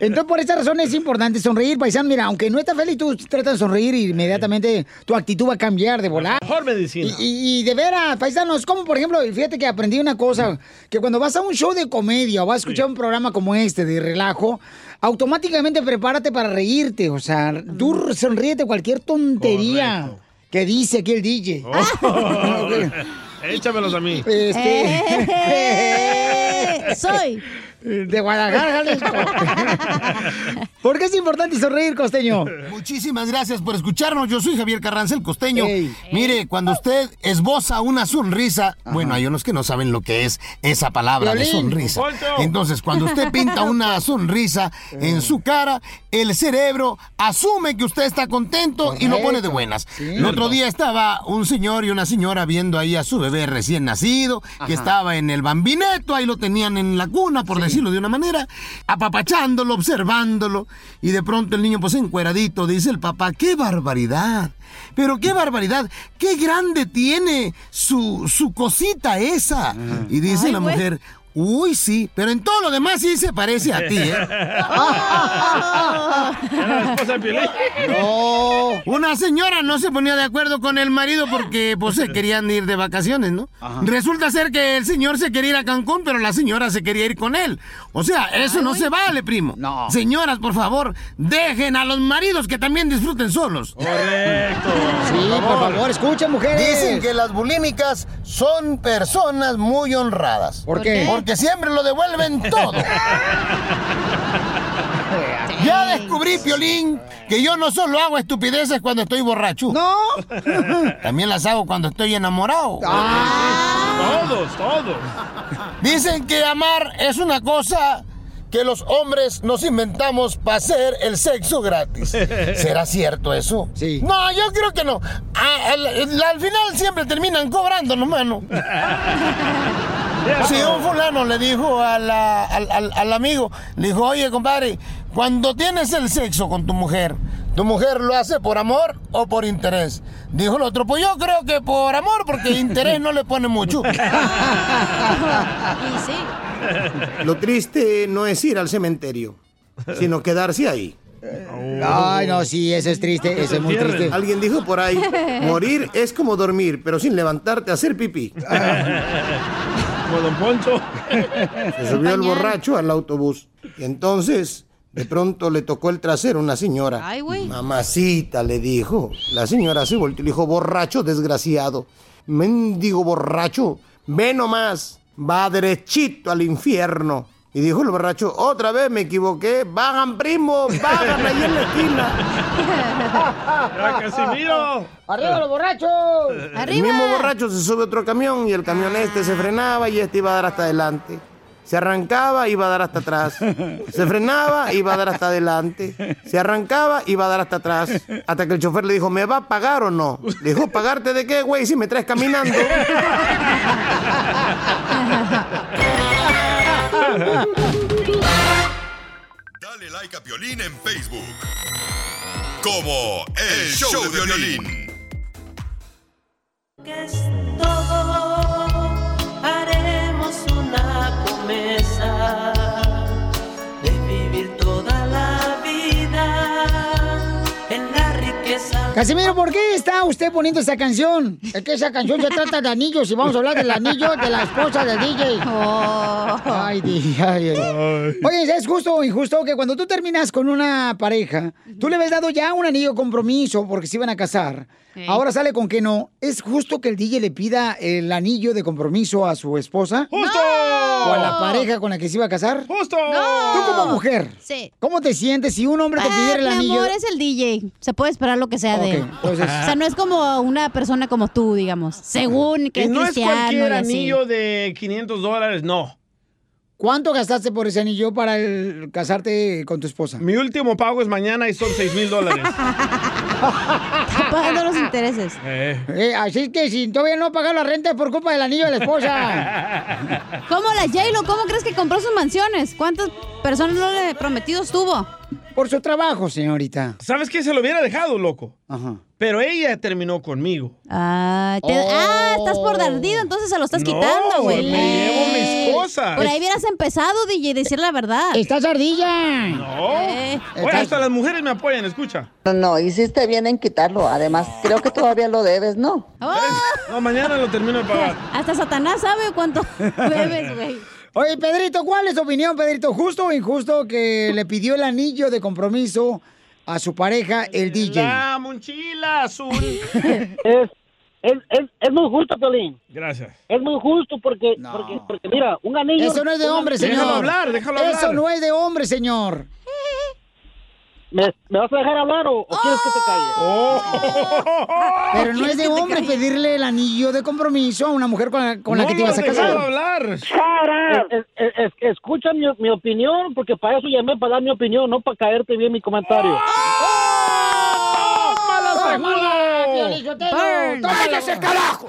[SPEAKER 3] Entonces, por esa razón es importante sonreír, paisano. Mira, aunque no estás feliz, tú tratas de sonreír y inmediatamente tu actitud va a cambiar de volar.
[SPEAKER 5] Mejor medicina.
[SPEAKER 3] Y, y- y de veras, paisanos, como por ejemplo, fíjate que aprendí una cosa, que cuando vas a un show de comedia o vas a escuchar un programa como este de relajo, automáticamente prepárate para reírte. O sea, tú sonríete cualquier tontería que dice aquí el DJ.
[SPEAKER 5] Oh. Échamelos a mí.
[SPEAKER 3] Eh. Este.
[SPEAKER 7] Soy.
[SPEAKER 3] De Guadalajara, Jalisco. ¿Por qué es importante sonreír, costeño?
[SPEAKER 4] Muchísimas gracias por escucharnos. Yo soy Javier Carranza, el costeño. Mire, cuando usted esboza una sonrisa, bueno, hay unos que no saben lo que es esa palabra de
[SPEAKER 34] Violín.
[SPEAKER 4] sonrisa.
[SPEAKER 34] Poncho.
[SPEAKER 4] Entonces, cuando usted pinta una sonrisa en su cara, el cerebro asume que usted está contento y lo pone de
[SPEAKER 34] Correcto.
[SPEAKER 4] buenas.
[SPEAKER 34] Sí.
[SPEAKER 4] El otro día estaba un señor y una señora viendo ahí a su bebé recién nacido,
[SPEAKER 34] Ajá.
[SPEAKER 4] que estaba en el bambineto, ahí lo tenían en la cuna, por decirlo de una manera, apapachándolo, observándolo, y de pronto el niño pues encueradito, dice el papá, qué barbaridad, pero qué barbaridad, qué grande tiene su, su cosita esa. Y dice
[SPEAKER 34] Ay,
[SPEAKER 4] la
[SPEAKER 34] güey.
[SPEAKER 4] mujer, uy sí, pero en todo lo demás sí se parece a ti, ¿eh? No. Una señora no se ponía de acuerdo con el marido porque pues se querían ir de vacaciones, ¿no? Resulta ser que el señor se quería ir a Cancún, pero la señora se quería ir con él. O sea, eso no se vale, primo. Señoras, por favor, dejen a los maridos que también disfruten solos.
[SPEAKER 5] Correcto.
[SPEAKER 4] escuchen,
[SPEAKER 5] mujeres.
[SPEAKER 4] Dicen que las bulímicas son personas muy honradas.
[SPEAKER 3] ¿Por qué? qué?
[SPEAKER 4] Porque siempre lo devuelven todo. Ya descubrí, Piolín, que yo no solo hago estupideces cuando estoy borracho. No. También las hago cuando estoy enamorado.
[SPEAKER 12] Ah.
[SPEAKER 5] Todos, todos.
[SPEAKER 4] Dicen que amar es una cosa que los hombres nos inventamos para hacer el sexo gratis. ¿Será cierto eso? Sí. No, yo creo que no. A- al, al final siempre terminan cobrándonos, mano. Si un fulano le dijo a la- al, al- al amigo, le dijo, oye, compadre, cuando tienes el sexo con tu mujer, ¿tu mujer lo hace por amor o por interés? Dijo el otro, pues yo creo que por amor, porque interés no le pone mucho.
[SPEAKER 7] Y sí.
[SPEAKER 4] Lo triste no es ir al cementerio, sino quedarse ahí.
[SPEAKER 3] Ay, no, sí, eso es triste, eso es muy triste.
[SPEAKER 4] Alguien dijo por ahí, morir es como dormir, pero sin levantarte a hacer pipí.
[SPEAKER 5] Como Don Poncho.
[SPEAKER 4] Se subió el borracho al autobús. Y entonces, de pronto le tocó el trasero a una señora.
[SPEAKER 7] Ay, güey.
[SPEAKER 4] Mamacita, le dijo. La señora se volteó y le dijo, borracho desgraciado. Mendigo borracho, ve nomás, va derechito al infierno. Y dijo el borracho, otra vez me equivoqué, bajan primo, bajan ahí en la esquina.
[SPEAKER 5] Ya, Casimiro.
[SPEAKER 3] ¡Arriba los borrachos!
[SPEAKER 4] El mismo borracho se sube a otro camión y el camión este se frenaba y este iba a dar hasta adelante.
[SPEAKER 34] Se arrancaba, iba a dar hasta atrás. Se frenaba, iba a dar hasta adelante. Se arrancaba, iba a dar hasta atrás. Hasta que el chofer le dijo, ¿me va a pagar o no? Le dijo, ¿pagarte de qué, güey, si me traes caminando?
[SPEAKER 2] Dale like a Piolín en Facebook. Como El Show de Violín.
[SPEAKER 12] Todo haremos una promesa de vivir toda la vida en la riqueza.
[SPEAKER 3] Casimiro, ¿por qué está usted poniendo esa canción? Es que esa canción se trata de anillos y vamos a hablar del anillo de la esposa del DJ.
[SPEAKER 7] Oh.
[SPEAKER 3] Ay, di- ay, ay. Oye, ¿es justo o injusto que cuando tú terminas con una pareja, tú le habías dado ya un anillo de compromiso porque se iban a casar?
[SPEAKER 12] Sí.
[SPEAKER 3] Ahora sale con que no. ¿Es justo que el DJ le pida el anillo de compromiso a su esposa?
[SPEAKER 12] ¡Justo!
[SPEAKER 3] ¿O a la pareja con la que se iba a casar?
[SPEAKER 5] ¡Justo!
[SPEAKER 3] Tú como mujer,
[SPEAKER 7] Sí. Ah,
[SPEAKER 3] ¿cómo te sientes si un hombre te pidiera el
[SPEAKER 7] mi
[SPEAKER 3] anillo?
[SPEAKER 7] amor es el DJ. Se puede esperar lo que sea de
[SPEAKER 3] Ok,
[SPEAKER 7] él.
[SPEAKER 3] entonces-
[SPEAKER 7] O sea, no es como una persona como tú, digamos. Según que
[SPEAKER 5] Y
[SPEAKER 7] es
[SPEAKER 5] no es
[SPEAKER 7] cristiano
[SPEAKER 5] cualquier
[SPEAKER 7] y así.
[SPEAKER 5] anillo de 500 dólares, no.
[SPEAKER 3] ¿Cuánto gastaste por ese anillo para el- casarte con tu esposa?
[SPEAKER 5] Mi último pago es mañana y son 6 mil dólares.
[SPEAKER 3] Está pagando los intereses.
[SPEAKER 7] Eh.
[SPEAKER 3] Eh, así es que si todavía no pagas la renta es por culpa del anillo de la esposa.
[SPEAKER 7] ¿Cómo la J-Lo? ¿Cómo crees que compró sus mansiones? ¿Cuántas personas no le prometidos tuvo?
[SPEAKER 3] Por su trabajo, señorita.
[SPEAKER 5] ¿Sabes qué? Se lo hubiera dejado, loco. Pero ella terminó conmigo.
[SPEAKER 7] Ah, te-
[SPEAKER 3] Oh.
[SPEAKER 7] ah, estás por dardido, entonces se lo estás
[SPEAKER 5] No,
[SPEAKER 7] quitando, güey. Eh,
[SPEAKER 5] me llevo mis cosas.
[SPEAKER 7] Por ahí hubieras empezado, DJ, decir la verdad.
[SPEAKER 3] ¡Estás ardilla! Eh,
[SPEAKER 5] No. Oye, hasta las mujeres me apoyan, escucha.
[SPEAKER 33] No, no, hiciste bien en quitarlo. Además, creo que todavía lo debes, ¿no?
[SPEAKER 7] Ah.
[SPEAKER 5] No, mañana lo termino de pagar.
[SPEAKER 7] Hasta Satanás sabe cuánto bebes, güey.
[SPEAKER 3] Oye, Pedrito, ¿cuál es tu opinión, Pedrito? ¿Justo o injusto que le pidió el anillo de compromiso a su pareja, el DJ?
[SPEAKER 5] La mochila azul.
[SPEAKER 10] es, es, es, es muy justo, Piolín.
[SPEAKER 5] Gracias.
[SPEAKER 10] Es muy justo porque, porque, porque mira, un anillo...
[SPEAKER 3] Eso no es de
[SPEAKER 10] un
[SPEAKER 3] hombre,
[SPEAKER 10] anillo-
[SPEAKER 3] señor. Eso no es de hombre, señor.
[SPEAKER 10] ¿Me, me vas a dejar hablar o, o quieres que te calle? Oh.
[SPEAKER 3] Pero no es de hombre pedirle el anillo de compromiso a una mujer con la, con la que te ibas a casar.
[SPEAKER 10] Es- es- es- escucha mi, mi opinión, porque para eso llamé, para dar mi opinión, no para caerte bien mi comentario.
[SPEAKER 3] ¡Oh!
[SPEAKER 7] Burn.
[SPEAKER 10] ¡Cállese,
[SPEAKER 3] Oh.
[SPEAKER 10] carajo!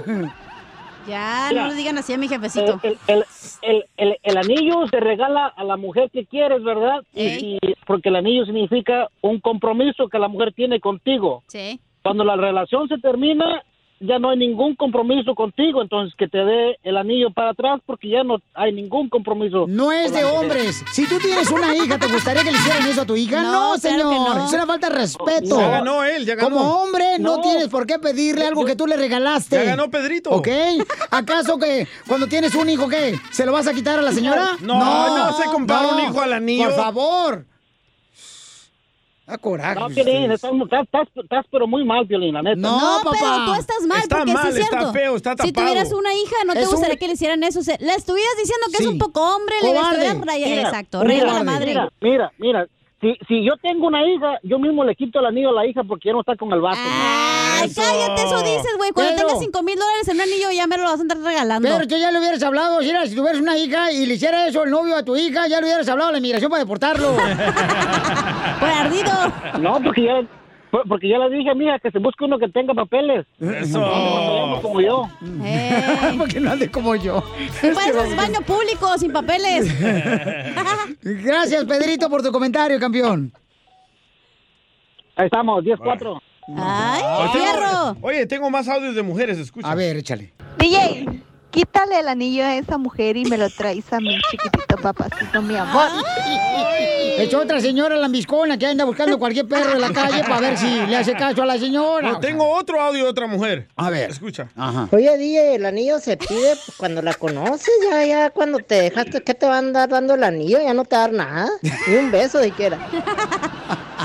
[SPEAKER 7] Ya,
[SPEAKER 10] Mira.
[SPEAKER 7] no le digan así a mi jefecito.
[SPEAKER 10] El, el- el- el- el anillo se regala a la mujer que quieres, ¿verdad? Y- y- porque el anillo significa un compromiso que la mujer tiene contigo.
[SPEAKER 7] Sí.
[SPEAKER 10] Cuando la relación se termina, ya no hay ningún compromiso contigo, entonces que te dé el anillo para atrás porque ya no hay ningún compromiso.
[SPEAKER 3] No es de hombres. Si tú tienes una hija, ¿te gustaría que le hicieran eso a tu hija? No,
[SPEAKER 10] claro
[SPEAKER 3] señor.
[SPEAKER 10] que no.
[SPEAKER 3] Es una falta de respeto.
[SPEAKER 10] Ya ganó él, ya ganó.
[SPEAKER 3] Como hombre, no,
[SPEAKER 10] No.
[SPEAKER 3] tienes por qué pedirle algo que tú le regalaste.
[SPEAKER 10] Ya ganó Pedrito.
[SPEAKER 3] ¿Ok? ¿Acaso que cuando tienes un hijo, qué? ¿Se lo vas a quitar a la señora?
[SPEAKER 10] No, no se compara un hijo al anillo.
[SPEAKER 3] Por favor. A coraje.
[SPEAKER 10] No, Piolín,
[SPEAKER 3] ustedes.
[SPEAKER 10] estás, estás- estás pero muy mal, Piolín, la neta.
[SPEAKER 7] No, pero tú estás mal, porque sí es cierto. si tuvieras una hija, no te
[SPEAKER 10] Es un-
[SPEAKER 7] gustaría que le hicieran eso. Se- le estuvieras diciendo que es un poco hombre, le estuvieras rayando. Exacto, rayando la madre.
[SPEAKER 10] Mira, mira, mira. Si, si yo tengo una hija, yo mismo le quito el anillo a la hija porque ya no está con el vaso.
[SPEAKER 7] Ay, cállate, eso dices, güey. Cuando
[SPEAKER 10] Pedro.
[SPEAKER 7] tengas 5 mil dólares en un anillo, ya me lo vas a andar regalando.
[SPEAKER 3] Pero tú ya le hubieras hablado, mira, si tuvieras una hija y le hiciera eso el novio a tu hija, ya le hubieras hablado a la inmigración para deportarlo.
[SPEAKER 10] Por ardido. No, porque ya, por- porque ya le dije a mi hija que se busque uno que tenga papeles.
[SPEAKER 5] Eso.
[SPEAKER 10] No, como yo.
[SPEAKER 7] Eh.
[SPEAKER 3] porque no ande como yo.
[SPEAKER 7] Tú pareces baño público, sin papeles.
[SPEAKER 3] Gracias, Pedrito, por tu comentario, campeón.
[SPEAKER 10] Ahí estamos, 10-4.
[SPEAKER 5] Oye, Ah, tengo- Oye, tengo más audios de mujeres, escucha. A
[SPEAKER 3] ver, échale.
[SPEAKER 18] DJ, quítale el anillo eh. a esa mujer y me lo traes a mí, chiquitito papacito, mi amor.
[SPEAKER 3] Es otra señora lambiscona que anda buscando cualquier perro de la calle para ver si le hace caso a la señora.
[SPEAKER 5] No, tengo otro audio de otra mujer.
[SPEAKER 3] A ver.
[SPEAKER 5] Escucha.
[SPEAKER 16] Oye, DJ, el anillo se pide pues, cuando la conoces, ya, ya, cuando te dejaste, ¿qué te van a andar dando el anillo? Ya no te va a dar nada, ni un beso siquiera.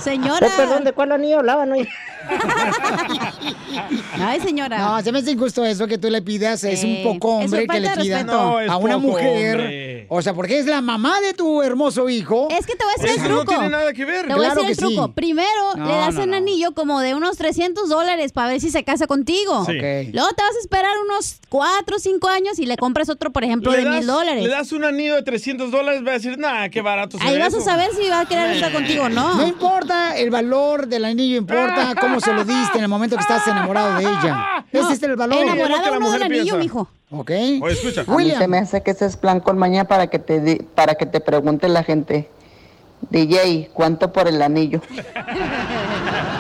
[SPEAKER 7] Señora.
[SPEAKER 16] Oh, perdón, ¿de cuál anillo hablaba? No,
[SPEAKER 7] Ay, señora.
[SPEAKER 3] No, se me hace injusto eso que tú le pidas. Es
[SPEAKER 7] Sí.
[SPEAKER 3] un poco
[SPEAKER 7] Es
[SPEAKER 3] hombre
[SPEAKER 7] una
[SPEAKER 3] que le
[SPEAKER 7] falta de
[SPEAKER 3] pidas
[SPEAKER 7] respeto. No, es
[SPEAKER 3] a una
[SPEAKER 7] poco
[SPEAKER 3] mujer
[SPEAKER 7] hombre.
[SPEAKER 5] Hombre.
[SPEAKER 3] O sea, porque es la mamá de tu hermoso hijo.
[SPEAKER 7] Es que te voy a decir el truco. Te voy a decir el truco. Primero,
[SPEAKER 3] No,
[SPEAKER 7] le das
[SPEAKER 3] no,
[SPEAKER 7] un
[SPEAKER 3] no.
[SPEAKER 7] anillo como de unos 300 dólares para ver si se casa contigo.
[SPEAKER 5] Sí. Ok.
[SPEAKER 7] Luego te vas a esperar unos 4 o 5 años y le compras otro, por ejemplo, de mil dólares.
[SPEAKER 5] le das un anillo de 300 dólares, va a decir, nah, qué barato. se
[SPEAKER 7] Ahí
[SPEAKER 5] ve
[SPEAKER 7] vas a
[SPEAKER 5] eso".
[SPEAKER 7] saber si va a querer estar contigo o no.
[SPEAKER 3] No importa el valor del anillo, importa cómo se lo diste en el momento que estás enamorado de ella.
[SPEAKER 33] No,
[SPEAKER 3] Ese es el valor.
[SPEAKER 33] enamorado Es lo que la uno del mujer anillo, piensa. mijo.
[SPEAKER 3] Ok.
[SPEAKER 33] A mí
[SPEAKER 3] William.
[SPEAKER 33] se me hace que ese es plan con maña para que te di- para que te pregunte la gente. DJ, ¿cuánto por el anillo?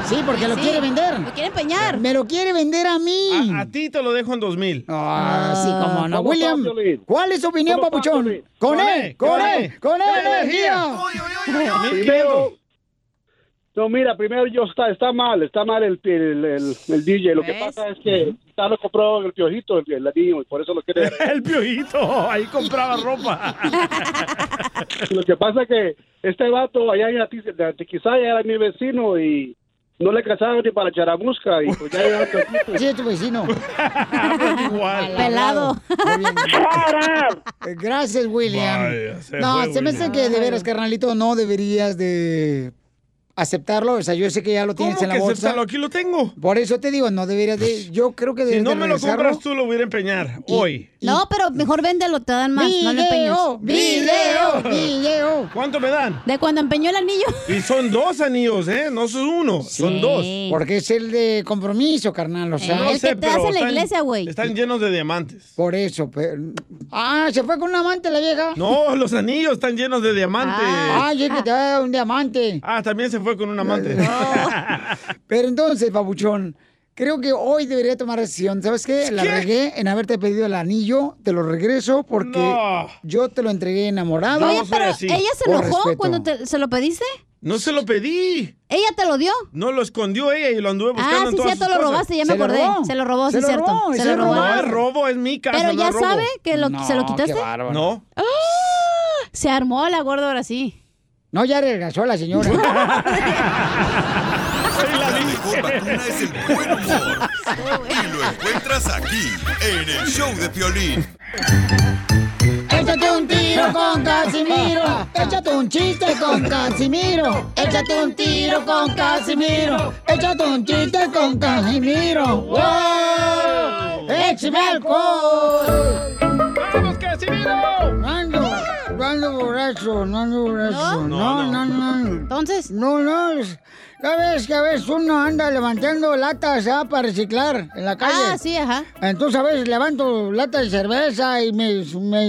[SPEAKER 3] Sí, porque lo quiere vender. Lo
[SPEAKER 7] quiere empeñar.
[SPEAKER 3] Me lo quiere vender a mí.
[SPEAKER 5] A ti te lo dejo en 2000.
[SPEAKER 3] Ah, sí, cómo no. William, ¿cuál es su opinión, papuchón? Con él, con él, con él, energía.
[SPEAKER 32] Primero, no, mira, primero yo está, está mal, está mal el, el, el- el DJ. Lo que
[SPEAKER 12] ¿Ves?
[SPEAKER 32] pasa es que está lo compró el piojito, el, el anillo, y por eso lo quiere.
[SPEAKER 5] el piojito, ahí compraba ropa.
[SPEAKER 32] Lo que pasa es que este vato allá en Ati- de Antiquizaya era mi vecino y no le casaron ni para charamusca. Y pues ya era
[SPEAKER 3] Sí, es tu vecino.
[SPEAKER 5] Igual.
[SPEAKER 3] Pelado. Gracias, William.
[SPEAKER 12] Vaya, se
[SPEAKER 3] no,
[SPEAKER 12] fue
[SPEAKER 3] se me hace
[SPEAKER 12] William.
[SPEAKER 3] que de veras, carnalito, no deberías de aceptarlo. O sea, yo sé que ya lo tienes
[SPEAKER 5] ¿Cómo
[SPEAKER 3] en la
[SPEAKER 5] que
[SPEAKER 3] bolsa.
[SPEAKER 5] aceptarlo? Aquí lo tengo.
[SPEAKER 3] Por eso te digo, no deberías de. Yo creo que
[SPEAKER 5] Si
[SPEAKER 3] deberías
[SPEAKER 5] no
[SPEAKER 3] de
[SPEAKER 5] me lo
[SPEAKER 3] regresarlo.
[SPEAKER 5] compras tú, lo voy a ir a empeñar hoy.
[SPEAKER 7] No, pero mejor véndelo, te dan más. no le empeñes.
[SPEAKER 3] Video, video, video.
[SPEAKER 5] ¿Cuánto me dan?
[SPEAKER 7] De cuando empeñó el anillo.
[SPEAKER 5] Y son dos anillos, ¿eh? No son uno, son dos.
[SPEAKER 3] Porque es el de compromiso, carnal. O sea,
[SPEAKER 5] No sé, pero están-
[SPEAKER 3] güey.
[SPEAKER 5] Están llenos de diamantes.
[SPEAKER 3] Por eso, pero... Ah, se fue con un amante la vieja.
[SPEAKER 5] No, los anillos están llenos de diamantes.
[SPEAKER 3] Ah, yo que te voy a dar un diamante.
[SPEAKER 5] Ah, también se fue con un amante.
[SPEAKER 3] Pero entonces, babuchón, creo que hoy debería tomar decisión. ¿Sabes qué? La
[SPEAKER 5] ¿Qué?
[SPEAKER 3] regué en haberte pedido el anillo, te lo regreso porque
[SPEAKER 5] No.
[SPEAKER 3] yo te lo entregué enamorado.
[SPEAKER 7] Oye, pero ella se
[SPEAKER 3] Por
[SPEAKER 7] enojó
[SPEAKER 3] respeto.
[SPEAKER 7] cuando te- se lo pediste.
[SPEAKER 5] No se lo pedí.
[SPEAKER 7] ¿Ella te lo dio?
[SPEAKER 5] No lo escondió ella y lo anduve buscando.
[SPEAKER 7] Ah,
[SPEAKER 5] en
[SPEAKER 7] sí,
[SPEAKER 5] todas
[SPEAKER 7] cierto,
[SPEAKER 5] sus
[SPEAKER 7] lo
[SPEAKER 5] cosas.
[SPEAKER 7] robaste, ya me acordé. Se lo robó, sí, cierto. se lo robó.
[SPEAKER 5] No es robo, es mi casa.
[SPEAKER 7] Pero
[SPEAKER 5] no
[SPEAKER 7] ya
[SPEAKER 5] es robo.
[SPEAKER 7] sabe que lo- se lo quitaste.
[SPEAKER 5] No.
[SPEAKER 7] ¡Ah! Se armó la gorda ahora sí.
[SPEAKER 3] No, ya regresó la señora.
[SPEAKER 2] La mejor vacuna es el buen humor. Y lo encuentras aquí, en el show de Piolín.
[SPEAKER 3] Échate un tiro con Casimiro. Échate un chiste con Casimiro. Échate un tiro con Casimiro. Échate un chiste con Casimiro. ¡Wow! ¡Échame alcohol!
[SPEAKER 5] ¡Vamos, Casimiro!
[SPEAKER 3] No ando, no ando borracho, no ando borracho.
[SPEAKER 12] ¿No?
[SPEAKER 3] No,
[SPEAKER 12] No,
[SPEAKER 3] no, no. ¿Entonces? No, no. es- Ya ves que a veces uno anda levantando latas ah, para reciclar en la calle.
[SPEAKER 7] Ah, sí, ajá.
[SPEAKER 3] Entonces a veces levanto latas de cerveza y me, me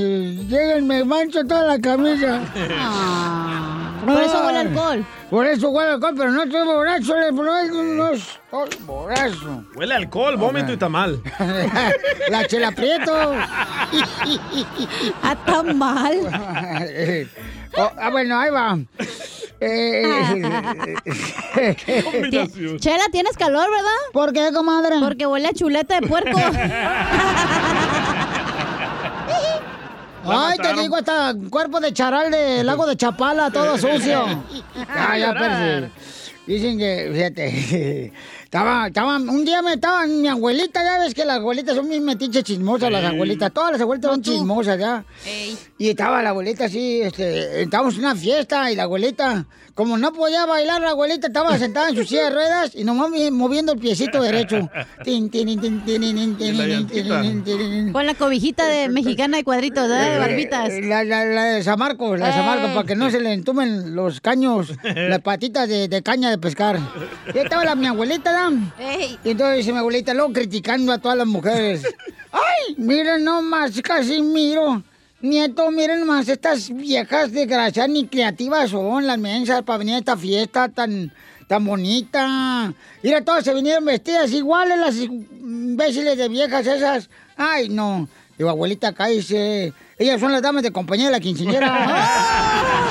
[SPEAKER 3] llegan, me mancho toda la camisa. Ah,
[SPEAKER 7] Por eso huele a
[SPEAKER 3] Ay,
[SPEAKER 7] alcohol.
[SPEAKER 3] Por eso huele a alcohol, pero no estoy borracho, le- no no estoy borracho.
[SPEAKER 5] Huele a alcohol, vómito y tamal.
[SPEAKER 3] La chela prieto.
[SPEAKER 7] Ah, tan mal.
[SPEAKER 3] ah, bueno, ahí va.
[SPEAKER 7] Tie- Chela, tienes calor, ¿verdad?
[SPEAKER 3] ¿Por qué, comadre?
[SPEAKER 7] Porque huele a chuleta de puerco.
[SPEAKER 3] Ay, te digo, hasta cuerpo de charal de lago de Chapala, todo sucio. Ya, ya, Percy. Dicen que, fíjate, estaba, estaba, un día me estaba mi abuelita, ya ves que las abuelitas son mis metiches chismosas, las abuelitas, todas las abuelitas son chismosas ya. Y estaba la abuelita así, este, estábamos en una fiesta y la abuelita, como no podía bailar la abuelita, estaba sentada en su silla de ruedas y nomás movi- moviendo el piecito derecho. Tin, tin, tin, tin, tin, tin, tin, tin, tin, tin.
[SPEAKER 7] Con la cobijita de mexicana de cuadritos, ¿verdad? De barbitas.
[SPEAKER 3] Eh, La, la, la de Samarco, la de Samarco,
[SPEAKER 7] Eh.
[SPEAKER 3] para que no se le entumen los caños, las patitas de, de caña de pescar. Y estaba la, mi abuelita, ¿no? Y entonces dice mi abuelita, luego criticando a todas las mujeres. ¡Ay! Miren nomás, casi miro. Nieto, miren nomás, estas viejas desgraciadas ni creativas son las mensas para venir a esta fiesta tan, tan bonita. Mira, todas se vinieron vestidas iguales las imbéciles de viejas esas. ¡Ay, no! Digo, abuelita, cállese. Ellas son las damas de compañía de la quinceañera. ¡Ah!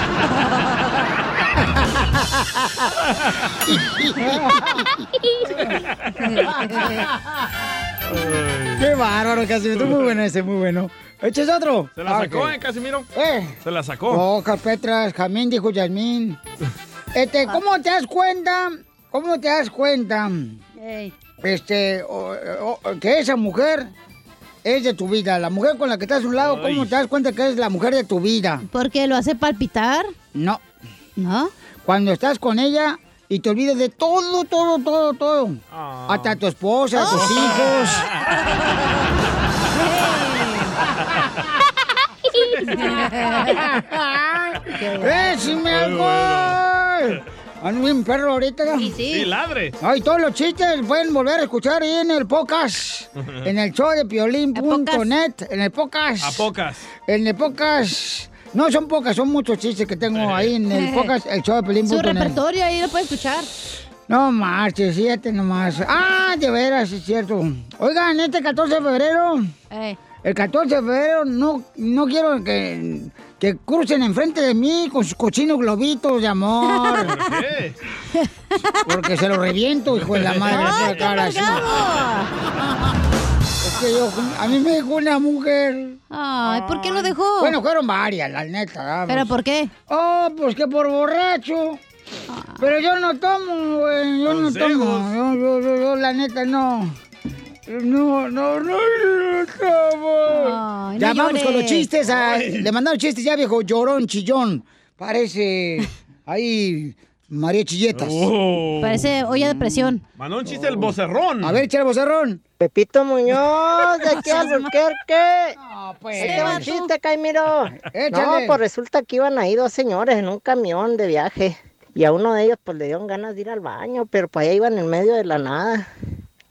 [SPEAKER 3] ¡Qué bárbaro, Casimiro! Muy bueno ese, muy bueno. ¿Eches otro?
[SPEAKER 5] ¿Se la
[SPEAKER 3] Ah,
[SPEAKER 5] sacó,
[SPEAKER 3] ok.
[SPEAKER 5] eh, Casimiro?
[SPEAKER 3] Eh.
[SPEAKER 5] Se la sacó.
[SPEAKER 3] Hojas, Petras, Jamín, dijo Yasmín. Este, ¿cómo te das cuenta? ¿Cómo te das cuenta? Este, o- o- que esa mujer es de tu vida. La mujer con la que estás a un lado, ¿cómo te das cuenta que es la mujer de tu vida? ¿Porque lo hace palpitar? No. ¿No? Cuando estás con ella y te olvidas de todo, todo, todo, todo. Hasta tu esposa, tus hijos. ¡Déjeme algo! Ando bien perro ahorita. Sí,
[SPEAKER 12] Sí, ladre.
[SPEAKER 3] Ay, todos los chistes pueden volver a escuchar ahí en el podcast. En el show de piolín.net. En el podcast.
[SPEAKER 5] A pocas.
[SPEAKER 3] En el podcast. No son pocas, son muchos chistes que tengo ahí en el podcast, el show de piolín.net.
[SPEAKER 7] Su repertorio ahí lo puede escuchar.
[SPEAKER 3] No marches, siete nomás. Ah, de veras, es cierto. Oigan, este 14 de febrero. El 14 de febrero no, no quiero que, que crucen enfrente de mí con sus cochinos globitos de amor. Porque se los reviento, hijo de Pues la madre.
[SPEAKER 12] ¡Ay,
[SPEAKER 3] por cara, así. Es que yo, a mí me dejó una mujer. Ay, ¿por qué lo dejó? Bueno, fueron varias, la neta. vamos.
[SPEAKER 7] ¿Pero por qué?
[SPEAKER 3] Oh, pues que por borracho. Pero yo no tomo, güey. Yo no tomo. Yo, yo, yo, yo, la neta, no. No, no, no, no, tomo.
[SPEAKER 12] Ay,
[SPEAKER 3] ya
[SPEAKER 12] no
[SPEAKER 3] vamos con los
[SPEAKER 12] llores.
[SPEAKER 3] chistes. ah,
[SPEAKER 12] Ay.
[SPEAKER 3] le mandaron chistes ya, viejo. Llorón, chillón. Parece. Ahí. María Chilletas.
[SPEAKER 7] Parece olla de presión.
[SPEAKER 5] Oh. Mandó un chiste el vocerrón.
[SPEAKER 3] A ver, echa el vocerrón. Pepito
[SPEAKER 16] Muñoz, de aquí a Alburquerque. Este va un chiste, Caimiro.
[SPEAKER 3] Échale.
[SPEAKER 16] No, pues resulta que iban ahí dos señores en un camión de viaje. Y a uno de ellos, pues le dieron ganas de ir al baño, pero pues allá iban en medio de la nada.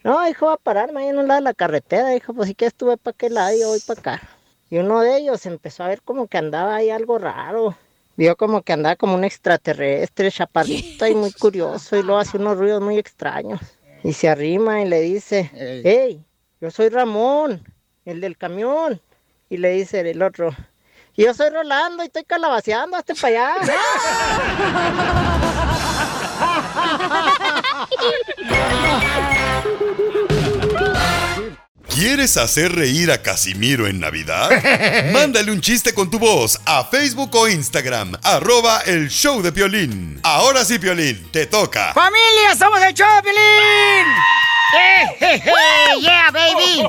[SPEAKER 16] No, hijo, va a pararme ahí en un lado de la carretera. Dijo, pues sí que estuve para aquel lado y hoy para acá. Y uno de ellos empezó a ver como que andaba ahí algo raro. Vio como que andaba como un extraterrestre, chaparrito y muy curioso. Y luego hace unos ruidos muy extraños. Y se arrima y le dice,
[SPEAKER 12] Ey.
[SPEAKER 16] hey, yo soy Ramón, el del camión. Y le dice el otro, yo soy Rolando y estoy calabaceando, hasta para allá.
[SPEAKER 2] ¿Quieres hacer reír a Casimiro en Navidad? Mándale un chiste con tu voz a Facebook o Instagram, arroba el show de Piolín. Ahora sí, Piolín, te toca.
[SPEAKER 3] ¡Familia, somos el Choplin! ¡Eh, je, je! ¡Yeah, baby!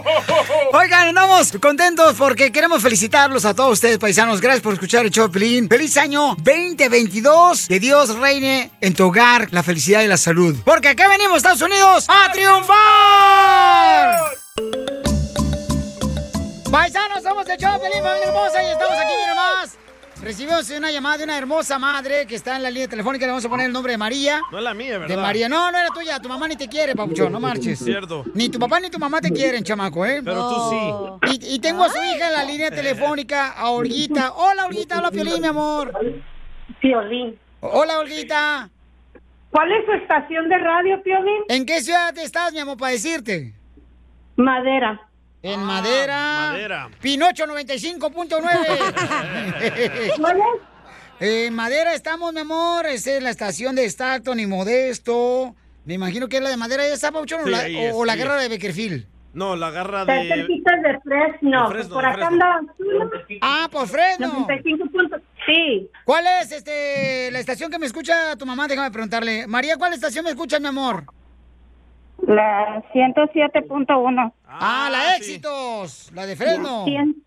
[SPEAKER 3] Oigan, andamos contentos porque queremos felicitarlos a todos ustedes, paisanos. Gracias por escuchar el Choplin. ¡Feliz año 2022! Que Dios reine en tu hogar la felicidad y la salud. Porque acá venimos, Estados Unidos, a triunfar. Paisanos, somos el show, Pelín, familia hermosa, y estamos aquí, mira más. Recibimos una llamada de una hermosa madre que está en la línea telefónica, le vamos a poner el nombre de María.
[SPEAKER 5] No es la mía, ¿verdad?
[SPEAKER 3] De María, no, no era tuya, tu mamá ni te quiere, papuchón, no marches.
[SPEAKER 5] Cierto.
[SPEAKER 3] Ni tu papá ni tu mamá te quieren, chamaco, ¿eh?
[SPEAKER 5] Pero tú
[SPEAKER 3] sí. Y, y tengo a su hija en la línea telefónica, a Olguita. Hola, Olguita, hola, Piolín, mi amor. Piolín. Hola, Olguita. ¿Cuál es su estación de radio, Piolín? ¿En qué ciudad estás, mi amor, para decirte? Madera. En
[SPEAKER 5] Ah,
[SPEAKER 3] Madera.
[SPEAKER 12] Madera.
[SPEAKER 3] Pinocho 95.9. Eh, madera estamos, mi amor. Esa es la estación de Staton y Modesto. Me imagino que es la de Madera. ¿Ya está, Pauchón? o
[SPEAKER 5] Sí,
[SPEAKER 3] la,
[SPEAKER 5] ahí
[SPEAKER 3] o-
[SPEAKER 5] es,
[SPEAKER 3] o la
[SPEAKER 5] sí.
[SPEAKER 3] guerra de Beckerfield?
[SPEAKER 5] No, la garra
[SPEAKER 3] Está
[SPEAKER 5] de...
[SPEAKER 3] cerquita
[SPEAKER 30] de Fresno.
[SPEAKER 5] De Fresno,
[SPEAKER 30] por
[SPEAKER 5] de
[SPEAKER 30] acá
[SPEAKER 5] Fresno.
[SPEAKER 30] anda.
[SPEAKER 3] Ah, por Fresno.
[SPEAKER 30] 95 puntos. Sí.
[SPEAKER 3] ¿Cuál es este, la estación que me escucha tu mamá? Déjame preguntarle. María, ¿cuál estación me escucha, mi amor?
[SPEAKER 30] La 107.1.
[SPEAKER 3] Ah, la Éxitos. La de Fresno.
[SPEAKER 30] Cien.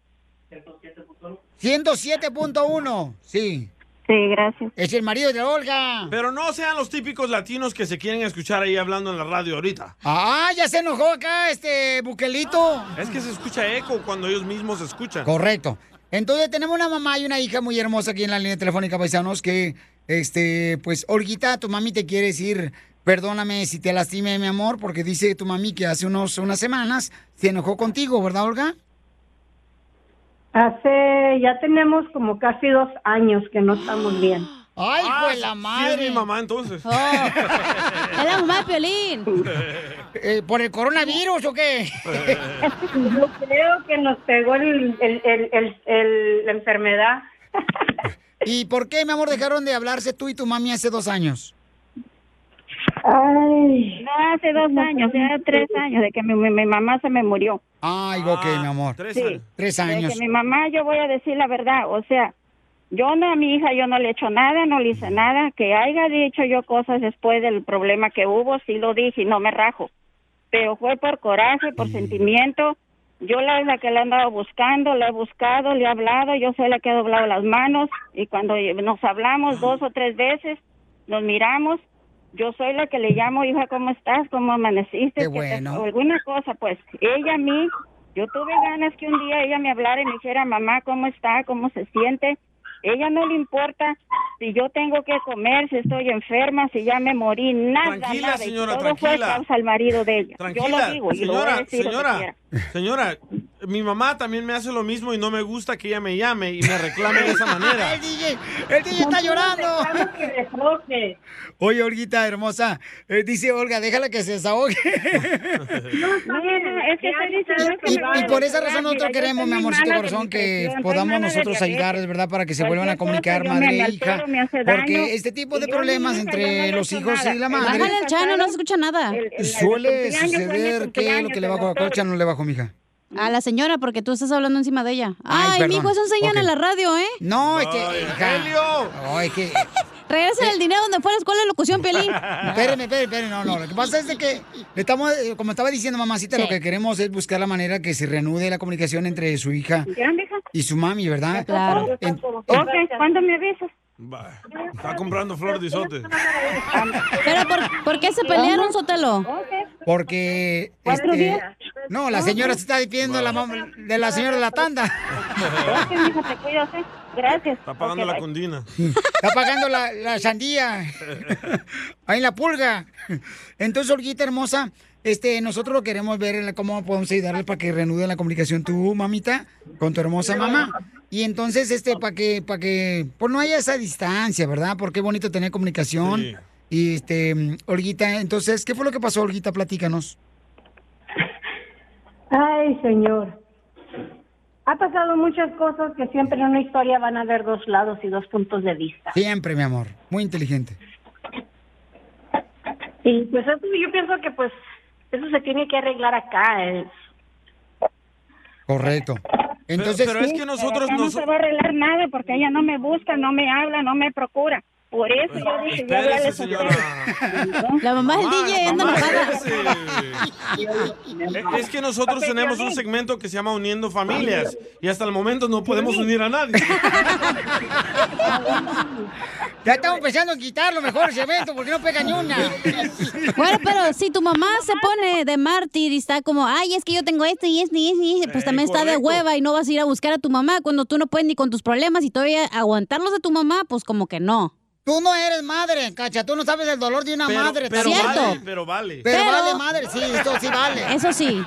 [SPEAKER 3] 107.1. Sí.
[SPEAKER 30] Sí, gracias.
[SPEAKER 3] Es el marido de Olga.
[SPEAKER 5] Pero no sean los típicos latinos que se quieren escuchar ahí hablando en la radio ahorita.
[SPEAKER 3] Ah, ya se enojó acá este buquelito.
[SPEAKER 5] Es que se escucha eco cuando ellos mismos se escuchan.
[SPEAKER 3] Correcto. Entonces tenemos una mamá y una hija muy hermosa aquí en la línea telefónica, paisanos, que, este, pues, Olguita, tu mami te quiere decir, perdóname si te lastimé, mi amor, porque dice tu mami que hace unos, unas semanas se enojó contigo, ¿verdad, Olga?
[SPEAKER 30] Hace, ya tenemos como casi dos años que no estamos bien.
[SPEAKER 3] ¡Ay, pues
[SPEAKER 5] fue la madre! Ah, es mi mamá entonces.
[SPEAKER 3] Oh. Es la mamá de Piolín. Eh, ¿Por el coronavirus o qué?
[SPEAKER 30] Yo creo que nos pegó el, el- el- el- el- la enfermedad.
[SPEAKER 3] ¿Y por qué, mi amor, dejaron de hablarse tú y tu mami hace dos años?
[SPEAKER 30] Ay. No, hace dos años, ya tres años de que mi, mi- mi mamá se me murió.
[SPEAKER 3] Ay, ok,
[SPEAKER 9] Ah,
[SPEAKER 3] mi amor.
[SPEAKER 30] Sí.
[SPEAKER 3] Tres
[SPEAKER 30] De
[SPEAKER 3] años.
[SPEAKER 30] que mi mamá, yo voy a decir la verdad, o sea, yo no a mi hija, yo no le he hecho nada, no le hice nada, que haya dicho yo cosas después del
[SPEAKER 5] Mm.
[SPEAKER 30] problema que hubo, sí lo dije y no me rajo, pero fue por coraje, por sentimiento,
[SPEAKER 9] Yo la es la que la he andado buscando, la he buscado, le he hablado, yo soy la que ha doblado las manos y cuando nos hablamos dos o tres veces, nos miramos, yo soy la que le llamo, hija, ¿cómo estás? ¿Cómo amaneciste?
[SPEAKER 3] Qué
[SPEAKER 9] ¿Qué te-
[SPEAKER 3] bueno.
[SPEAKER 9] o alguna cosa, pues. Ella a mí, yo tuve ganas que un día ella me hablara y me dijera, mamá, ¿cómo está? ¿Cómo se siente? Ella no le importa si yo tengo que comer, si estoy enferma, si ya me morí, nada,
[SPEAKER 5] Tranquila,
[SPEAKER 9] nada. Y
[SPEAKER 5] señora,
[SPEAKER 9] todo fue
[SPEAKER 5] tranquila.
[SPEAKER 9] causa al marido de ella.
[SPEAKER 5] Tranquila,
[SPEAKER 9] yo lo digo y lo voy a
[SPEAKER 5] señora,
[SPEAKER 9] decir lo que quiera.
[SPEAKER 5] señora, señora, mi mamá también me hace lo mismo y no me gusta que ella me llame y me reclame de esa manera.
[SPEAKER 3] el DJ, el DJ está llorando. Oye, Olguita, hermosa. eh, dice Olga, déjala que se desahogue.
[SPEAKER 9] No, no, es que estoy diciendo que
[SPEAKER 3] Y,
[SPEAKER 9] me van
[SPEAKER 3] y
[SPEAKER 9] a
[SPEAKER 3] por esa
[SPEAKER 9] descargar.
[SPEAKER 3] razón nosotros
[SPEAKER 9] Mira, yo
[SPEAKER 3] queremos,
[SPEAKER 9] soy
[SPEAKER 3] mi
[SPEAKER 9] muy
[SPEAKER 3] amorcito
[SPEAKER 9] mala de
[SPEAKER 3] corazón,
[SPEAKER 9] mi
[SPEAKER 3] que
[SPEAKER 9] presión, soy
[SPEAKER 3] podamos
[SPEAKER 9] mala de
[SPEAKER 3] nosotros
[SPEAKER 9] diabetes.
[SPEAKER 3] ayudarles, ¿verdad? Para que se
[SPEAKER 9] Cualquier
[SPEAKER 3] vuelvan a comunicar
[SPEAKER 9] cosa, yo
[SPEAKER 3] madre
[SPEAKER 9] me
[SPEAKER 3] e
[SPEAKER 9] altero,
[SPEAKER 3] hija.
[SPEAKER 9] me hace daño.
[SPEAKER 3] Porque este tipo
[SPEAKER 9] Y
[SPEAKER 3] de
[SPEAKER 9] yo a mi
[SPEAKER 3] problemas
[SPEAKER 9] hija
[SPEAKER 3] entre
[SPEAKER 9] no le he
[SPEAKER 3] los
[SPEAKER 9] hecho
[SPEAKER 3] hijos
[SPEAKER 9] nada.
[SPEAKER 3] y la
[SPEAKER 9] El
[SPEAKER 3] madre.
[SPEAKER 9] año
[SPEAKER 7] Bájale el chano, no se
[SPEAKER 9] pasado,
[SPEAKER 7] escucha nada.
[SPEAKER 9] el- el- el
[SPEAKER 3] Suele
[SPEAKER 9] cumpleaños fue mi
[SPEAKER 3] suceder que lo
[SPEAKER 9] cumpleaños,
[SPEAKER 3] que le
[SPEAKER 9] el
[SPEAKER 3] bajó a
[SPEAKER 9] doctor.
[SPEAKER 3] Cocha no le bajó, mija.
[SPEAKER 7] A la señora, porque tú estás hablando encima de ella. Ay,
[SPEAKER 3] perdón.
[SPEAKER 7] mijo, es un señor
[SPEAKER 3] Ok.
[SPEAKER 7] en la radio, ¿eh?
[SPEAKER 3] No, es que. hija, No, es que.
[SPEAKER 7] Regresa el dinero donde fue a Pues, la escuela de locución, Piolín.
[SPEAKER 3] Espéreme, espéreme, espéreme, no, no. Lo que pasa es de que le estamos, eh, como estaba diciendo mamacita,
[SPEAKER 7] Sí.
[SPEAKER 3] lo que queremos es buscar la manera que se reanude la comunicación entre su hija
[SPEAKER 9] Ya, mija.
[SPEAKER 3] y su mami, ¿verdad?
[SPEAKER 9] Claro.
[SPEAKER 3] En-
[SPEAKER 9] Ok, ¿cuándo me avisas?
[SPEAKER 5] Va, está comprando flor de isote.
[SPEAKER 7] Pero, ¿por, por qué se pelearon, Sotelo?
[SPEAKER 3] porque.
[SPEAKER 7] ¿Cuatro
[SPEAKER 3] este,
[SPEAKER 7] días?
[SPEAKER 3] No, la señora se está despidiendo de la, mam- de la señora de la tanda.
[SPEAKER 9] Ok, mija, te cuidas, ¿eh? Gracias.
[SPEAKER 5] Está pagando
[SPEAKER 9] Ok,
[SPEAKER 5] la
[SPEAKER 9] bye.
[SPEAKER 5] condina.
[SPEAKER 3] Está pagando la, la sandía. Ahí en la pulga. Entonces, Olguita hermosa, este, nosotros lo queremos ver en la- cómo podemos ayudarle para que reanuden la comunicación tú, mamita, con tu hermosa mamá. Y entonces, este, para que, para que, pues no haya esa distancia, ¿verdad? Porque es bonito tener comunicación.
[SPEAKER 12] Sí.
[SPEAKER 3] Y este, Olguita, entonces, ¿qué fue lo que pasó, Olguita? Platícanos.
[SPEAKER 30] Ay, señor. Ha pasado muchas cosas que siempre en una historia van a haber dos lados y dos puntos de vista.
[SPEAKER 3] Siempre, mi amor. Muy inteligente.
[SPEAKER 30] Y pues eso yo pienso que pues eso se tiene que arreglar acá. eh.
[SPEAKER 3] Correcto.
[SPEAKER 30] Sí,
[SPEAKER 3] Entonces,
[SPEAKER 30] pero acá no se va a arreglar nada porque ella no me busca, no me habla, no me procura. Por eso yo decidí hablarles a
[SPEAKER 7] La mamá del DJ anda enojada.
[SPEAKER 5] Eh, Es que nosotros tenemos un segmento que se llama Uniendo Familias y hasta el momento no podemos unir a nadie.
[SPEAKER 3] ya estamos pensando en quitarlo mejor ese evento porque no pega ni una.
[SPEAKER 7] Bueno, pero si tu mamá se pone de mártir y está como, ay, es que yo tengo esto y esto y esto, y esto", pues
[SPEAKER 3] Eh,
[SPEAKER 7] también está de
[SPEAKER 3] correcto.
[SPEAKER 7] hueva y no vas a ir a buscar a tu mamá cuando tú no puedes ni con tus problemas y todavía aguantarlos de tu mamá, pues como que no.
[SPEAKER 3] Tú no eres madre, cacha, tú no sabes el dolor de una
[SPEAKER 7] Pero-
[SPEAKER 3] madre.
[SPEAKER 7] pero
[SPEAKER 3] cacha.
[SPEAKER 7] vale,
[SPEAKER 5] pero vale.
[SPEAKER 3] Pero vale madre, sí, esto sí vale.
[SPEAKER 7] Eso sí.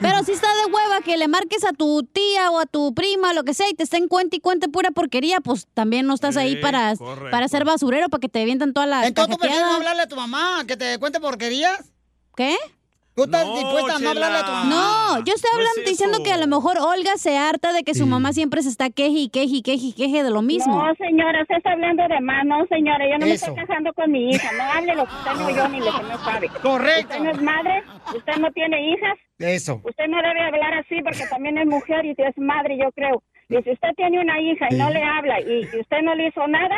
[SPEAKER 7] Pero si está de hueva que le marques a tu tía o a tu prima, lo que sea, y te estén cuenta y cuenta pura porquería, pues también no estás ahí
[SPEAKER 3] Sí,
[SPEAKER 7] para,
[SPEAKER 3] correcto.
[SPEAKER 7] para ser basurero, para que te avientan toda la
[SPEAKER 3] Entonces, ¿tú prefieres no
[SPEAKER 7] cajeteada.
[SPEAKER 3] hablarle a tu mamá que te cuente porquerías?
[SPEAKER 7] ¿Qué?
[SPEAKER 3] ¿Tú estás dispuesta a no hablarle a tu mamá?
[SPEAKER 7] No, yo estoy hablando, diciendo que a lo mejor Olga se harta de que su mamá siempre se está queje y queje y queje y queje de lo mismo.
[SPEAKER 9] No, señora, usted está hablando de más. No, señora, yo no me
[SPEAKER 7] Eso.
[SPEAKER 9] estoy casando con mi hija. No hable lo que usted no oyó ni lo que no sabe.
[SPEAKER 3] Correcto.
[SPEAKER 9] Usted no es madre, usted no tiene hijas.
[SPEAKER 3] Eso.
[SPEAKER 9] Usted no debe hablar así porque también es mujer y usted es madre, yo creo. Y si usted tiene una hija y no
[SPEAKER 7] Sí.
[SPEAKER 9] le habla y, y usted no le hizo nada,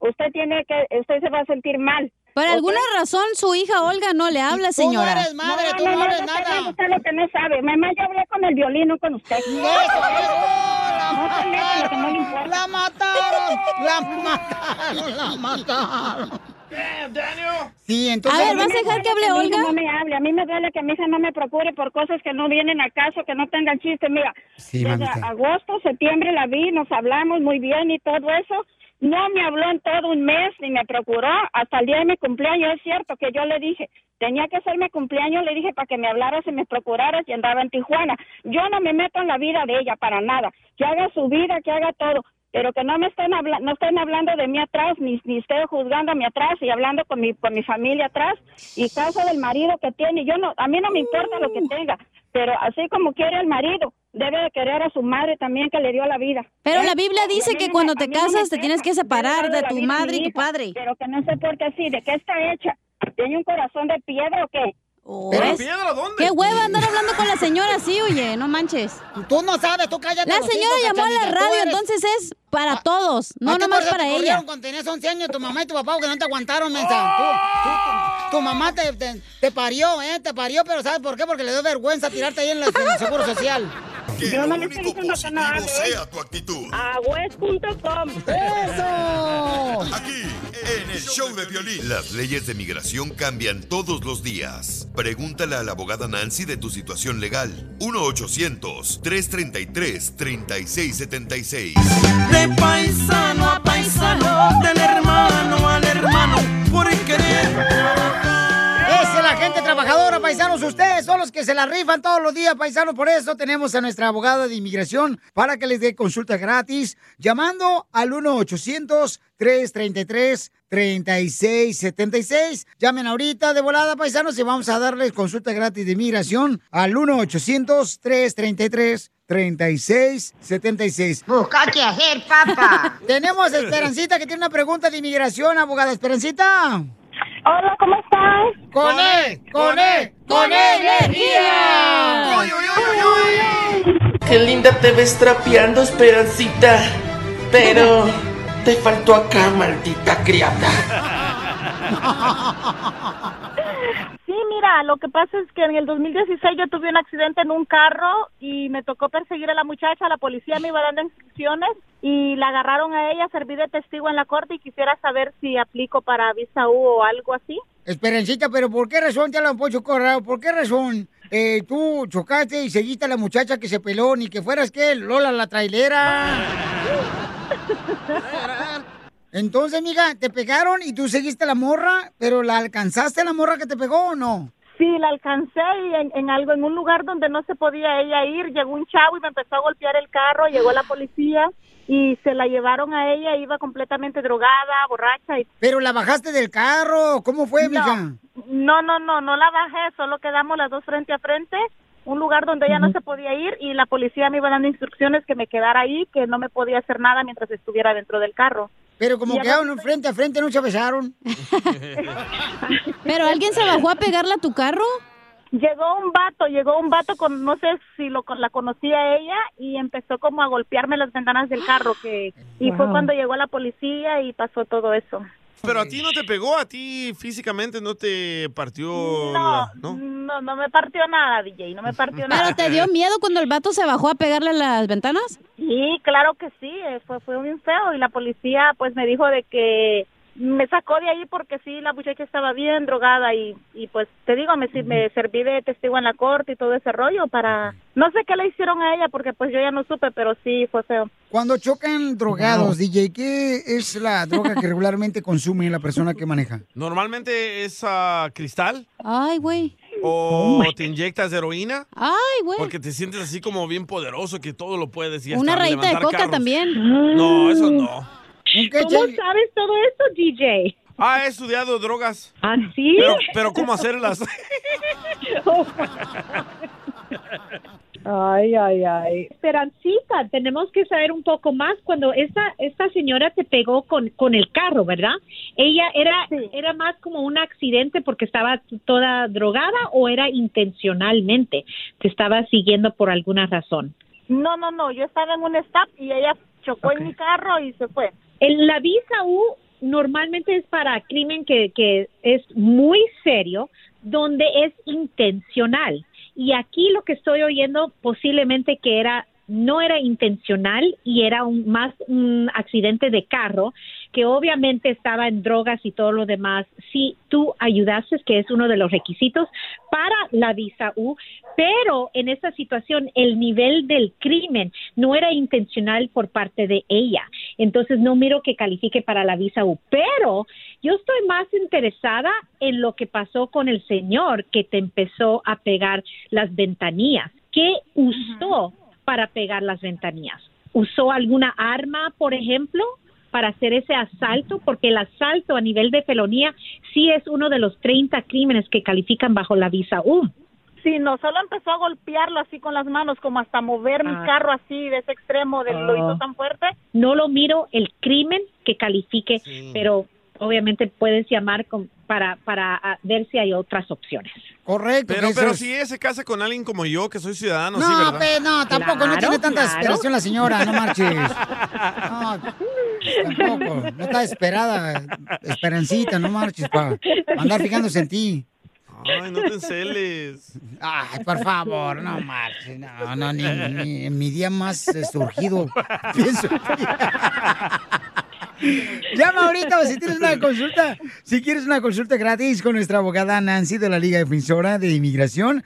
[SPEAKER 9] usted tiene que, usted se va a sentir mal.
[SPEAKER 7] Por
[SPEAKER 9] ¿ok?
[SPEAKER 7] alguna razón su hija Olga no le habla, señora.
[SPEAKER 9] No, no, no, usted sabe, Usted lo que no sabe. Mamá, yo hablé con el violín, no con usted. No se meta en lo que no le importa.
[SPEAKER 3] La mataron, la mataron, la mataron. Sí, entonces.
[SPEAKER 9] mi hija No me hable. A mí me duele que mi hija no me procure por cosas que no vienen a caso, que no tengan chiste. Mira,
[SPEAKER 12] Sí,
[SPEAKER 9] desde
[SPEAKER 12] mamita.
[SPEAKER 9] agosto, septiembre la vi, nos hablamos muy bien y todo eso. No me habló en todo un mes ni me procuró hasta el día de mi cumpleaños. Es cierto que yo le dije, tenía que hacerme cumpleaños, le dije para que me hablaras y me procuraras y andaba en Tijuana. Yo no me meto en la vida de ella para nada. Que haga su vida, que haga todo. Pero que no me estén, habla- no estén hablando de mí atrás, ni, ni estén juzgándome atrás y hablando con mi, con mi familia atrás y casa del marido que tiene. Yo no, a mí no me importa lo
[SPEAKER 7] Uh.
[SPEAKER 9] que tenga, pero así como quiere el marido, debe de querer a su madre también que le dio la vida.
[SPEAKER 7] Pero
[SPEAKER 9] ¿Eh?
[SPEAKER 7] la Biblia
[SPEAKER 9] Y a
[SPEAKER 7] dice
[SPEAKER 9] mí
[SPEAKER 7] que
[SPEAKER 9] no
[SPEAKER 7] cuando
[SPEAKER 9] me- a
[SPEAKER 7] te
[SPEAKER 9] mí no me
[SPEAKER 7] casas te
[SPEAKER 9] pesa.
[SPEAKER 7] tienes que
[SPEAKER 9] Yo
[SPEAKER 7] separar
[SPEAKER 9] le
[SPEAKER 7] de
[SPEAKER 9] he dado
[SPEAKER 7] tu
[SPEAKER 9] la vida a mi
[SPEAKER 7] madre y tu
[SPEAKER 9] hija,
[SPEAKER 7] padre.
[SPEAKER 9] Pero que no sé por qué así, ¿de qué está hecha? ¿Tiene un corazón de piedra o qué?
[SPEAKER 7] Oh, ¿Ves? ¿Qué hueva andar hablando con la señora así, oye? No manches.
[SPEAKER 3] Tú no sabes, tú cállate.
[SPEAKER 7] La
[SPEAKER 3] los
[SPEAKER 7] señora
[SPEAKER 3] hijos,
[SPEAKER 7] llamó a la
[SPEAKER 3] Cachanilla, tú
[SPEAKER 7] radio,
[SPEAKER 3] eres- Ah,
[SPEAKER 7] entonces es para todos, no
[SPEAKER 3] ¿A ti por
[SPEAKER 7] nomás
[SPEAKER 3] eso te
[SPEAKER 7] para ella.
[SPEAKER 3] corrieron Cuando tenías 11 años, tu mamá y tu papá, porque no te aguantaron, mensa. Tú- tú- tu- tu mamá te, te- te parió, ¿eh? Te parió, pero ¿sabes por qué? Porque le dio vergüenza tirarte ahí en, la- en el seguro social.
[SPEAKER 30] Yo no le estoy diciendo que no ¿eh? Ah, hago.
[SPEAKER 2] Sea tu actitud.
[SPEAKER 30] Agüez.com. ¡Eso!
[SPEAKER 2] En el show de violín. Las leyes de migración cambian todos los días. Pregúntale a la abogada Nancy de tu situación legal. 1-800-333-3676.
[SPEAKER 12] De paisano a paisano, del hermano al hermano, por querer.
[SPEAKER 3] Esa es la gente trabajadora, paisanos. Ustedes son los que se la rifan todos los días, paisanos. Por eso tenemos a nuestra abogada de inmigración para que les dé consulta gratis llamando al 1-800-333-3676. Llamen ahorita de volada, paisanos, y vamos a darles consulta gratis de inmigración al 1-800-333. 3676. Busca qué hacer, papá. Tenemos a Esperancita que tiene una pregunta de inmigración, abogada Esperancita. Hola, ¿cómo estás? Con él, con él, con él, eh. energía.
[SPEAKER 12] Qué linda te ves trapeando, Esperancita. Pero te faltó acá, maldita criada.
[SPEAKER 30] Sí, mira, lo que pasa es que en el 2016 yo tuve un accidente en un carro y me tocó perseguir a la muchacha, la policía me iba dando instrucciones y la agarraron a ella, serví de testigo en la corte y quisiera saber si aplico para visa U o algo así.
[SPEAKER 3] Esperancita, pero ¿por qué razón te hablan Poncho Corrado? ¿Por qué razón eh, tú chocaste y seguiste a la muchacha que se peló ni que fueras que Lola la trailera? Entonces, amiga, te pegaron y tú seguiste a la morra, pero ¿la alcanzaste a la morra que te pegó o no?
[SPEAKER 30] Sí, la alcancé y en, en algo, en un lugar donde no se podía ella ir, llegó un chavo y me empezó a golpear el carro, llegó la policía y se la llevaron a ella, iba completamente drogada, borracha y...
[SPEAKER 3] ¿Pero la bajaste del carro? ¿Cómo fue, mija?
[SPEAKER 30] No, no, no, no, no la bajé, solo quedamos las dos frente a frente, un lugar donde ella no se podía ir y la policía me iba dando instrucciones que me quedara ahí, que no me podía hacer nada mientras estuviera dentro del carro.
[SPEAKER 3] Pero como
[SPEAKER 30] Y al
[SPEAKER 3] quedaron frente a frente, no se besaron.
[SPEAKER 30] ¿Pero alguien se bajó a pegarle a tu carro? Llegó un vato, llegó un vato con, no sé si lo, con- la conocía ella, y empezó como a golpearme las ventanas del carro, que, y fue
[SPEAKER 5] Wow.
[SPEAKER 30] cuando llegó la policía y pasó todo eso.
[SPEAKER 5] Pero a ti no te pegó, a ti físicamente no te partió. la-
[SPEAKER 30] No, no, no me partió nada, DJ, no me partió
[SPEAKER 9] Ah.
[SPEAKER 30] nada.
[SPEAKER 7] ¿Pero te dio miedo cuando el vato se bajó a pegarle a las ventanas?
[SPEAKER 30] Sí, claro que sí, eh, fue, fue un feo y la policía pues me dijo de que me sacó de ahí porque sí, la muchacha estaba bien drogada y, y pues te digo, me, sir- me serví de testigo en la corte y todo ese rollo para... No sé qué le hicieron a ella porque pues yo ya no supe, pero sí, fue feo.
[SPEAKER 3] Cuando chocan drogados, DJ, ¿qué es la droga que regularmente consume la persona que maneja?
[SPEAKER 5] Normalmente es ah, cristal
[SPEAKER 7] Ay, güey.
[SPEAKER 5] o te inyectas heroína
[SPEAKER 7] Ay, güey.
[SPEAKER 5] porque te sientes así como bien poderoso que todo lo puedes y hasta
[SPEAKER 7] Una rayita de
[SPEAKER 5] levantar
[SPEAKER 7] coca
[SPEAKER 5] carros.
[SPEAKER 7] también.
[SPEAKER 5] No, eso no.
[SPEAKER 12] ¿Cómo
[SPEAKER 30] sabes todo esto, DJ?
[SPEAKER 5] Ah, he estudiado drogas.
[SPEAKER 30] ¿Ah, sí?
[SPEAKER 5] Pero, pero ¿cómo hacerlas?
[SPEAKER 34] Ay, ay, ay. Esperancita, tenemos que saber un poco más. Cuando esta, esta señora te pegó con, con el carro, ¿verdad? ¿Ella era, era más como un accidente porque estaba toda drogada o era intencionalmente? ¿Te estaba siguiendo por alguna razón?
[SPEAKER 30] No, no, no, yo estaba en un stop y ella chocó en mi carro y se fue.
[SPEAKER 34] El- la visa U normalmente es para crimen que, que es muy serio, donde es intencional. Y aquí lo que estoy oyendo posiblemente que era no era intencional y era un, más un accidente de carro que obviamente estaba en drogas y todo lo demás. Si tú ayudaste, que es uno de los requisitos para la visa U, pero en esta situación el nivel del crimen no era intencional por parte de ella. Entonces no miro que califique para la visa U, pero yo estoy más interesada en lo que pasó con el señor que te empezó a pegar las ventanillas. ¿Qué usó para pegar las ventanillas? ¿Usó alguna arma, por ejemplo? para hacer ese asalto, porque el asalto a nivel de felonía sí es uno de los 30 crímenes que califican bajo la visa U.
[SPEAKER 30] Sí, no, solo empezó a golpearlo así con las manos, como hasta mover mi
[SPEAKER 34] Ah.
[SPEAKER 30] carro así de ese extremo, del lo hizo
[SPEAKER 34] Ah.
[SPEAKER 30] tan fuerte.
[SPEAKER 34] no lo miro el crimen que califique, pero obviamente puedes llamar con- para, para ah, ver si hay otras opciones.
[SPEAKER 3] Correcto.
[SPEAKER 5] Pero,
[SPEAKER 34] eso
[SPEAKER 5] pero
[SPEAKER 34] es.
[SPEAKER 5] si ella se casa con alguien como yo, que soy ciudadano, sí,
[SPEAKER 34] No,
[SPEAKER 5] ¿verdad?
[SPEAKER 34] pe- no,
[SPEAKER 3] Tampoco, no tiene tanta
[SPEAKER 34] claro.
[SPEAKER 3] desesperación la señora, no marches. No, tampoco, no está desesperada, esperancita, no marches para andar fijándose en ti.
[SPEAKER 5] Ay, no te enceles.
[SPEAKER 3] Ay, por favor, no marches. No, no, ni, ni en mi día más eh, surgido. pienso. Llama ahorita o si tienes una consulta, si quieres una consulta gratis con nuestra abogada Nancy de la Liga Defensora de Inmigración,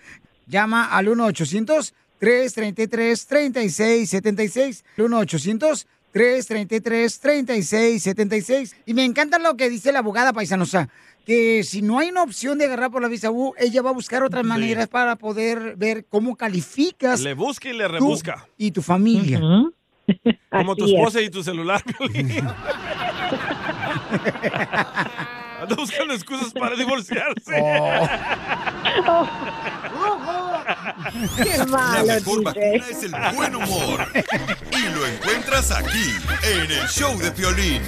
[SPEAKER 3] llama al 1-800-333-3676, 1-800-333-3676. Y me encanta lo que dice la abogada paisanosa, que si no hay una opción de agarrar por la visa U, ella va a buscar otras maneras para poder ver cómo calificas
[SPEAKER 5] Le busca y le
[SPEAKER 3] tú
[SPEAKER 5] rebusca.
[SPEAKER 3] y tu familia.
[SPEAKER 5] Como tu
[SPEAKER 3] Así es.
[SPEAKER 5] esposa y tu celular, Piolín. Anda buscando excusas para divorciarse.
[SPEAKER 12] Qué malo,
[SPEAKER 2] La mejor vacuna es el buen humor. Y lo encuentras aquí, en el show de Piolín.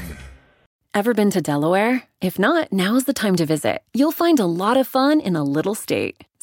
[SPEAKER 35] Ever been to Delaware? If not, now's the time to visit. You'll find a lot of fun in a little state.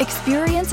[SPEAKER 36] Experience